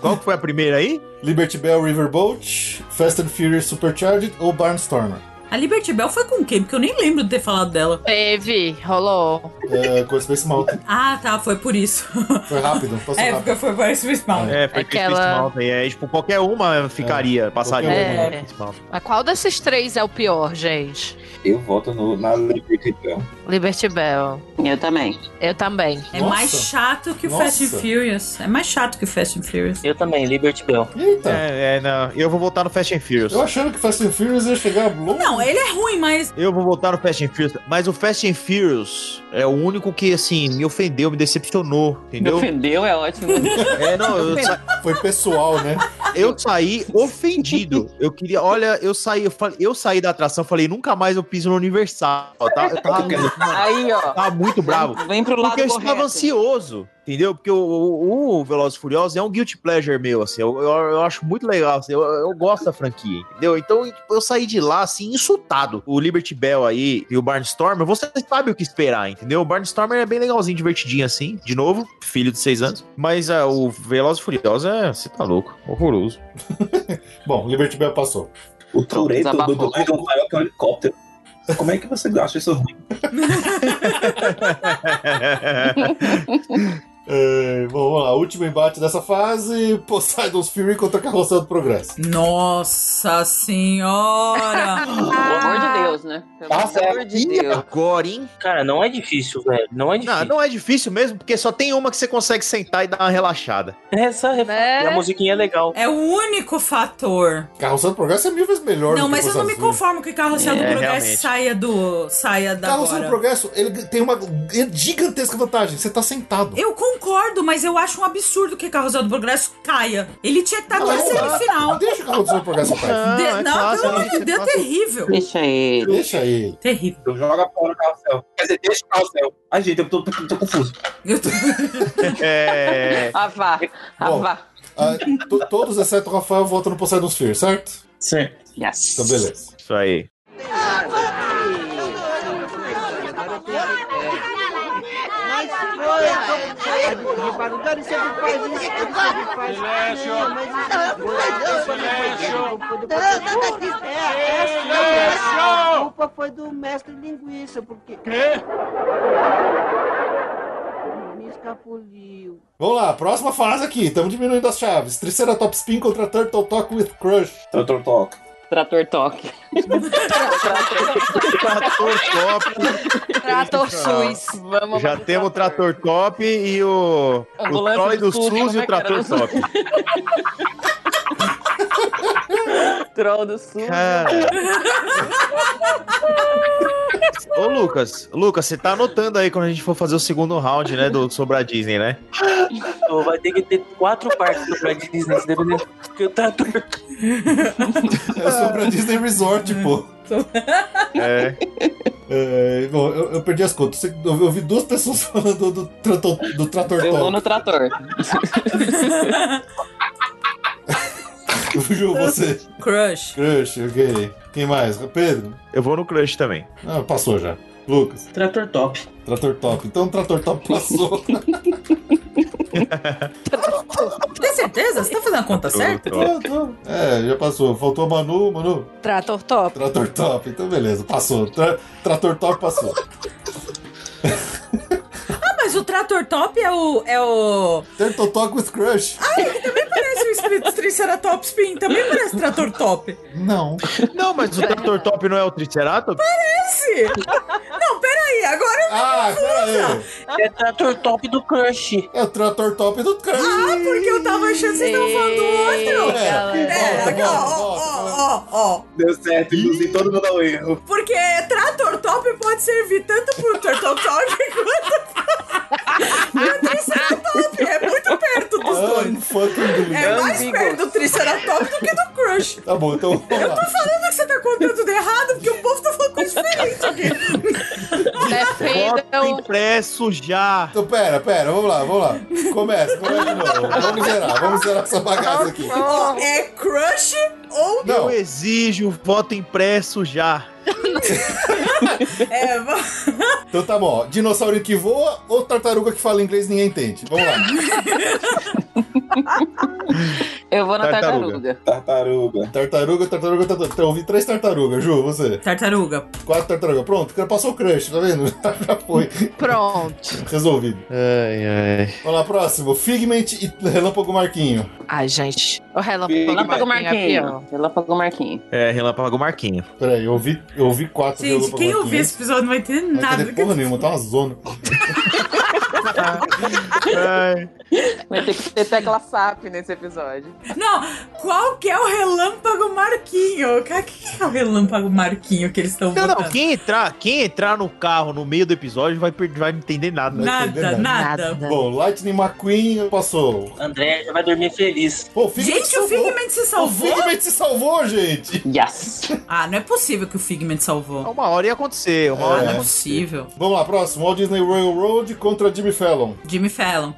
S6: Qual que foi a primeira aí?
S1: Liberty Bell, Riverboat, Fast and Furious Supercharged ou Barnstormer?
S2: A Liberty Bell foi com quem? Porque eu nem lembro de ter falado dela.
S8: Teve, rolou.
S1: É, com Space Mountain.
S2: Ah, tá, foi por isso.
S1: Foi rápido, passou
S2: É,
S1: rápido.
S2: porque foi por isso mesmo.
S6: É, foi
S8: Aquela-
S6: Space Mountain. É, tipo, qualquer uma ficaria, passaria.
S1: qualquer
S8: uma. É.
S6: Space Mountain.
S8: Mas qual desses três é o pior, gente?
S4: Eu volto no, na Liberty Bell.
S8: Liberty Bell.
S3: Eu também.
S8: Eu também.
S2: É
S1: Nossa.
S2: mais chato que o Fast and
S1: Nossa.
S2: Furious. É mais chato que o Fast and Furious.
S7: Eu também, Liberty Bell.
S1: Eita,
S6: É, é, não. Eu vou votar no Fast and Furious.
S1: eu achando que Fast and Furious ia chegar longe.
S2: Não, ele é ruim, mas.
S6: Eu vou votar no Fast and Furious, mas o Fast and Furious é o único que, assim, me ofendeu, me decepcionou,
S3: Me
S6: entendeu?
S3: ofendeu, é ótimo.
S6: É, não, eu, sa-
S1: Foi pessoal, né?
S6: eu saí ofendido. Eu queria, olha, eu saí, eu, falei, eu saí da atração, falei, nunca mais eu piso no Universal, tá? Eu tava,
S3: Aí, ó.
S6: tava muito bravo.
S3: Vem pro lado
S6: Porque eu
S3: correto.
S6: estava ansioso, entendeu? Porque o, o, o Velozes e Furiosos é um guilty pleasure meu, assim. Eu, eu, eu acho muito legal, assim. Eu, eu gosto da franquia, entendeu? Então tipo, eu saí de lá, assim, insultado. O Liberty Bell aí e o Barnstormer, você sabe o que esperar, entendeu? O Barnstormer é bem legalzinho, divertidinho, assim. De novo, filho de seis anos. Mas ah, o Velozes e Furiosos é... Você tá louco. Horroroso.
S1: Bom, Liberty Bell passou.
S4: O Toreto do
S3: desabafou.
S4: Dubai é um maior que um helicóptero. Como é que você acha isso ruim?
S1: É, bom, vamos lá, último embate dessa fase: Poseidon's Fury contra Carrossel do Progresso.
S2: Nossa senhora!
S3: Pelo amor de Deus, né? Pelo
S1: Tá
S4: Nossa,
S3: amor de
S6: e
S3: Deus.
S6: agora, hein?
S7: Cara, não é difícil, velho. Não é
S6: Não,
S7: difícil.
S6: não é difícil mesmo, porque só tem uma que você consegue sentar e dar uma relaxada.
S7: Essa ref-
S8: Né?
S7: e a musiquinha é legal.
S2: é o único fator.
S1: Carrossel do Progresso é mil vezes melhor do
S2: não,
S1: que
S2: mas
S1: assim.
S2: eu não me
S1: Poseidon's Fury.
S2: conformo que Carrossel do
S6: É,
S2: Progresso
S6: realmente.
S2: saia do. saia da
S1: Carrossel do
S2: agora.
S1: Progresso, ele tem uma gigantesca vantagem. Você tá sentado.
S2: Eu concordo, mas eu acho um absurdo que Carrossel do Progresso caia. Ele tinha que estar na semifinal.
S1: Ah, Deixa o Carrossel do Progresso cair.
S2: De-
S6: é
S2: não,
S6: fácil,
S2: pelo
S6: né?
S2: amor de
S6: É
S2: Deus,
S6: fácil.
S2: terrível.
S3: Deixa ele.
S1: Deixa ele.
S2: Terrível.
S4: Então joga fora o carrossel. Quer dizer, deixa o carrossel. Ai, gente, eu tô, tô- tô confuso.
S2: Eu tô-
S6: É.
S3: Ah, vá. Ah,
S1: Bom.
S3: vá.
S1: Ah, to- todos, exceto o Rafael, votam no Poseidon's Fear, certo?
S4: Sim.
S3: Yes.
S1: Então, beleza.
S6: Isso aí.
S11: Mas foi, eu tô- Reparando, sempre faz isso, ele sempre faz isso. Não, mas isso não foi do Poseidon. É, é, sim, A culpa foi do mestre linguiça, porque... Quê? Me escapuliu.
S1: Vamos lá, próxima fase aqui. Estamos diminuindo as chaves. Triceratops Pin contra Turtle Talk with Crush.
S4: Doutor Talk.
S3: Trator toque.
S6: Trator top.
S8: Trator SUS.
S12: Vamos
S6: Já temos o trator top e o. O
S7: Ambulância
S6: troll do
S7: do SUS,
S6: SUS e
S7: como
S6: o
S7: é que era?
S6: trator top.
S7: Troll do Sul.
S6: Cara. Ô, Lucas, Lucas, você tá anotando aí quando a gente for fazer o segundo round, né? Do Sobra Disney, né?
S7: Então, Vai ter que ter quatro partes do Brad Disney, se depender. Porque o trator.
S1: É sobre a Disney Resort, pô.
S6: É.
S1: É, bom, eu, eu perdi as contas. Eu- Eu ouvi duas pessoas falando do, trator, do Trator
S3: Eu vou
S1: Talk.
S3: no trator.
S1: Ju, você.
S2: Crush.
S1: Crush, ok. Quem mais? Pedro?
S6: Eu vou no crush também.
S1: Ah, passou já. Lucas,
S7: Trator top.
S1: Trator Top. Então, Trator Top passou.
S2: Tem certeza? Você tá fazendo a conta certa?
S6: Trator top.
S1: É, já passou. Faltou Manu, Manu.
S8: Trator top.
S1: Trator Top. Então, beleza, passou. Tra- trator Top passou.
S2: Ah, mas o Trator Top é o. É o.
S1: Turtle Talk with Crush.
S2: Parece o espírito Triceratops Pin. Também parece Trator Top.
S1: Não.
S6: Não, mas o trator top não é o Triceratops?
S2: Sim. Não, peraí. Agora
S1: Ah, pera aí.
S7: É trator top do crush.
S1: É o Trator Top do Crush.
S2: Ah, porque eu tava achando que vocês estavam falando do outro.
S1: É.
S2: É,
S1: Volta,
S2: agora, ó,
S1: volta, volta.
S2: ó, ó, ó.
S4: Deu certo, inclusive todo mundo ao erro.
S2: Porque Trator Top pode servir tanto pro Turtle Talk quanto pro Triceratops. É muito perto dos dois.
S1: Unfucking
S2: É
S1: believable.
S2: mais perto do Triceratops do que do Crush.
S1: Tá bom, então vamos lá.
S2: Falando que você tá contando tudo errado, porque o povo tá falando coisa diferente aqui.
S6: Voto
S8: Defendam.
S6: impresso já.
S1: Então, pera, pera, vamos lá, vamos lá. Começa, começa de novo. Vamos zerar, vamos zerar essa bagaça aqui.
S2: Ó, é Crush ou
S1: Não,
S6: Eu exijo voto impresso já.
S2: é, va-
S1: então tá bom. ó. Dinossauro que voa ou tartaruga que fala inglês e ninguém entende? Vamos lá.
S3: Eu vou na
S6: Tartaruga.
S3: tartaruga.
S4: Tartaruga.
S1: Tartaruga, tartaruga, tartaruga. Então, eu ouvi três tartarugas, Ju, você.
S2: Tartaruga.
S1: Quatro tartarugas. Pronto, passou o crush, tá vendo? Já foi.
S8: Pronto.
S1: Resolvido.
S6: Ai, ai.
S1: Vamos lá, próximo. Figment e Relâmpago Marquinho.
S8: Ai, gente. O relâmpago,
S3: Relâmpago
S8: Marquinhos é
S3: Marquinho. Relâmpago Marquinho.
S6: É, Relâmpago Marquinho.
S1: Peraí, eu ouvi, eu ouvi quatro
S2: Gente,
S1: Relâmpago
S2: quem
S1: Marquinho.
S2: ouvir esse episódio não vai entender
S1: Não vai
S2: nada.
S1: entender porra nenhuma, tá uma zona.
S6: Ai.
S3: Vai ter que ter tecla SAP nesse episódio.
S2: Não, qual que é o relâmpago Marquinho? Cara, que que é o relâmpago Marquinho que eles estão
S6: Não,
S2: botando?
S6: não, quem entrar, quem entrar no carro no meio do episódio vai, per- vai não entender nada.
S1: entender
S2: Nada,
S1: nada.
S2: nada.
S1: Bom, Lightning McQueen passou.
S7: André já vai dormir feliz.
S1: Pô, o Figment
S2: Gente, o
S1: salvou.
S2: Figment se
S1: é O
S2: salvou?
S1: Figment se salvou, gente!
S3: Yes.
S2: Ah, não é possível que o Figment salvou.
S6: Uma hora ia acontecer, uma
S2: Ah,
S6: hora
S2: não
S6: ia
S2: é
S1: É.
S2: possível.
S1: Vamos lá, próximo. Walt Disney Railroad contra Jimmy Fallon.
S2: Jimmy Fallon.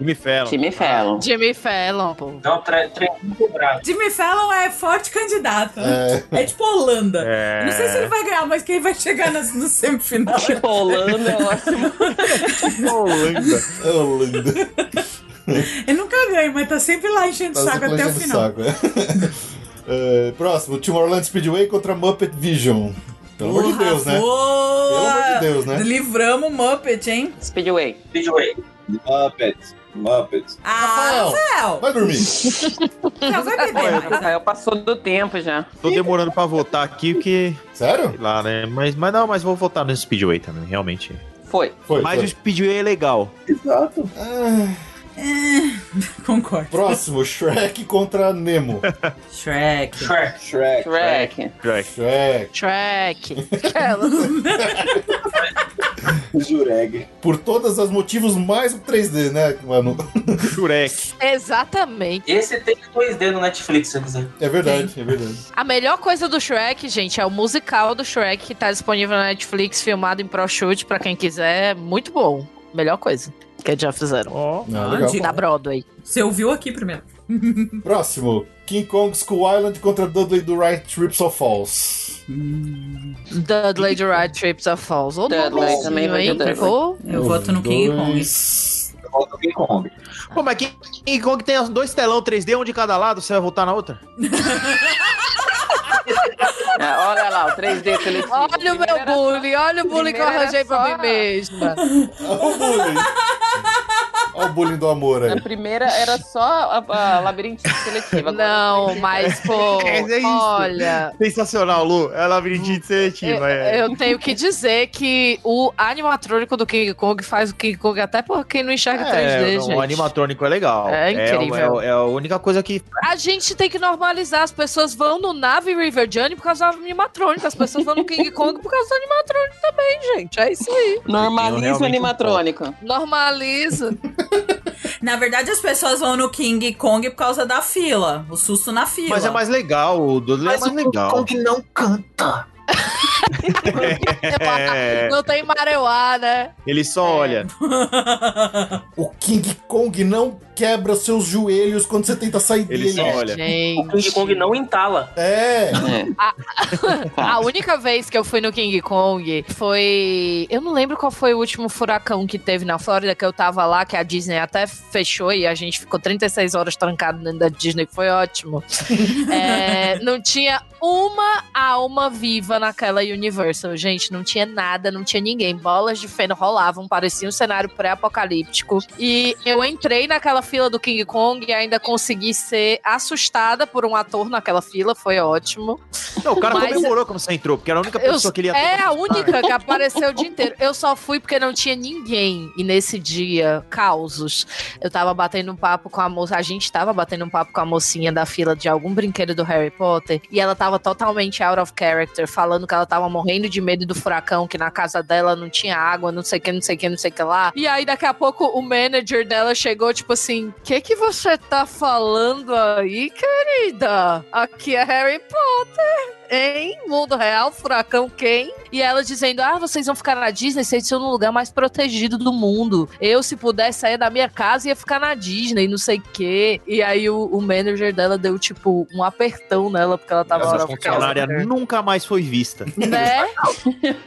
S6: me
S7: Tá
S6: fela.
S3: Time
S7: Ah.
S3: Fallon.
S8: Jimmy Fallon, pô.
S7: Não, tra- trenzinho quebrado.
S2: Jimmy Fallon é forte candidato.
S1: É,
S2: É, tipo Holanda.
S6: É.
S2: Não sei se ele vai ganhar, mas quem vai chegar nas- no semifinal.
S3: Tipo Holanda, eu acho.
S1: Tipo,
S6: Holanda.
S1: é lindo.
S2: Ele nunca ganha, mas tá sempre lá enchendo o saco até o final.
S1: é. É, próximo, Tomorrowland Speedway contra Muppet Vision. Pelo amor de
S2: Porra,
S1: Deus, né? Pelo
S2: boa!
S1: amor de Deus, né?
S2: Livramos o Muppet, hein?
S3: Speedway.
S7: Speedway.
S4: Muppets. Muppets.
S2: Ah, Rafael!
S1: Vai dormir.
S2: Rafael vai beber.
S3: Israel passou do tempo já.
S6: Tô demorando pra votar aqui, porque.
S1: Sério?
S6: Sei lá, né? Mas, mas não, mas vou votar no Speedway também, realmente.
S3: Foi.
S1: Foi.
S6: Mas
S1: foi.
S6: o Speedway é legal.
S4: Exato.
S1: Ah,
S2: Concordo.
S1: próximo, Shrek contra Nemo.
S2: Shrek.
S7: Shrek.
S4: Shrek.
S3: Shrek.
S6: Shrek.
S1: Shrek.
S8: Shrek. Aquela.
S4: Jureg.
S1: Por todos os motivos, mais o 3D, né, mano?
S6: Shurek.
S8: Exatamente.
S7: Esse tem 2D no Netflix, se você quiser.
S1: É verdade, é verdade.
S8: A melhor coisa do Shrek, gente, é o musical do Shrek que tá disponível na Netflix, filmado em ProShoot pra quem quiser. É Muito bom. Melhor coisa que eles já fizeram.
S6: Ó.
S3: Ah,
S2: Ah,
S1: Não, legal.
S8: Da Broadway.
S2: Você ouviu aqui primeiro.
S1: Próximo. King Kong School Island contra Dudley do Right Trips of Falls.
S8: Dudley the Right Trips of Falls. Ô,
S3: Dudley
S8: nomezinho,
S3: também vai de
S8: hein?
S3: Dudley.
S8: Ô,
S2: Eu voto no King Kong.
S1: Kong.
S4: Eu volto ao King Kong.
S6: Pô, mas King King Kong tem os dois telão 3D, um de cada lado, você vai voltar na outra?
S3: Ah, olha lá, o 3D seletivo.
S8: Olha o meu
S3: Primeiro era-
S8: bullying, olha o bullying que eu
S3: Primeiro era
S8: arranjei pra
S3: só-
S8: mim
S3: né?
S8: mesma.
S1: Olha o bullying. Olha o bullying do amor aí.
S3: Na primeira era só a, a labirintite seletiva. Agora
S8: Não,
S3: o 3D
S8: mas, pô,
S6: É isso.
S8: olha.
S6: Sensacional, Lu. É
S3: Hum.
S6: labirintite seletiva, é.
S8: Eu tenho que dizer que o animatrônico do King Kong faz o King Kong até por quem não enxerga 3D,
S6: É, não,
S8: gente.
S6: O animatrônico é legal.
S8: É incrível.
S6: É, é a única coisa que.
S8: A gente tem que normalizar. As pessoas vão no Nave River Journey por causa do animatrônico. As pessoas vão no King Kong por causa do animatrônico também, gente. É isso aí.
S6: Eu
S3: Normaliza o
S6: realmente
S3: animatrônico.
S8: Normaliza.
S2: Na verdade, as pessoas vão no King Kong por causa da fila. O susto na fila.
S6: Mas é mais legal, o Dudley é mais legal.
S7: não canta.
S6: É,
S8: Não tem mareuá, né?
S6: ele só olha.
S1: O King Kong não quebra seus joelhos quando você tenta sair
S6: Ele
S1: dele.
S6: só olha.
S7: O
S8: Gente.
S7: King Kong não entala.
S1: É.
S8: A única vez que eu fui no King Kong foi. Eu não lembro qual foi o último furacão que teve na Flórida, que eu tava lá, que a Disney até fechou e a gente ficou 36 horas trancado dentro da Disney. Foi ótimo. É, não tinha uma alma viva naquela Universal, gente. Não tinha nada, não tinha ninguém. Bolas de feno rolavam, parecia um cenário pré-apocalíptico. E eu entrei naquela fila do King Kong e ainda consegui ser assustada por um ator naquela fila. Foi ótimo.
S6: Não, o cara um
S8: Mas-
S6: comemorou quando você entrou, porque era a única
S8: Eu-
S6: pessoa que ele ia
S8: É a única que apareceu o dia inteiro. Eu só fui porque não tinha ninguém. E nesse dia, causos. Eu tava batendo um papo com a moça. A gente tava batendo um papo com a mocinha da fila de algum brinquedo do Harry Potter. E ela tava totalmente out of character, falando que ela tava morrendo de medo do furacão, que na casa dela não tinha água, não sei o que, não sei o que, não sei o que lá. E aí, daqui a pouco, o manager dela chegou, tipo assim: Que que você tá falando aí, querida? Aqui é Harry em mundo real, furacão quem? E ela dizendo: Ah, vocês vão ficar na Disney, vocês estão no lugar mais protegido do mundo. Eu, se pudesse sair da minha casa, ia ficar na Disney, não sei o quê. E aí o, o manager dela deu, tipo, um apertão nela, porque ela tava out
S6: Essa
S8: of
S6: funcionária
S8: character,
S6: nunca mais foi vista.
S8: assim, né?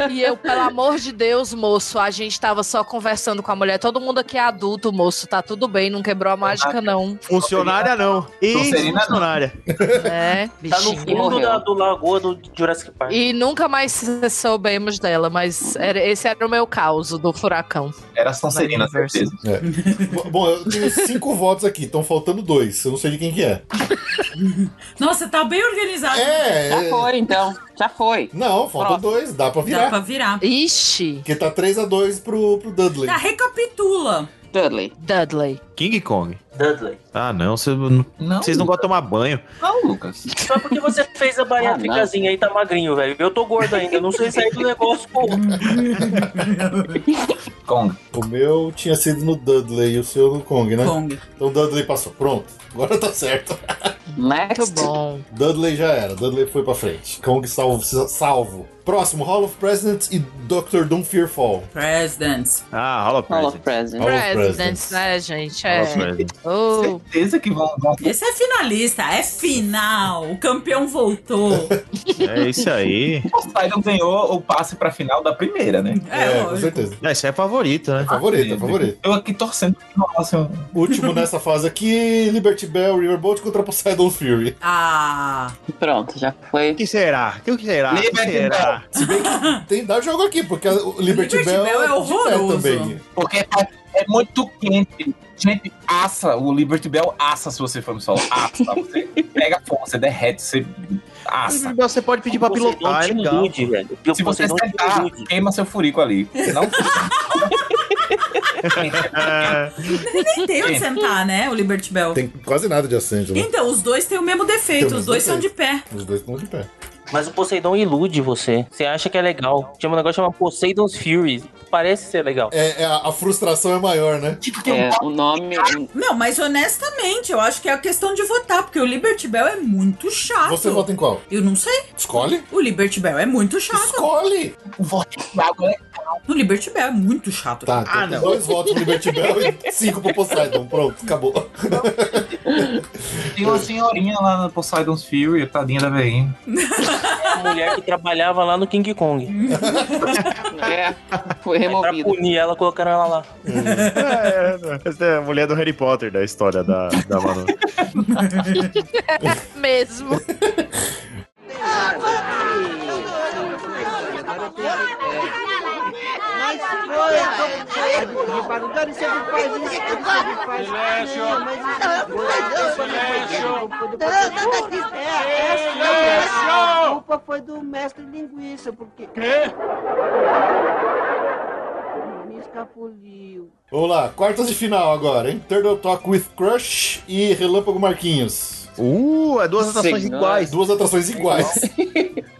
S8: E eu, pelo amor de Deus, moço, a gente tava só conversando com a mulher. Todo mundo aqui é adulto, moço, tá tudo bem, não quebrou a mágica, não.
S6: Funcionária não. Ex-funcionária.
S8: Né?
S7: Tá no
S8: bichinho?
S7: fundo
S3: morreu.
S7: da, do lagoa do Jurassic Park.
S8: E nunca mais soubemos dela, mas era- esse era o meu caos do furacão.
S4: Era Sonserina, certeza.
S1: Bo- Bom, eu tenho cinco votos aqui, estão faltando dois. Eu não sei de quem que é.
S2: Nossa, tá bem organizado.
S1: É,
S3: Já
S1: é.
S3: foi, então. Já foi.
S1: Não, faltam
S3: Próximo.
S1: dois, dá pra
S2: Dá
S1: virar.
S2: pra virar.
S8: Ixi,
S1: Porque tá 3x2 pro, pro Dudley.
S2: Tá, recapitula.
S3: Dudley.
S8: Dudley.
S6: King Kong.
S7: Dudley.
S6: Ah, não. Vocês não,
S4: Não,
S6: vocês não gostam de tomar banho.
S4: não, Lucas.
S7: Só porque você fez a
S8: Ah,
S3: Ah,
S7: bariátricazinha aí, tá magrinho, velho. Eu tô gordo ainda, não sei sair do negócio, pô.
S4: Kong.
S1: O meu tinha sido no Dudley e o seu no Kong, né?
S2: Kong.
S1: Então o Dudley passou. Pronto, agora tá certo.
S3: Next.
S8: Muito bom.
S1: Dudley já era, Dudley foi pra frente. Kong salvo. salvo. Próximo, Hall of Presidents e Dr. Doom Fearfall.
S2: Presidents.
S6: Ah, rola
S3: Hall of
S6: present.
S3: Presidents.
S1: All of
S8: Presidents,
S1: Presidents.
S8: né, gente?
S6: Rola
S8: É.
S6: present.
S8: Oh,
S4: Certeza que vão, vão
S2: Esse é finalista, é final. O campeão voltou.
S6: É isso aí.
S4: Poseidon ganhou o passe pra final da primeira, né?
S2: É,
S1: com
S2: lógico.
S1: certeza.
S6: Ah, isso é favorito, né?
S1: Favorito, é favorito.
S4: Eu aqui torcendo pra que não fosse um-
S1: Último nessa fase aqui, Liberty Bell, Riverboat contra Poseidon Fury.
S2: Ah,
S3: Pronto, já
S6: O
S3: foi.
S6: que será? O que será? O que
S4: Liberty
S6: será?
S1: Se bem que tem dar jogo aqui, porque o Liberty,
S2: Liberty
S1: Bell,
S2: Bell é
S1: de pé
S2: horroroso.
S1: também.
S4: Porque é, é muito quente. Gente, assa. O Liberty Bell assa se você for no solo. Assa. Você pega fogo, você derrete, você assa.
S6: Então Você pode pedir pra
S7: Poseidon
S13: Ah,
S6: pilotar, é
S7: tinha um
S6: legal.
S7: nude, velho. Eu
S4: Se você
S7: Poseidon tinha um
S4: sentar,
S7: nude.
S4: queima seu furico ali. Não
S6: Ah,
S2: nem tem onde
S4: É.
S2: sentar, né? O Liberty Bell.
S1: Tem quase nada de assento, né?
S2: Então, os dois têm o mesmo defeito,
S1: Tem o
S2: os
S1: mesmo
S2: dois são de pé.
S1: Os dois estão de pé.
S7: Mas o Poseidon ilude você. Você acha que é legal. Chama um negócio chama Poseidon's Fury. Parece ser legal.
S1: É, é a, a frustração é maior, né?
S4: Tipo,
S3: É, o nome.
S2: Não, mas honestamente, eu acho que é a questão de votar, porque o Liberty Bell é muito chato.
S1: Você vota em qual?
S2: Eu não sei.
S1: Escolhe?
S2: O Liberty Bell é muito chato.
S1: Escolhe!
S13: O voto de água é
S2: O Liberty Bell é muito chato.
S1: Tá, então
S13: Ah, não.
S1: dois votos pro Liberty Bell e cinco pro Poseidon. Pronto, acabou.
S13: Tem uma senhorinha lá no Poseidon's Fury, tadinha da veinha.
S7: A mulher que trabalhava lá no King Kong.
S3: É, foi
S7: Aí, Pra
S3: removido.
S7: punir ela, colocaram ela lá.
S6: É, essa é a mulher do Harry Potter da história da, da Manu.
S8: Mesmo.
S11: Mas foi, me perguntaram se ele faz isso, se ele faz aquilo, mas Silêncio! A é culpa foi do mestre linguiça, porque... Quê? Me escapuliu.
S1: Vamos lá, quartas de final agora, hein? Turtle Talk with Crush e Relâmpago Marquinhos.
S6: Uh, é duas atrações
S3: Senhora.
S6: iguais.
S1: Duas atrações iguais.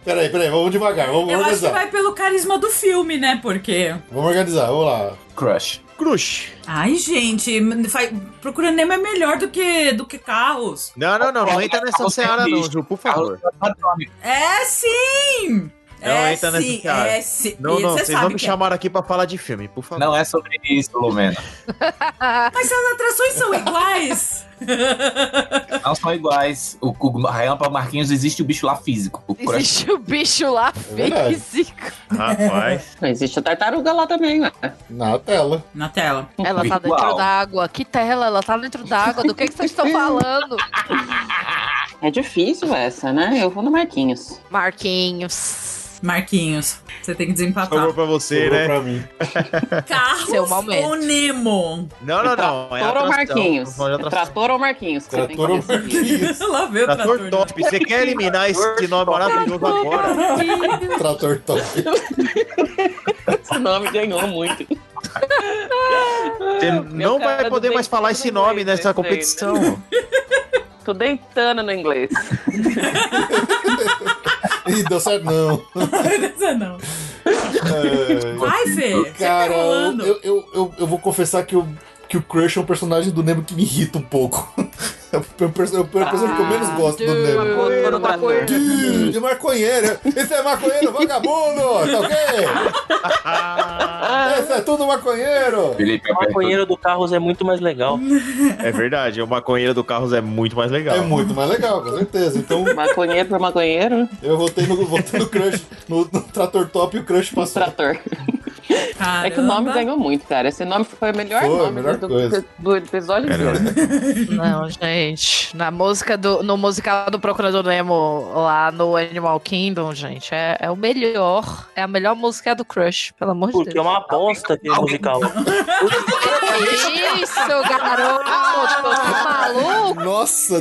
S1: peraí, peraí, vamos devagar, vamos
S2: Eu acho que
S1: organizar.
S2: vai pelo carisma do filme, né? Porque.
S1: Vamos organizar, vamos lá.
S13: Crush.
S6: Crush.
S2: Ai, gente, fa- Procura Nemo é melhor do que, do que carros.
S6: Não, não, não, não entra nessa
S13: Carros
S6: seara não,
S13: terroristas.
S6: Ju, por favor.
S13: Carros animatrônicos.
S2: É sim!
S6: Não
S2: é
S6: entra
S2: sim,
S6: nessa seara.
S2: É sim.
S6: Não,
S2: E
S6: não,
S2: você
S6: vocês não
S2: sabe
S6: me
S2: que é.
S6: chamaram aqui pra falar de filme, por favor.
S13: Não é sobre isso, Lumena.
S2: Mas as atrações são iguais.
S13: Não são iguais. O, o a Relâmpago Marquinhos existe o bicho lá físico. O Crush.
S8: Existe o bicho lá
S1: verdade.
S8: físico.
S6: Rapaz.
S3: Existe a tartaruga lá também, ué.
S1: Na tela.
S2: Na tela.
S8: Ela tá dentro
S13: Virtual.
S8: d'água. Que tela? Ela tá dentro d'água. Do que, que vocês estão falando?
S3: É difícil essa, né? Eu vou no Marquinhos.
S8: Marquinhos.
S2: Marquinhos, você tem que
S6: Sobrou
S2: desempatar.
S6: pra você,
S1: Sobrou
S6: né?
S1: pra mim.
S2: Carros
S8: Seu momento.
S2: ou Nemo?
S6: Não, não, não. É
S3: Trator ou
S6: atração.
S3: Marquinhos? é
S6: Tô falando de atração.
S3: Trator ou Marquinhos? que você tem que
S1: Trator ou
S3: decidir.
S2: Lá veio o
S6: Trator
S2: trator. né?
S6: top. Você quer eliminar esse nome é maravilhoso agora?
S3: é
S1: Trator top.
S3: Esse nome ganhou muito.
S6: Você
S3: Meu
S6: não
S3: cara
S6: vai
S3: do
S6: poder
S3: bem
S6: mais falar
S3: não
S6: esse nome
S3: aguenta
S6: nessa
S3: esse daí, né?
S6: competição.
S3: Tô deitando no inglês.
S1: Ih, deu certo não.
S2: Não, não. Vai, Fê. Você tá
S1: Cara,
S2: enrolando.
S1: eu, eu, eu, eu vou confessar que o, que o Crush é um personagem do Nemo que me irrita um pouco. É o perso- é o personagem que eu menos gosto do Nemo.
S8: Maconheiro, maconheiro.
S1: Ih, De maconheiro. Esse é maconheiro vagabundo, tá ok? Esse é tudo maconheiro.
S13: Felipe, é
S7: O maconheiro do Carros é muito mais legal.
S6: É verdade, o maconheiro do Carros é muito mais legal.
S1: É muito mais legal, com certeza. Então
S3: Maconheiro por maconheiro,
S1: eu votei no, votei no Crush, no, no Trator Top e o Crush passou.
S3: trator. É que o nome
S2: Caramba.
S3: ganhou muito, cara. Esse nome foi o melhor
S1: Foi,
S3: nome
S1: melhor
S3: do,
S1: coisa.
S3: do episódio inteiro.
S8: Não, gente. Na música do, no musical do Procurador Nemo, lá no Animal Kingdom, gente, é, é o melhor. É a melhor música do Crush, pelo amor de
S7: Porque é
S8: Deus.
S7: uma aposta aquele musical.
S8: Que Isso, garoto! Tá maluco?
S1: Nossa,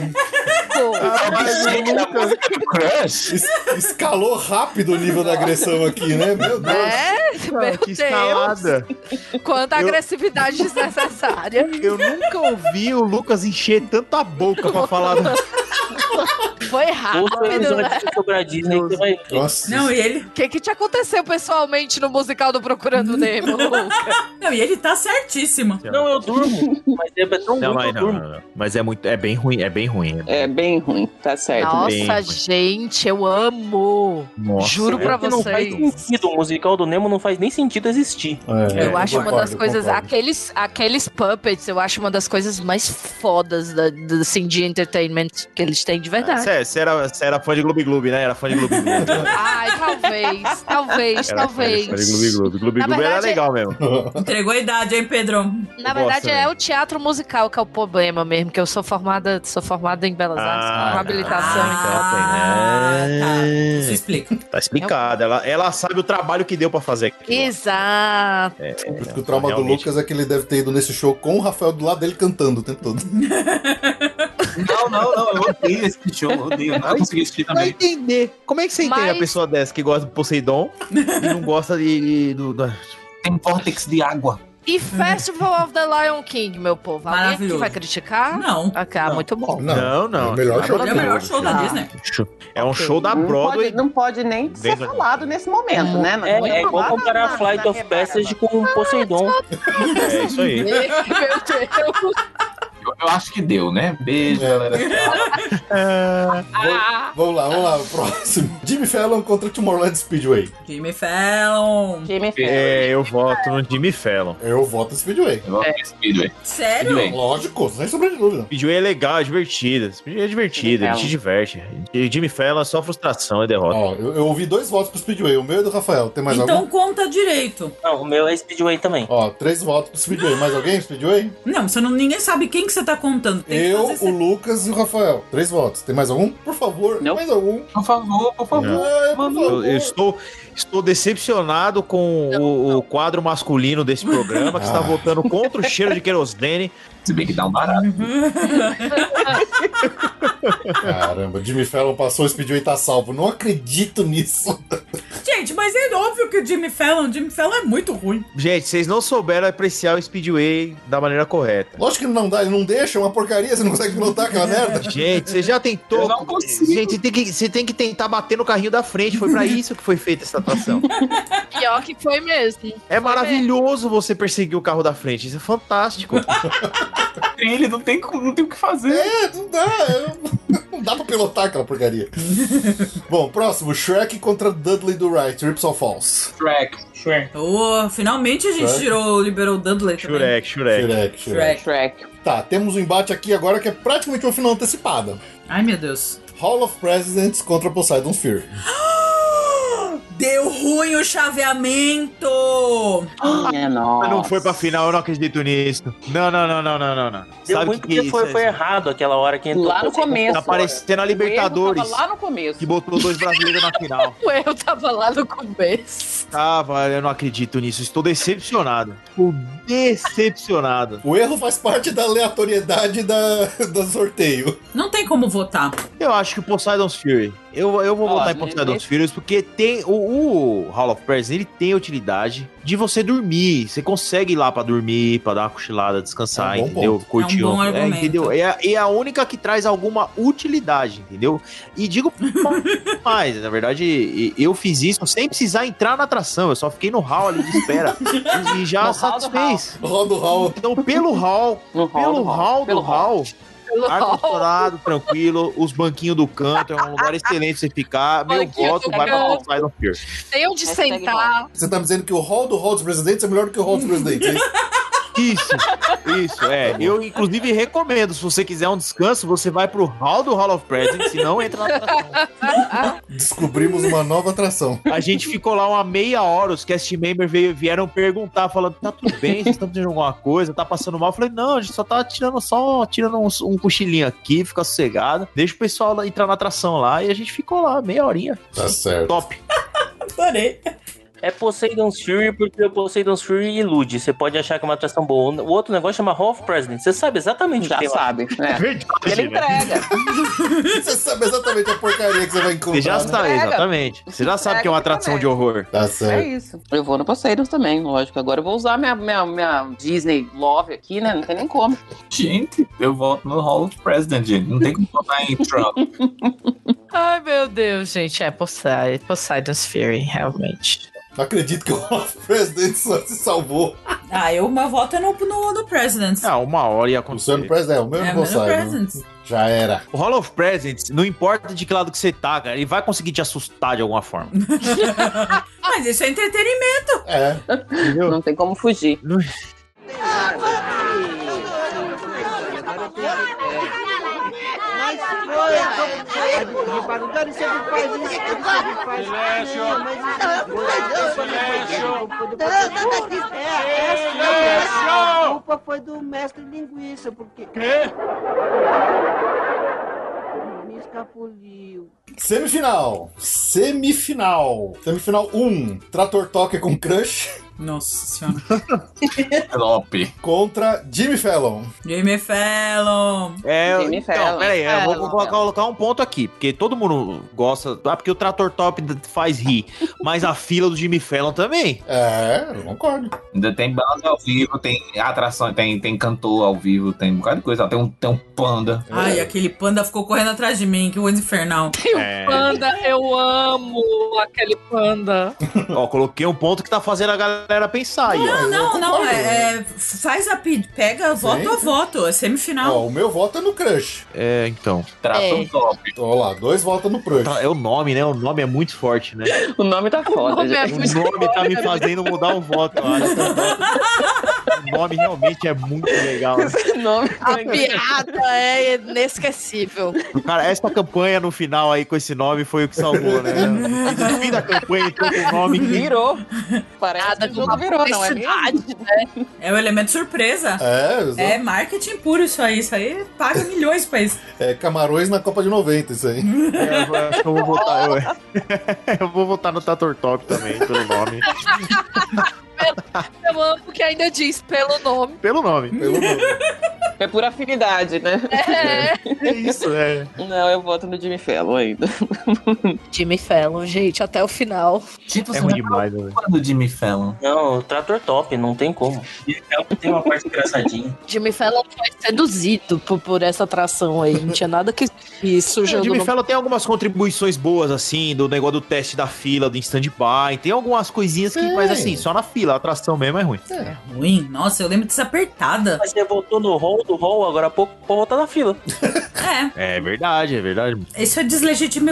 S13: Crush?
S1: Ah, es- escalou rápido o nível da agressão aqui, né? Meu Deus.
S8: É, meu
S6: que
S8: Deus.
S6: escalada.
S8: Quanta
S6: Eu-
S8: agressividade desnecessária.
S6: Eu nunca ouvi o Lucas encher tanta boca pra falar. do-
S8: Foi
S7: Ouça o
S8: rápido, né?
S7: episódio sobre a Disney que você vai ver.
S1: Nossa.
S2: Não, e ele.
S8: O que, que te aconteceu pessoalmente no musical do Procurando Nemo? Luca?
S2: Não, e ele tá certíssimo.
S7: Não, eu durmo. Mas é tão
S6: Não,
S7: bom que
S6: mas
S7: eu
S6: não,
S7: durmo.
S6: não, não. Mas é muito, é bem ruim, é bem ruim.
S3: É bem ruim, tá certo.
S6: É, bem,
S8: Nossa,
S6: mãe.
S8: gente, eu amo.
S6: Nossa,
S8: Juro
S6: é
S8: pra
S7: Porque Não faz
S8: vocês.
S7: sentido. O musical do Nemo não faz nem sentido existir.
S1: É,
S8: eu acho uma das
S1: concordo,
S8: coisas.
S1: concordo.
S8: Aqueles, aqueles puppets, eu acho uma das coisas mais fodas da, da- assim, de entertainment que eles têm de
S13: Ah.
S8: verdade.
S6: Você você era, você era fã de Globo Globo, né? Era fã de Globo Globo. Era
S8: Ai, talvez, talvez,
S6: fã- era
S8: talvez.
S6: fã de Globo Globo. Globo
S8: Na
S6: Globo era
S8: verdade,
S6: legal mesmo. né?
S2: Entregou a idade, hein, Pedrão?
S1: gosto
S8: Na verdade, é
S1: também.
S8: o teatro musical que é o problema mesmo, que eu sou formada, sou formada em Belas Artes, com
S6: Ah,
S8: habilitação.
S6: ah.
S13: Ah,
S6: então tem,
S2: tá.
S6: né?
S2: Isso explica.
S6: Tá explicado. Ela, ela sabe o trabalho que deu pra fazer aqui.
S8: Exato.
S1: Por
S6: É,
S1: isso que o
S6: então.
S1: trauma do
S6: Realmente.
S1: Lucas é que ele deve ter ido nesse show com o Rafael do lado dele cantando o tempo todo.
S13: Não, não, não. Eu odeio esse show. Eu odeio. Eu não consegui assistir
S6: Vai
S13: também.
S6: entender. Como é que você entende
S8: Mas-
S6: a pessoa dessa que gosta do Poseidon e não gosta de. de- do, da-
S13: Tem vórtex de água.
S8: E Festival of the Lion King, meu povo. Alguém aqui
S2: Maravilhoso.
S8: vai criticar?
S2: Não.
S8: Ah, cara, muito bom.
S6: Não, não.
S1: É o melhor show da
S2: É o melhor show da Disney.
S6: É um show da
S3: Não
S6: Broadway.
S3: pode, não pode nem ser
S6: Desde-
S3: falado nesse momento, né? Mas
S7: É,
S3: vamos
S7: é igual
S3: falar.
S7: comparar Flight of Passage com Poseidon.
S6: É isso aí.
S8: Meu Deus.
S13: Eu, eu acho que deu, né? Beijo, galera.
S6: É.
S13: É.
S2: Ah!
S1: Vamos lá, vamos lá, o próximo. Jimmy Fallon contra Tomorrowland Speedway.
S2: Jimmy Fallon.
S3: Jimmy Fallon.
S6: É, eu voto no Jimmy Fallon.
S1: Eu voto no Speedway.
S13: Eu vou pro Speedway.
S2: Sério?
S13: Speedway.
S1: Lógico, sem sombra de dúvida.
S6: Speedway é legal, é divertido. Speedway é divertido,
S3: Jimmy
S6: ele te diverte. E Jimmy Fallon é só frustração e derrota.
S1: Ó, eu, eu ouvi dois votos pro Speedway, o meu e do Rafael. Tem mais
S2: então
S1: algum?
S2: conta direito.
S7: Não, o meu é Speedway também.
S1: Ó, três votos pro Speedway. Mais alguém? Speedway?
S2: Não, você não, ninguém sabe quem que você tá contando. Tem que
S1: Eu,
S2: fazer
S1: o
S2: esse-
S1: Lucas e o Rafael. Três votos. Tem mais algum? Por favor,
S3: Não.
S1: mais algum?
S13: Por favor, por favor.
S1: Ah, por
S13: Manu,
S1: favor.
S6: Eu, eu estou, estou decepcionado com o, o quadro masculino desse programa que está
S1: Ah.
S6: votando contra o cheiro de querosene.
S13: Se bem que dá um barato.
S1: Caramba, Jimmy Fallon passou o Speedway e tá salvo. Não acredito nisso.
S2: Gente, mas é óbvio que o Jimmy Fallon, o Jimmy Fallon é muito ruim.
S6: Gente, vocês não souberam apreciar o Speedway da maneira correta.
S1: Lógico que não dá, ele não deixa, é uma porcaria, você não consegue pilotar aquela merda.
S6: Gente, você já tentou.
S13: Eu não consigo.
S6: Gente, tem que, você tem que tentar bater no carrinho da frente. Foi para isso que foi feita essa atração.
S8: Pior que foi mesmo.
S6: É maravilhoso você perseguir o carro da frente. Isso é fantástico.
S13: Ele não tem, como- não tem o que fazer.
S1: É, não dá, é- não dá pra pilotar aquela porcaria. Bom, próximo, Shrek contra Dudley do Right, Rips or Falls.
S13: Shrek.
S7: Shrek.
S2: Oh, finalmente a gente
S1: Shrek.
S2: tirou, liberou o Dudley também.
S6: Shurek, Shurek.
S1: Shrek, Shrek.
S2: Shrek.
S3: Shrek.
S1: Tá, temos um embate aqui agora que é praticamente uma final antecipada.
S2: Ai, meu Deus.
S1: Hall of Presidents contra Poseidon's Fury.
S2: Deu ruim o chaveamento!
S3: Minha nossa.
S6: Não foi pra final, eu não acredito nisso. Não, não, não, não, não, não. não.
S7: Deu
S6: Sabe
S7: muito
S6: que
S7: porque
S6: isso
S7: foi,
S6: é-
S7: foi errado aquela hora que entrou.
S3: Lá no começo.
S6: Tá parecendo a
S3: O erro
S6: Libertadores.
S3: Tava lá no começo.
S6: Que botou dois brasileiros na final.
S8: O erro tava lá no começo.
S6: Tava, eu não acredito nisso. Estou decepcionado. Estou decepcionado.
S1: O erro faz parte da aleatoriedade da, do sorteio.
S2: Não tem como votar.
S6: Eu acho que o Poseidon's Fury. Eu, eu vou
S3: Ó,
S6: votar em
S3: ne-
S6: Poseidon's
S3: nesse-
S6: Fury porque tem o, o Hall of Press, ele tem a utilidade de você dormir. Você consegue ir lá pra dormir, pra dar uma cochilada, descansar,
S1: É um bom
S6: entendeu? Curtir.
S2: bom
S6: um-
S2: argumento.
S6: entendeu? É, a- é a única que traz alguma utilidade, entendeu? E digo mais, na verdade, e- eu fiz isso sem precisar entrar na atração. Eu só fiquei no hall ali de espera e, e já
S3: No hall do
S6: satisfez.
S1: Roda o Hall.
S6: Então, pelo hall,
S3: No hall
S6: pelo
S3: do hall,
S6: hall do
S3: pelo hall.
S6: hall, ar-condicionado, tranquilo, os banquinhos do canto, é um lugar excelente pra você ficar. Meu
S8: Banquinho
S6: voto
S8: do
S6: vai pra
S8: canto.
S6: Outside of Fear.
S8: Tem onde
S3: Hashtag
S8: sentar.
S1: Você tá me dizendo que o Hall do Hall dos Presidentes é melhor do que o Hall dos Presidentes, é isso?
S6: Isso, isso, é. Eu, inclusive, recomendo, se você quiser um descanso, você vai pro hall do Hall of Presents, se não entra na atração.
S1: Descobrimos uma nova atração.
S6: A gente ficou lá uma meia hora, os cast members veio, vieram perguntar, falando, tá tudo bem, vocês estão fazendo alguma coisa, tá passando mal? Eu falei, não, a gente só tá tirando só tirando um, um cochilinho aqui, fica sossegado, deixa o pessoal lá- entrar na atração lá, e a gente ficou lá, meia horinha.
S1: Tá certo.
S6: Top.
S2: Adorei.
S7: É Poseidon's Fury porque o Poseidon's Fury ilude. Você pode achar que é uma atração boa. O outro negócio chama Hall of President. Você sabe exatamente o que
S3: Já
S7: tem lá.
S3: sabe.
S6: É
S3: né? Ele entrega.
S1: Você sabe exatamente a porcaria que você vai encontrar.
S6: Você já
S1: né?
S6: sabe,
S3: Entrega.
S6: exatamente. Você já sabe que é uma
S3: Entrega
S6: atração de
S3: também.
S6: horror.
S1: Tá
S3: É
S1: certo.
S3: isso. Eu vou no Poseidon também, lógico. Agora eu vou usar minha, minha, minha Disney Love aqui, né? Não tem nem como.
S13: Gente, eu voto no Hall of President, gente. Não tem como votar em Trump.
S8: Ai, meu Deus, gente. É Poseidon, Poseidon's Fury, realmente.
S1: Não acredito que o Hall of Presidents só se salvou.
S2: Ah, eu, meu voto é no, no, no Presidents.
S6: Ah, uma hora ia
S1: O Sam
S6: acontecer.
S1: President é o mesmo
S2: é
S1: é,
S2: no
S1: Poseidon.
S2: Presidents.
S1: Já era.
S6: O Hall of Presents, não importa de que lado que você tá, cara, ele vai conseguir te assustar de alguma forma.
S2: Mas isso é entretenimento.
S1: É.
S6: Entendeu?
S3: Não tem como fugir.
S11: Mas foi, me perguntaram se ele faz isso, se ele faz isso, mas isso Silêncio! É, a culpa foi do mestre linguiça, porque... Quê? Me escapuliu.
S1: Semifinal. Semifinal. Semifinal 1. Trator um. Toque com Crush
S2: Nossa senhora.
S4: Lope.
S1: Contra Jimmy Fallon.
S2: Jimmy Fallon.
S6: É,
S2: Jimmy
S6: então,
S2: Fallon.
S6: peraí, eu vou,
S2: Fallon,
S6: vou
S2: Fallon.
S6: colocar um ponto aqui, porque todo mundo gosta. Ah, porque o Trator Top faz rir, mas a fila do Jimmy Fallon também.
S1: É, eu concordo.
S4: Ainda tem banda ao vivo, tem atração, tem, tem cantor ao vivo, tem um bocado de coisa. Tem um, tem um panda.
S1: É
S2: Ai, aquele panda ficou correndo atrás de mim, que coisa infernal.
S4: É.
S14: Panda, eu amo aquele panda.
S6: Ó, coloquei um ponto que tá fazendo a galera pensar aí. ó.
S2: Não, não, não. é- é, faz a pe- pega voto a voto, é semifinal.
S1: Ó, o meu voto é no Crush.
S6: É, então.
S2: Trator É.
S4: Top.
S1: Então, Olha lá, dois votos no Crush.
S6: Tá, É o nome, né? O nome é muito forte, né?
S3: O nome tá foda,
S6: O
S3: gente.
S2: é
S6: nome tá me fazendo mudar o voto, eu acho. O nome realmente é muito legal. né?
S8: A piada é inesquecível.
S6: Cara, essa campanha no final aí com esse nome foi o que salvou, né? No fim da campanha, então, com o nome que
S3: Virou. Parece que
S8: Nada
S3: o
S8: de
S3: jogo
S8: uma
S3: virou, não é mesmo?
S8: publicidade, né?
S2: É o elemento surpresa.
S1: É, exato.
S2: É marketing puro isso aí. Isso aí paga milhões pra isso.
S1: É camarões na Copa de 90, isso aí.
S6: É, eu acho que eu vou votar. Eu, eu vou votar no Tator Top também, pelo nome.
S8: Eu amo que ainda diz pelo nome.
S6: Pelo nome.
S1: Pelo nome.
S3: É por afinidade, né?
S6: É isso, né?
S3: Não, eu voto no Jimmy Fallon ainda.
S8: Jimmy Fallon, gente, até o final.
S2: Tipo
S4: Gente,
S2: assim,
S6: É ruim demais, né? velho?
S4: do Jimmy Fallon.
S7: Não, o Trator Top, não tem como. Então, Tem uma parte engraçadinha.
S8: Jimmy Fallon foi seduzido por, por essa atração aí. Não tinha nada que isso
S6: O Jimmy
S8: no...
S6: Fallon tem algumas contribuições boas, assim, do negócio do teste da fila, do stand-by. Tem algumas coisinhas que, mas assim, só na fila, a atração mesmo é ruim.
S2: Ruim. Nossa, eu lembro dessa apertada.
S7: Mas você voltou no rol do rol agora há pouco pra voltar na fila.
S2: É.
S6: É verdade, é verdade.
S2: Isso é deslegitimo.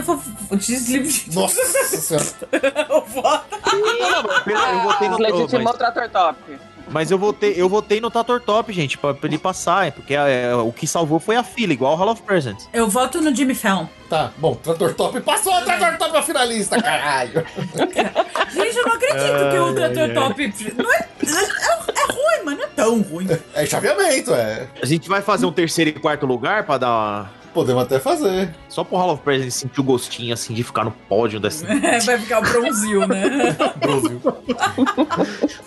S2: Deslegitimo.
S1: Nossa senhora.
S6: Pela- Eu votei no
S7: é
S3: Legitimou o
S6: mas,
S3: Trator Top.
S6: mas eu votei, eu votei no Tator Top, gente, pra, pra ele passar, é, porque é, o que salvou foi a fila, igual o Hall of Presents.
S2: Eu voto no Jimmy Fallon.
S1: Tá, bom, Trator Top passou, Trator Top é finalista, caralho.
S2: Gente, eu não acredito que o Trator Top. Não é, é, é ruim, mas não é tão ruim.
S1: É chaveamento, é.
S6: A gente vai fazer um terceiro e quarto lugar pra dar uma...
S1: Podemos até fazer.
S6: Só pro Hall of Presents sentir o gostinho, assim, de ficar no pódio dessa...
S2: É, vai ficar o bronzil, né?
S1: Brasil.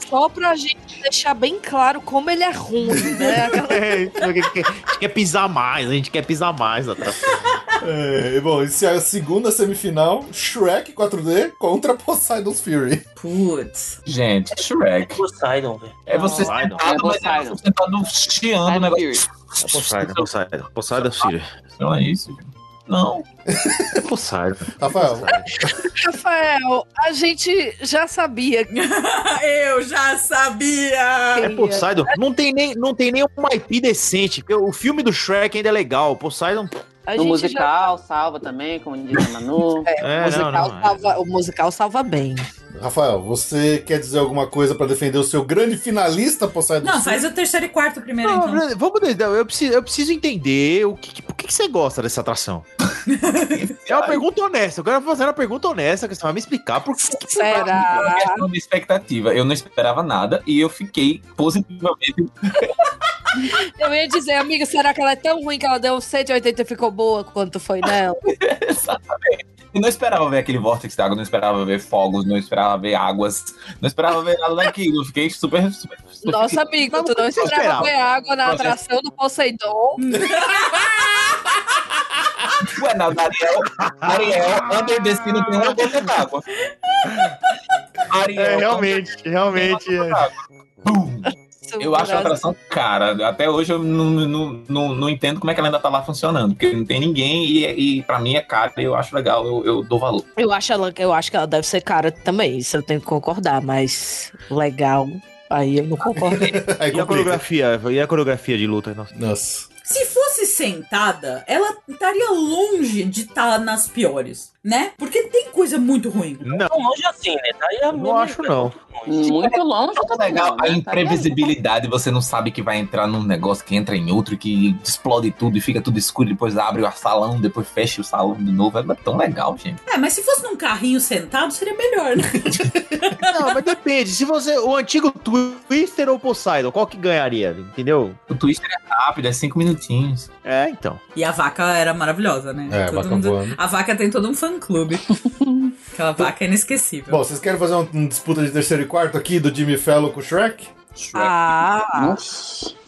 S8: Só pra gente deixar bem claro como ele é ruim, né? Aquela-
S6: É, a gente quer- a gente quer pisar mais, a gente quer pisar mais na atração.
S1: É, bom, isso é a segunda semifinal, Shrek 4D contra Poseidon's Fury.
S2: Putz.
S4: Gente, Shrek.
S7: Poseidon, velho.
S4: É você
S6: Não,
S4: sentado,
S3: não. É
S4: mas é
S3: Poseidon.
S4: você sentado chiando o
S3: Ai,
S4: negócio.
S3: Fury.
S6: Poseidon, Poseidon. Poseidon, filho.
S4: Não é isso. gente. Não.
S6: É Poseidon.
S1: Rafael,
S8: Rafael, a gente já sabia que
S2: Eu já sabia!
S6: É Poseidon. Não tem nem, não tem nem uma IP decente. porque O filme do Shrek ainda é legal. Poseidon.
S8: a
S3: No
S8: gente já...
S3: musical, salva também, como diz a Manu.
S6: É,
S8: o, musical
S6: não, não, é.
S8: salva, o musical salva Tá bem.
S1: Rafael, você quer dizer alguma coisa pra defender o seu grande finalista, Poseidon's
S2: Não,
S1: Fury?
S2: faz o terceiro e quarto
S1: Ah,
S2: primeiro,
S6: Não,
S2: então.
S6: Brandon, vamos desde- eu preciso, eu preciso entender o que, que- por que, que você gosta dessa atração. é uma pergunta honesta. Eu quero fazer uma pergunta honesta que você vai me explicar por que.
S8: Será?
S4: É questão de expectativa. Eu não esperava nada e eu fiquei positivamente.
S8: Eu ia dizer, amiga, será que ela é tão ruim que ela deu 180 e ficou boa quanto foi nela?
S4: Eu não esperava ver aquele vórtice d'água, não esperava ver fogos, não esperava ver águas, não esperava ver nada daquilo. Eu fiquei super. super, super
S8: Nossa, amigo, tu não
S6: eu esperava.
S8: esperava ver água na
S4: Nossa.
S8: atração do Poseidon.
S6: Hum.
S4: Ué, na na é Ariel, na Ariel, Under the Sea não tem uma gota d'água. Ariel,
S1: É,
S6: realmente.
S4: Bum! Eu acho a atração cara. Até hoje eu não, não, não, não entendo como é que ela ainda tá lá funcionando. Porque não tem ninguém e, e pra mim é cara e eu acho legal, eu, eu dou valor.
S8: Eu acho, ela, eu acho que ela deve ser cara também, isso eu tenho que concordar, mas legal. Aí eu não concordo.
S1: Aí
S6: E a
S1: complica.
S6: coreografia? E a coreografia de luta? Nossa.
S1: Nossa.
S2: Se fosse sentada, ela estaria longe de estar nas piores, né? Porque tem coisa muito ruim.
S6: Não,
S7: Tão longe assim, né? Tá aí a
S6: não acho não.
S3: Muito longe.
S4: Tá
S3: também,
S4: legal
S3: né?
S4: a
S3: Tá
S4: imprevisibilidade, você não sabe que vai entrar num negócio que entra em outro, que explode tudo e fica tudo escuro, depois abre o salão, depois fecha o salão de novo. É tão legal, gente.
S2: É, mas se fosse num carrinho sentado, seria melhor, né?
S6: Não, mas depende. Se você. O antigo Twister ou Poseidon, qual que ganharia? Entendeu?
S4: O Twister é rápido, é cinco minutinhos.
S6: É, então.
S2: E a vaca era maravilhosa, né?
S1: É, a
S2: Todo
S1: vaca
S2: mundo-
S1: voando.
S2: a vaca tem todo um fã-clube. Aquela vaca é inesquecível.
S1: Bom, vocês querem fazer uma um disputa de terceiro e quarto aqui do Jimmy Fallon com o Shrek?
S2: Ah,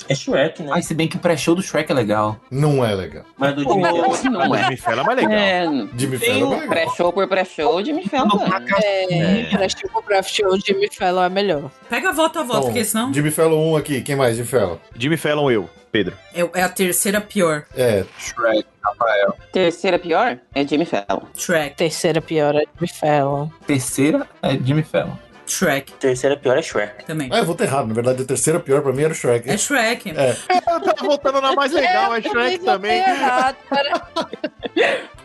S4: É Shrek, né? Ai, se bem que o pré-show do Shrek é legal.
S1: Não é legal.
S4: Mas do Jimmy Fallon-
S3: Não é.
S6: Jimmy Fallon é mais legal.
S3: É,
S1: Jimmy
S4: Tem
S1: Fallon
S4: um
S1: é legal.
S3: pré-show por pré-show, Jimmy Fallon.
S8: É,
S4: né?
S8: é. Tipo, pra show de Jimmy Fallon é melhor.
S2: pega a volta a volta, porque senão
S1: Então, Jimmy Fallon 1 aqui, quem mais? Jimmy Fallon.
S6: Jimmy Fallon, eu, Pedro.
S2: é, é a terceira pior.
S1: É,
S4: Shrek, Rafael.
S3: Terceira pior é Jimmy Fallon.
S2: Shrek,
S8: Terceira pior é Jimmy Fallon.
S4: Terceira é Jimmy Fallon.
S2: Shrek
S7: Terceira pior é Shrek.
S2: também.
S1: ah, eu vou ter errado. Na verdade, a terceira pior pra mim era o Shrek.
S2: É Shrek.
S6: Eu tava voltando na mais legal, é Shrek também.
S8: Errado, cara.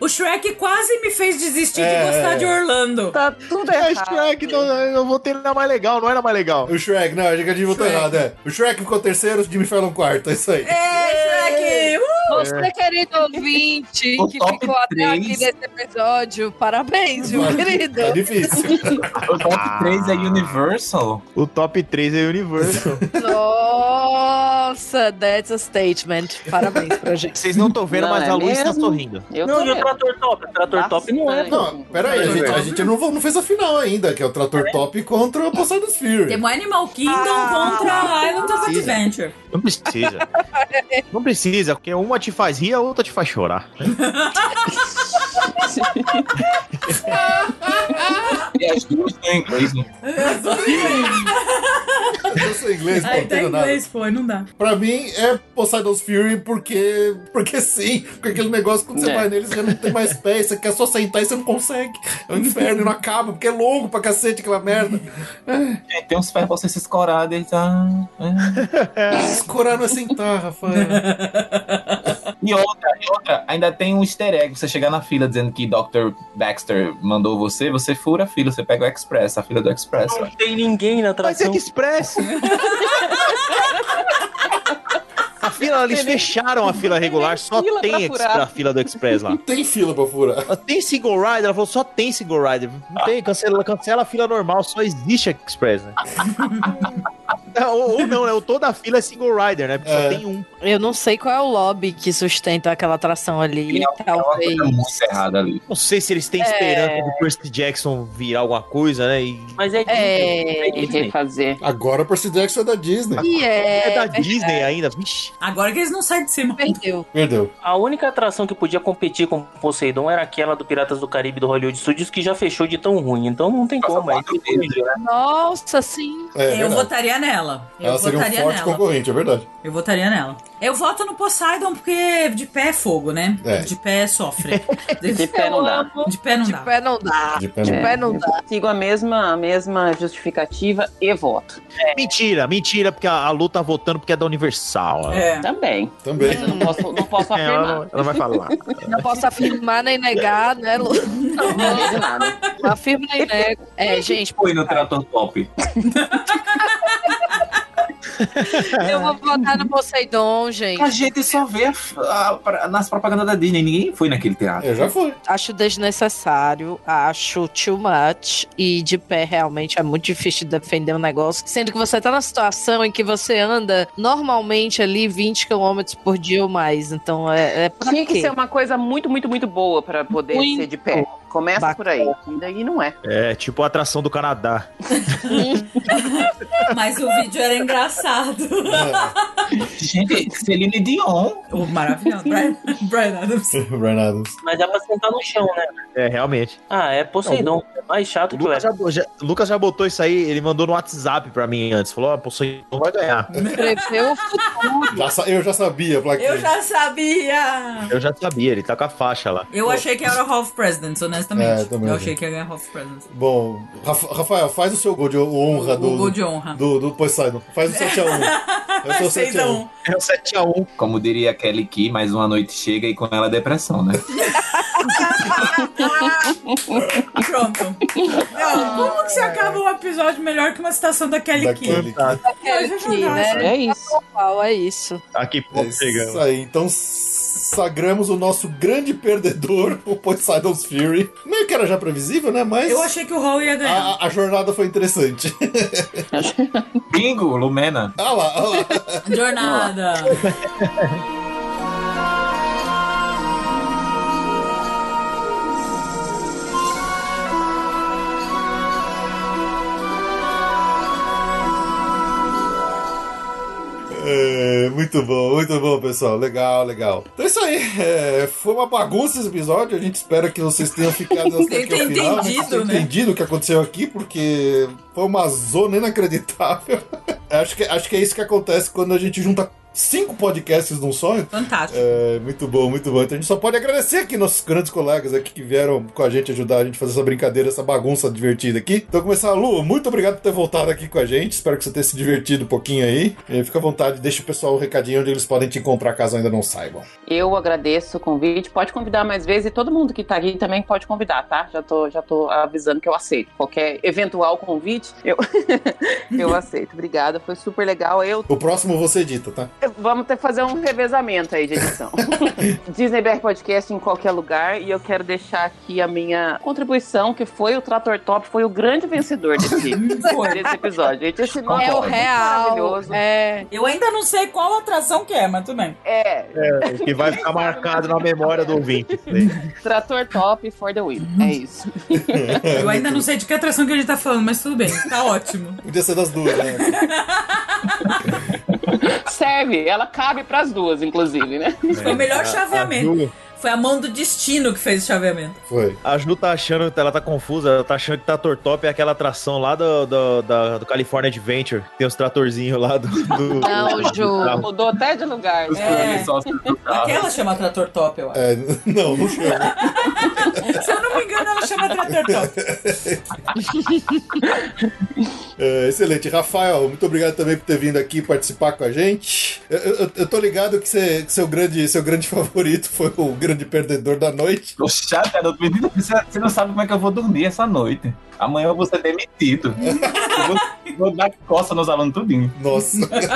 S2: O Shrek quase me fez desistir
S1: É.
S2: de gostar de Orlando.
S3: Tá tudo
S6: É Shrek, não, eu voltei na mais legal, não era mais legal.
S1: O Shrek, não, a gente votou
S2: Shrek.
S1: errado, é. O Shrek ficou terceiro, o Jimmy Fallon quarto, é isso aí.
S2: É, Shrek! Uh!
S8: Você, querido ouvinte,
S4: O
S8: que
S4: top
S8: ficou até
S4: três.
S8: aqui nesse episódio, parabéns, viu,
S1: Vai.
S8: querido?
S1: Tá difícil.
S4: O top 3 é Universal.
S6: Ah. O top 3 é Universal.
S8: Nossa, that's a statement. Parabéns pra gente.
S6: Vocês não estão vendo,
S3: Não,
S6: mas
S3: é
S6: a luz tá
S3: mesmo?
S6: sorrindo.
S3: Eu
S7: não,
S3: tô
S7: e o
S3: vendo.
S7: Trator Top? O Trator Top não é.
S3: Bastante.
S1: Não, peraí, a gente, a gente não, não fez a final ainda, que é o Trator Top contra o Poseidon's Fury.
S2: Temos um Animal Kingdom
S8: Ah.
S2: contra tá Island of
S6: precisa.
S2: Adventure.
S6: Não precisa. Não precisa, porque uma te faz rir, a outra te faz chorar.
S4: E as duas estão em inglês. né?
S2: É,
S1: Eu sou inglês, não
S2: Aí tá em
S1: entendo nada.
S2: inglês, pô, não dá.
S1: Pra mim é Poseidon's Fury porque. Porque sim. Porque aquele negócio, quando você
S3: É.
S1: vai nele, você já não tem mais pé. Você quer só sentar e você não consegue. É um inferno e não acaba, porque é longo pra cacete aquela merda.
S4: É, Tem uns ferros pra você se escorar, daí tá. é.
S1: Escorar não é sentar, Rafael.
S4: E outra, e outra, ainda tem um easter egg. Você chegar na fila dizendo que Dr. Baxter mandou você, você fura a fila, você pega o Express, a fila do Express.
S7: Não tem ninguém na
S6: Mas é
S7: atração.
S6: que expresso. A fila, eles fecharam a fila regular, só
S3: fila pra
S6: tem ex-
S3: furar.
S6: a fila do Express lá.
S1: Tem fila pra furar.
S6: Ela Tem single rider? Ela falou, só tem single rider. Não tem, cancela, cancela a fila normal, só existe a Express, né? ou, ou não, né? Ou toda a fila é single rider, né? Porque
S1: É.
S6: só tem um.
S8: Eu não sei qual é o lobby que sustenta aquela atração ali.
S4: Não,
S8: talvez.
S4: É uma coisa muito errada ali.
S6: Não sei se eles têm
S3: É.
S6: esperança do Percy Jackson virar alguma coisa, né? E...
S7: Mas é
S8: É.
S3: Tem que refazer.
S1: Agora o Percy Jackson é da Disney.
S8: E
S6: É,
S8: é.
S6: da Disney ainda. Vixe.
S2: Agora que eles não saem de cima.
S8: Perdeu.
S1: Perdeu.
S7: A única atração que podia competir com Poseidon era aquela do Piratas do Caribe do Hollywood Studios, que já fechou de tão ruim. Então não tem
S4: Passa
S7: como. aí.
S4: quatro vezes, né?
S8: Nossa, sim.
S1: É,
S2: eu
S1: verdade.
S2: votaria nela. Eu
S1: Ela seria um
S2: votaria
S1: forte
S2: nela.
S1: concorrente, é verdade.
S2: Eu votaria nela. Eu voto no Poseidon porque de pé é fogo, né?
S1: É.
S2: De pé sofre.
S3: De pé não dá.
S2: De pé não
S8: De
S2: dá.
S8: pé não dá.
S1: De pé
S8: De
S1: não
S8: pé não dá.
S3: Sigo a mesma, a mesma justificativa e voto.
S6: Mentira, mentira, porque a, a Lu tá votando porque é da Universal.
S2: É.
S3: Também.
S1: Também.
S3: Mas eu não posso, não posso
S6: É, ela,
S3: afirmar.
S6: não- ela vai falar.
S8: Não posso afirmar nem negar, né, Lu?
S3: Não digo nada.
S8: Não afirmo nem nego. É, gente,
S4: Foi no Trator Top.
S8: eu vou votar no Poseidon, gente.
S4: A gente só vê a- a- nas propagandas da Disney. Ninguém foi naquele teatro.
S1: Eu já fui.
S8: Acho desnecessário, acho too much. E de pé realmente é muito difícil de defender um negócio. Sendo que você tá na situação em que você anda normalmente ali 20 km por dia ou mais. Então é, é pra
S3: Tinha que
S8: quê?
S3: ser uma coisa muito, muito, muito boa pra poder
S8: Muito
S3: ser de pé. Começa
S8: bacana.
S3: por aí. que Daí não é.
S6: É, tipo a atração do Canadá.
S2: Mas o vídeo era engraçado.
S4: Gente, Celine Dion.
S2: O maravilhoso. Brian, Brian Adams.
S1: Brian Adams.
S7: Mas dá pra sentar no chão, né?
S6: É, realmente.
S7: Ah, é Poseidon. É mais chato
S6: O
S7: que o
S6: Lucas
S7: Eric.
S6: já, já- o Lucas já botou isso aí, ele mandou no WhatsApp pra mim antes. Falou, ó, o Poseidon vai ganhar.
S8: Prever o futuro.
S1: Já sa- eu já sabia, Plaquinha.
S2: Eu já sabia!
S6: Eu já sabia, ele tá com a faixa lá.
S2: Eu achei que era o Half Presidents, honestamente.
S1: É, também
S2: eu
S1: achei.
S2: achei que era Half Presidents.
S1: Bom, Rafa- Rafael, faz o seu gol de honra
S2: o
S1: do,
S2: gol de honra.
S1: do, do Poseidon. Faz o 7x1. É o seu
S2: 6 a 1.
S1: 7x1.
S6: É o 7x1.
S4: Como diria Kelly Key, mais uma noite chega e com ela depressão, né?
S2: Pronto. Não, como que você acaba um episódio melhor que uma citação da Kelly Key?
S1: Daquele que...
S8: Aqui, né?
S3: É isso.
S8: Qual é isso?
S6: Tá Aqui,
S1: É
S6: ponto
S1: isso
S6: chegando.
S1: aí. Então sagramos o nosso grande perdedor, o Poseidon's Fury. Meio que era já previsível, né? Mas Ah,
S2: Eu achei que o Hall ia ganhar.
S1: a, a jornada foi interessante.
S4: Bingo, Lumena.
S1: ah lá, ah lá.
S2: Jornada.
S1: É, Muito bom, muito bom, pessoal. Legal, legal. Então é isso aí. É, foi uma bagunça esse episódio. A gente espera que vocês tenham ficado até aqui ao
S2: Tenham
S1: final.
S2: entendido,
S1: tenham
S2: né?
S1: entendido o que aconteceu aqui, porque foi uma zona inacreditável. acho, que, acho que é isso que acontece quando a gente junta cinco podcasts num só.
S2: Fantástico.
S1: É, muito bom, muito bom. Então a gente só pode agradecer aqui nossos grandes colegas aqui que vieram com a gente ajudar a gente a fazer essa brincadeira, essa bagunça divertida aqui. Então começar, Lu, muito obrigado por ter voltado aqui com a gente. Espero que você tenha se divertido um pouquinho aí. E fica à vontade, deixa o pessoal o recadinho onde eles podem te encontrar caso ainda não saibam.
S3: Eu agradeço o convite. Pode convidar mais vezes e todo mundo que tá aqui também pode convidar, tá? Já tô, já tô avisando que eu aceito. Qualquer eventual convite, eu, eu aceito. Obrigada, foi super legal. Eu
S1: O próximo você edita, tá?
S3: Vamos ter que fazer um revezamento aí de edição. Disney BR Podcast em qualquer lugar. E eu quero deixar aqui a minha contribuição, que foi o Trator Top, foi o grande vencedor desse, desse episódio. Gente, esse nome
S12: É o
S3: muito
S12: real.
S3: maravilhoso.
S12: É.
S2: Eu ainda não sei qual atração que é, mas tudo bem.
S3: É,
S6: É, que vai ficar marcado na memória do ouvinte.
S3: Trator Top for the win. É isso.
S1: É,
S2: Eu ainda não sei de que atração que a gente tá falando, mas tudo bem, tá ótimo.
S1: Podia ser das duas, né?
S3: Serve, ela cabe pras duas, inclusive, né?
S2: Foi o melhor chaveamento.
S6: Ju,
S2: Foi a mão do destino que fez o chaveamento.
S1: Foi.
S6: a Ju tá achando, ela tá confusa, ela tá achando que Trator Top é aquela atração lá do, do, da- do California Adventure. que Tem os tratorzinhos lá do. do-
S12: Não,
S6: do-
S12: Ju.
S6: do carro.
S3: Mudou até de lugar.
S13: Os
S3: né?
S2: É.
S13: sócios do carro.
S2: Aquela chama Trator Top, eu acho.
S1: Ah. É, não, não chama.
S2: Se eu não me engano, ela chama então. Trator Top.
S1: É, excelente. Rafael, muito obrigado também por ter vindo aqui participar com a gente. Eu, eu- eu tô ligado que, você- que seu, grande, seu grande favorito foi o grande perdedor da noite.
S13: Tô chateado. Menino, você, você não sabe como é que eu vou dormir essa noite. Amanhã eu vou ser demitido. eu vou, vou dar costa nos alunos tudinho.
S1: Nossa. Mas,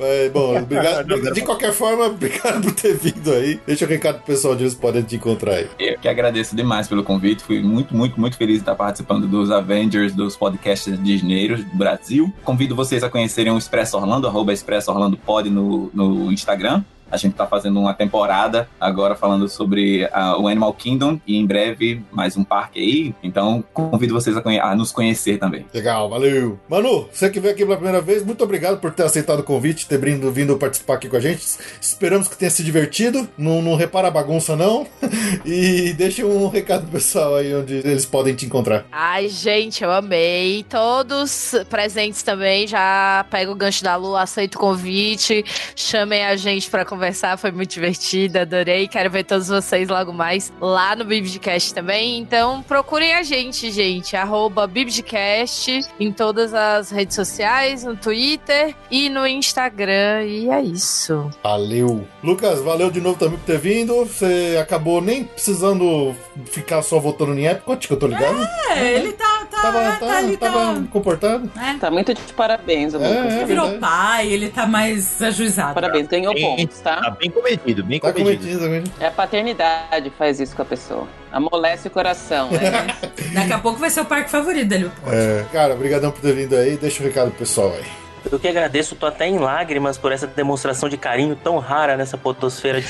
S1: É, bom, obrigado. De qualquer forma, obrigado por ter vindo aí. Deixa o recado pro pessoal onde eles podem te encontrar aí.
S13: Eu que agradeço demais pelo convite. Fui muito, muito, muito feliz de estar participando dos Avengers, dos podcasts disneiros do Brasil. Convido vocês a conhecerem o Expresso Orlando, arroba Expresso Orlando Pod no, no Instagram. A gente está fazendo uma temporada agora falando sobre ah, o Animal Kingdom e em breve mais um parque aí. Então convido vocês a, conhe- a nos conhecer também.
S1: Legal, valeu. Manu, você que veio aqui pela primeira vez, muito obrigado por ter aceitado o convite, ter brindo, vindo participar aqui com a gente. Esperamos que tenha se divertido. Não, não repara a bagunça, não. E deixa um recado pro pessoal aí onde eles podem te encontrar.
S8: Ai, gente, eu amei. Todos presentes também, já pego o gancho da lua, aceito o convite. Chamem a gente pra conversar, foi muito divertido, adorei. Quero ver todos vocês logo mais lá no Bibcast também. Então procurem a gente, gente. Arroba Bibcast em todas as redes sociais, no Twitter e no Instagram. E é isso.
S1: Valeu. Lucas, valeu de novo também por ter vindo. Você acabou nem precisando ficar só votando em Epcot, que eu tô ligado.
S3: Ah!
S2: É, ele tá, tá,
S1: tava,
S2: tá,
S1: tava,
S2: ele tá.
S1: tava comportado.
S3: Tá muito de parabéns,
S1: É,
S3: Lucas.
S1: é
S2: É. Virou
S1: verdade.
S2: pai, ele tá mais ajuizado.
S3: Parabéns, ganhou
S6: Sim.
S3: pontos, tá?
S6: Tá bem comedido, bem
S1: Tá
S6: comedido.
S1: cometido também.
S3: É a paternidade que faz isso com a pessoa. Amolece o coração, né?
S2: Daqui a pouco vai ser o parque favorito dele.
S1: É, cara, obrigadão por ter vindo aí. Deixa o recado pro pessoal aí.
S7: Eu que agradeço, tô até em lágrimas por essa demonstração de carinho tão rara nessa podosfera de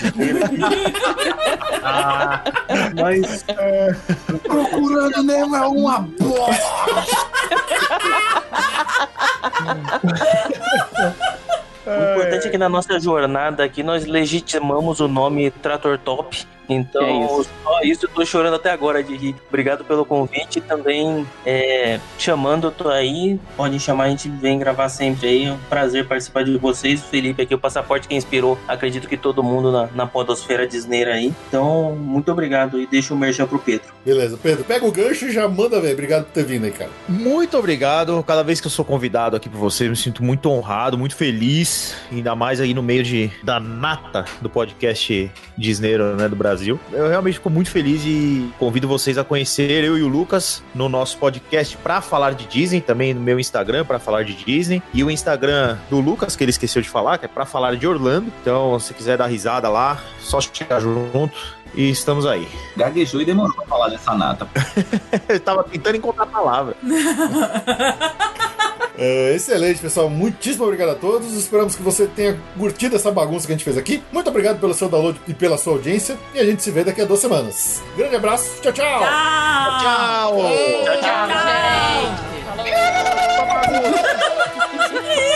S6: Mas
S13: Procurando Nemo é uma bosta.
S7: O importante é que na nossa jornada aqui nós legitimamos o nome Trator Top. Então,
S3: Que é isso.
S7: só isso eu tô chorando até agora de rir. Obrigado pelo convite e também é, chamando, eu tô aí. Pode chamar, a gente vem gravar sempre aí. É um prazer participar de vocês. Felipe aqui, o passaporte que inspirou, acredito que todo mundo na, na podosfera Disney aí. Então, muito obrigado e deixa o merchan pro Pedro.
S1: Beleza, Pedro, pega o gancho e já manda, velho. Obrigado por ter vindo aí, cara.
S6: Muito obrigado. Cada vez que eu sou convidado aqui por vocês, eu me sinto muito honrado, muito feliz, ainda mais aí no meio de, da nata do podcast Disneiro né, do Brasil. Eu realmente fico muito feliz e convido vocês a conhecer eu e o Lucas no nosso podcast pra falar de Disney, também no meu Instagram pra falar de Disney e o Instagram do Lucas que ele esqueceu de falar, que é pra falar de Orlando. Então, se quiser dar risada lá, só chegar junto. E estamos aí.
S13: Gaguejou e demorou pra falar dessa nata.
S6: Eu tava tentando encontrar a palavra.
S1: É, excelente, pessoal. Muitíssimo obrigado a todos. Esperamos que você tenha curtido essa bagunça que a gente fez aqui. Muito obrigado pelo seu download e pela sua audiência. E a gente se vê daqui a duas semanas. Grande abraço. Tchau, tchau.
S2: Tchau!
S6: Tchau!
S3: Tchau, gente.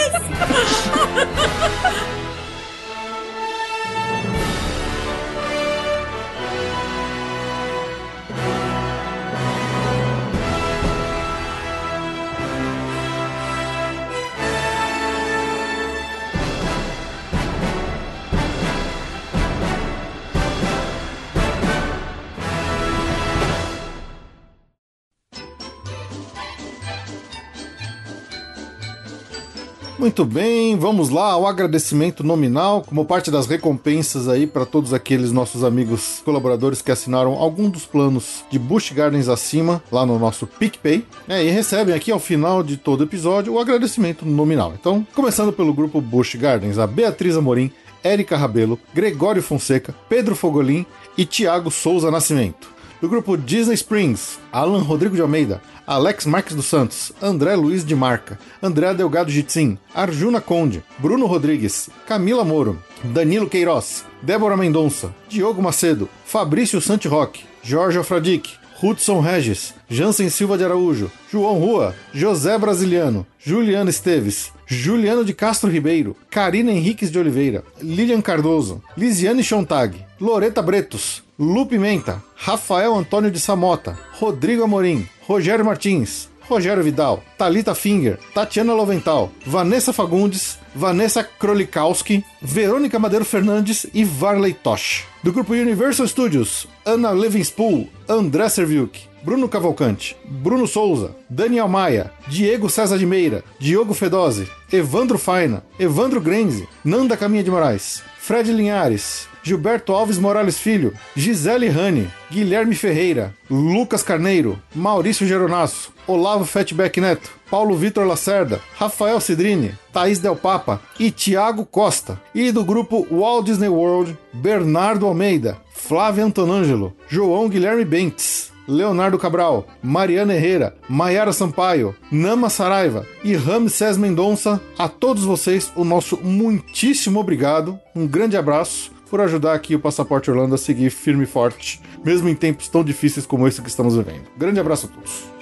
S2: Tchau!
S1: Muito bem, vamos lá ao agradecimento nominal, como parte das recompensas aí para todos aqueles nossos amigos colaboradores que assinaram algum dos planos de Bush Gardens acima, lá no nosso PicPay, né, e recebem aqui ao final de todo episódio o agradecimento nominal. Então, começando pelo grupo Bush Gardens, a Beatriz Amorim, Érica Rabelo, Gregório Fonseca, Pedro Fogolin e Tiago Souza Nascimento. Do grupo Disney Springs, Alan Rodrigo de Almeida, Alex Marques dos Santos, André Luiz de Marca, André Delgado Jitsin, Arjuna Conde, Bruno Rodrigues, Camila Moro, Danilo Queiroz, Débora Mendonça, Diogo Macedo, Fabrício Santi Roque, Jorge Afradic, Hudson Regis, Jansen Silva de Araújo, João Rua, José Brasiliano, Juliano Esteves, Juliano de Castro Ribeiro, Karina Henriques de Oliveira, Lilian Cardoso, Lisiane Chontag, Loreta Bretos, Lu Pimenta, Rafael Antônio de Samota, Rodrigo Amorim, Rogério Martins, Rogério Vidal, Talita Finger, Tatiana Lovental, Vanessa Fagundes, Vanessa Krolikowski, Verônica Madeiro Fernandes e Varley Tosh. Do grupo Universal Studios, Ana Levinspool, André Serviuk, Bruno Cavalcante, Bruno Souza, Daniel Maia, Diego César de Meira, Diogo Fedose, Evandro Faina, Evandro Grenze, Nanda Caminha de Moraes, Fred Linhares, Gilberto Alves Morales Filho, Gisele Rani, Guilherme Ferreira, Lucas Carneiro, Maurício Geronasso, Olavo Fatback Neto, Paulo Vitor Lacerda, Rafael Cidrini, Thaís Del Papa e Tiago Costa. E do grupo Walt Disney World, Bernardo Almeida, Flávio Antonângelo, João Guilherme Bentes. Leonardo Cabral, Mariana Herrera, Maiara Sampaio, Nama Saraiva e Ramsés Mendonça. A todos vocês, o nosso muitíssimo obrigado, um grande abraço por ajudar aqui o Passaporte Orlando a seguir firme e forte, mesmo em tempos tão difíceis como esse que estamos vivendo. Grande abraço a todos.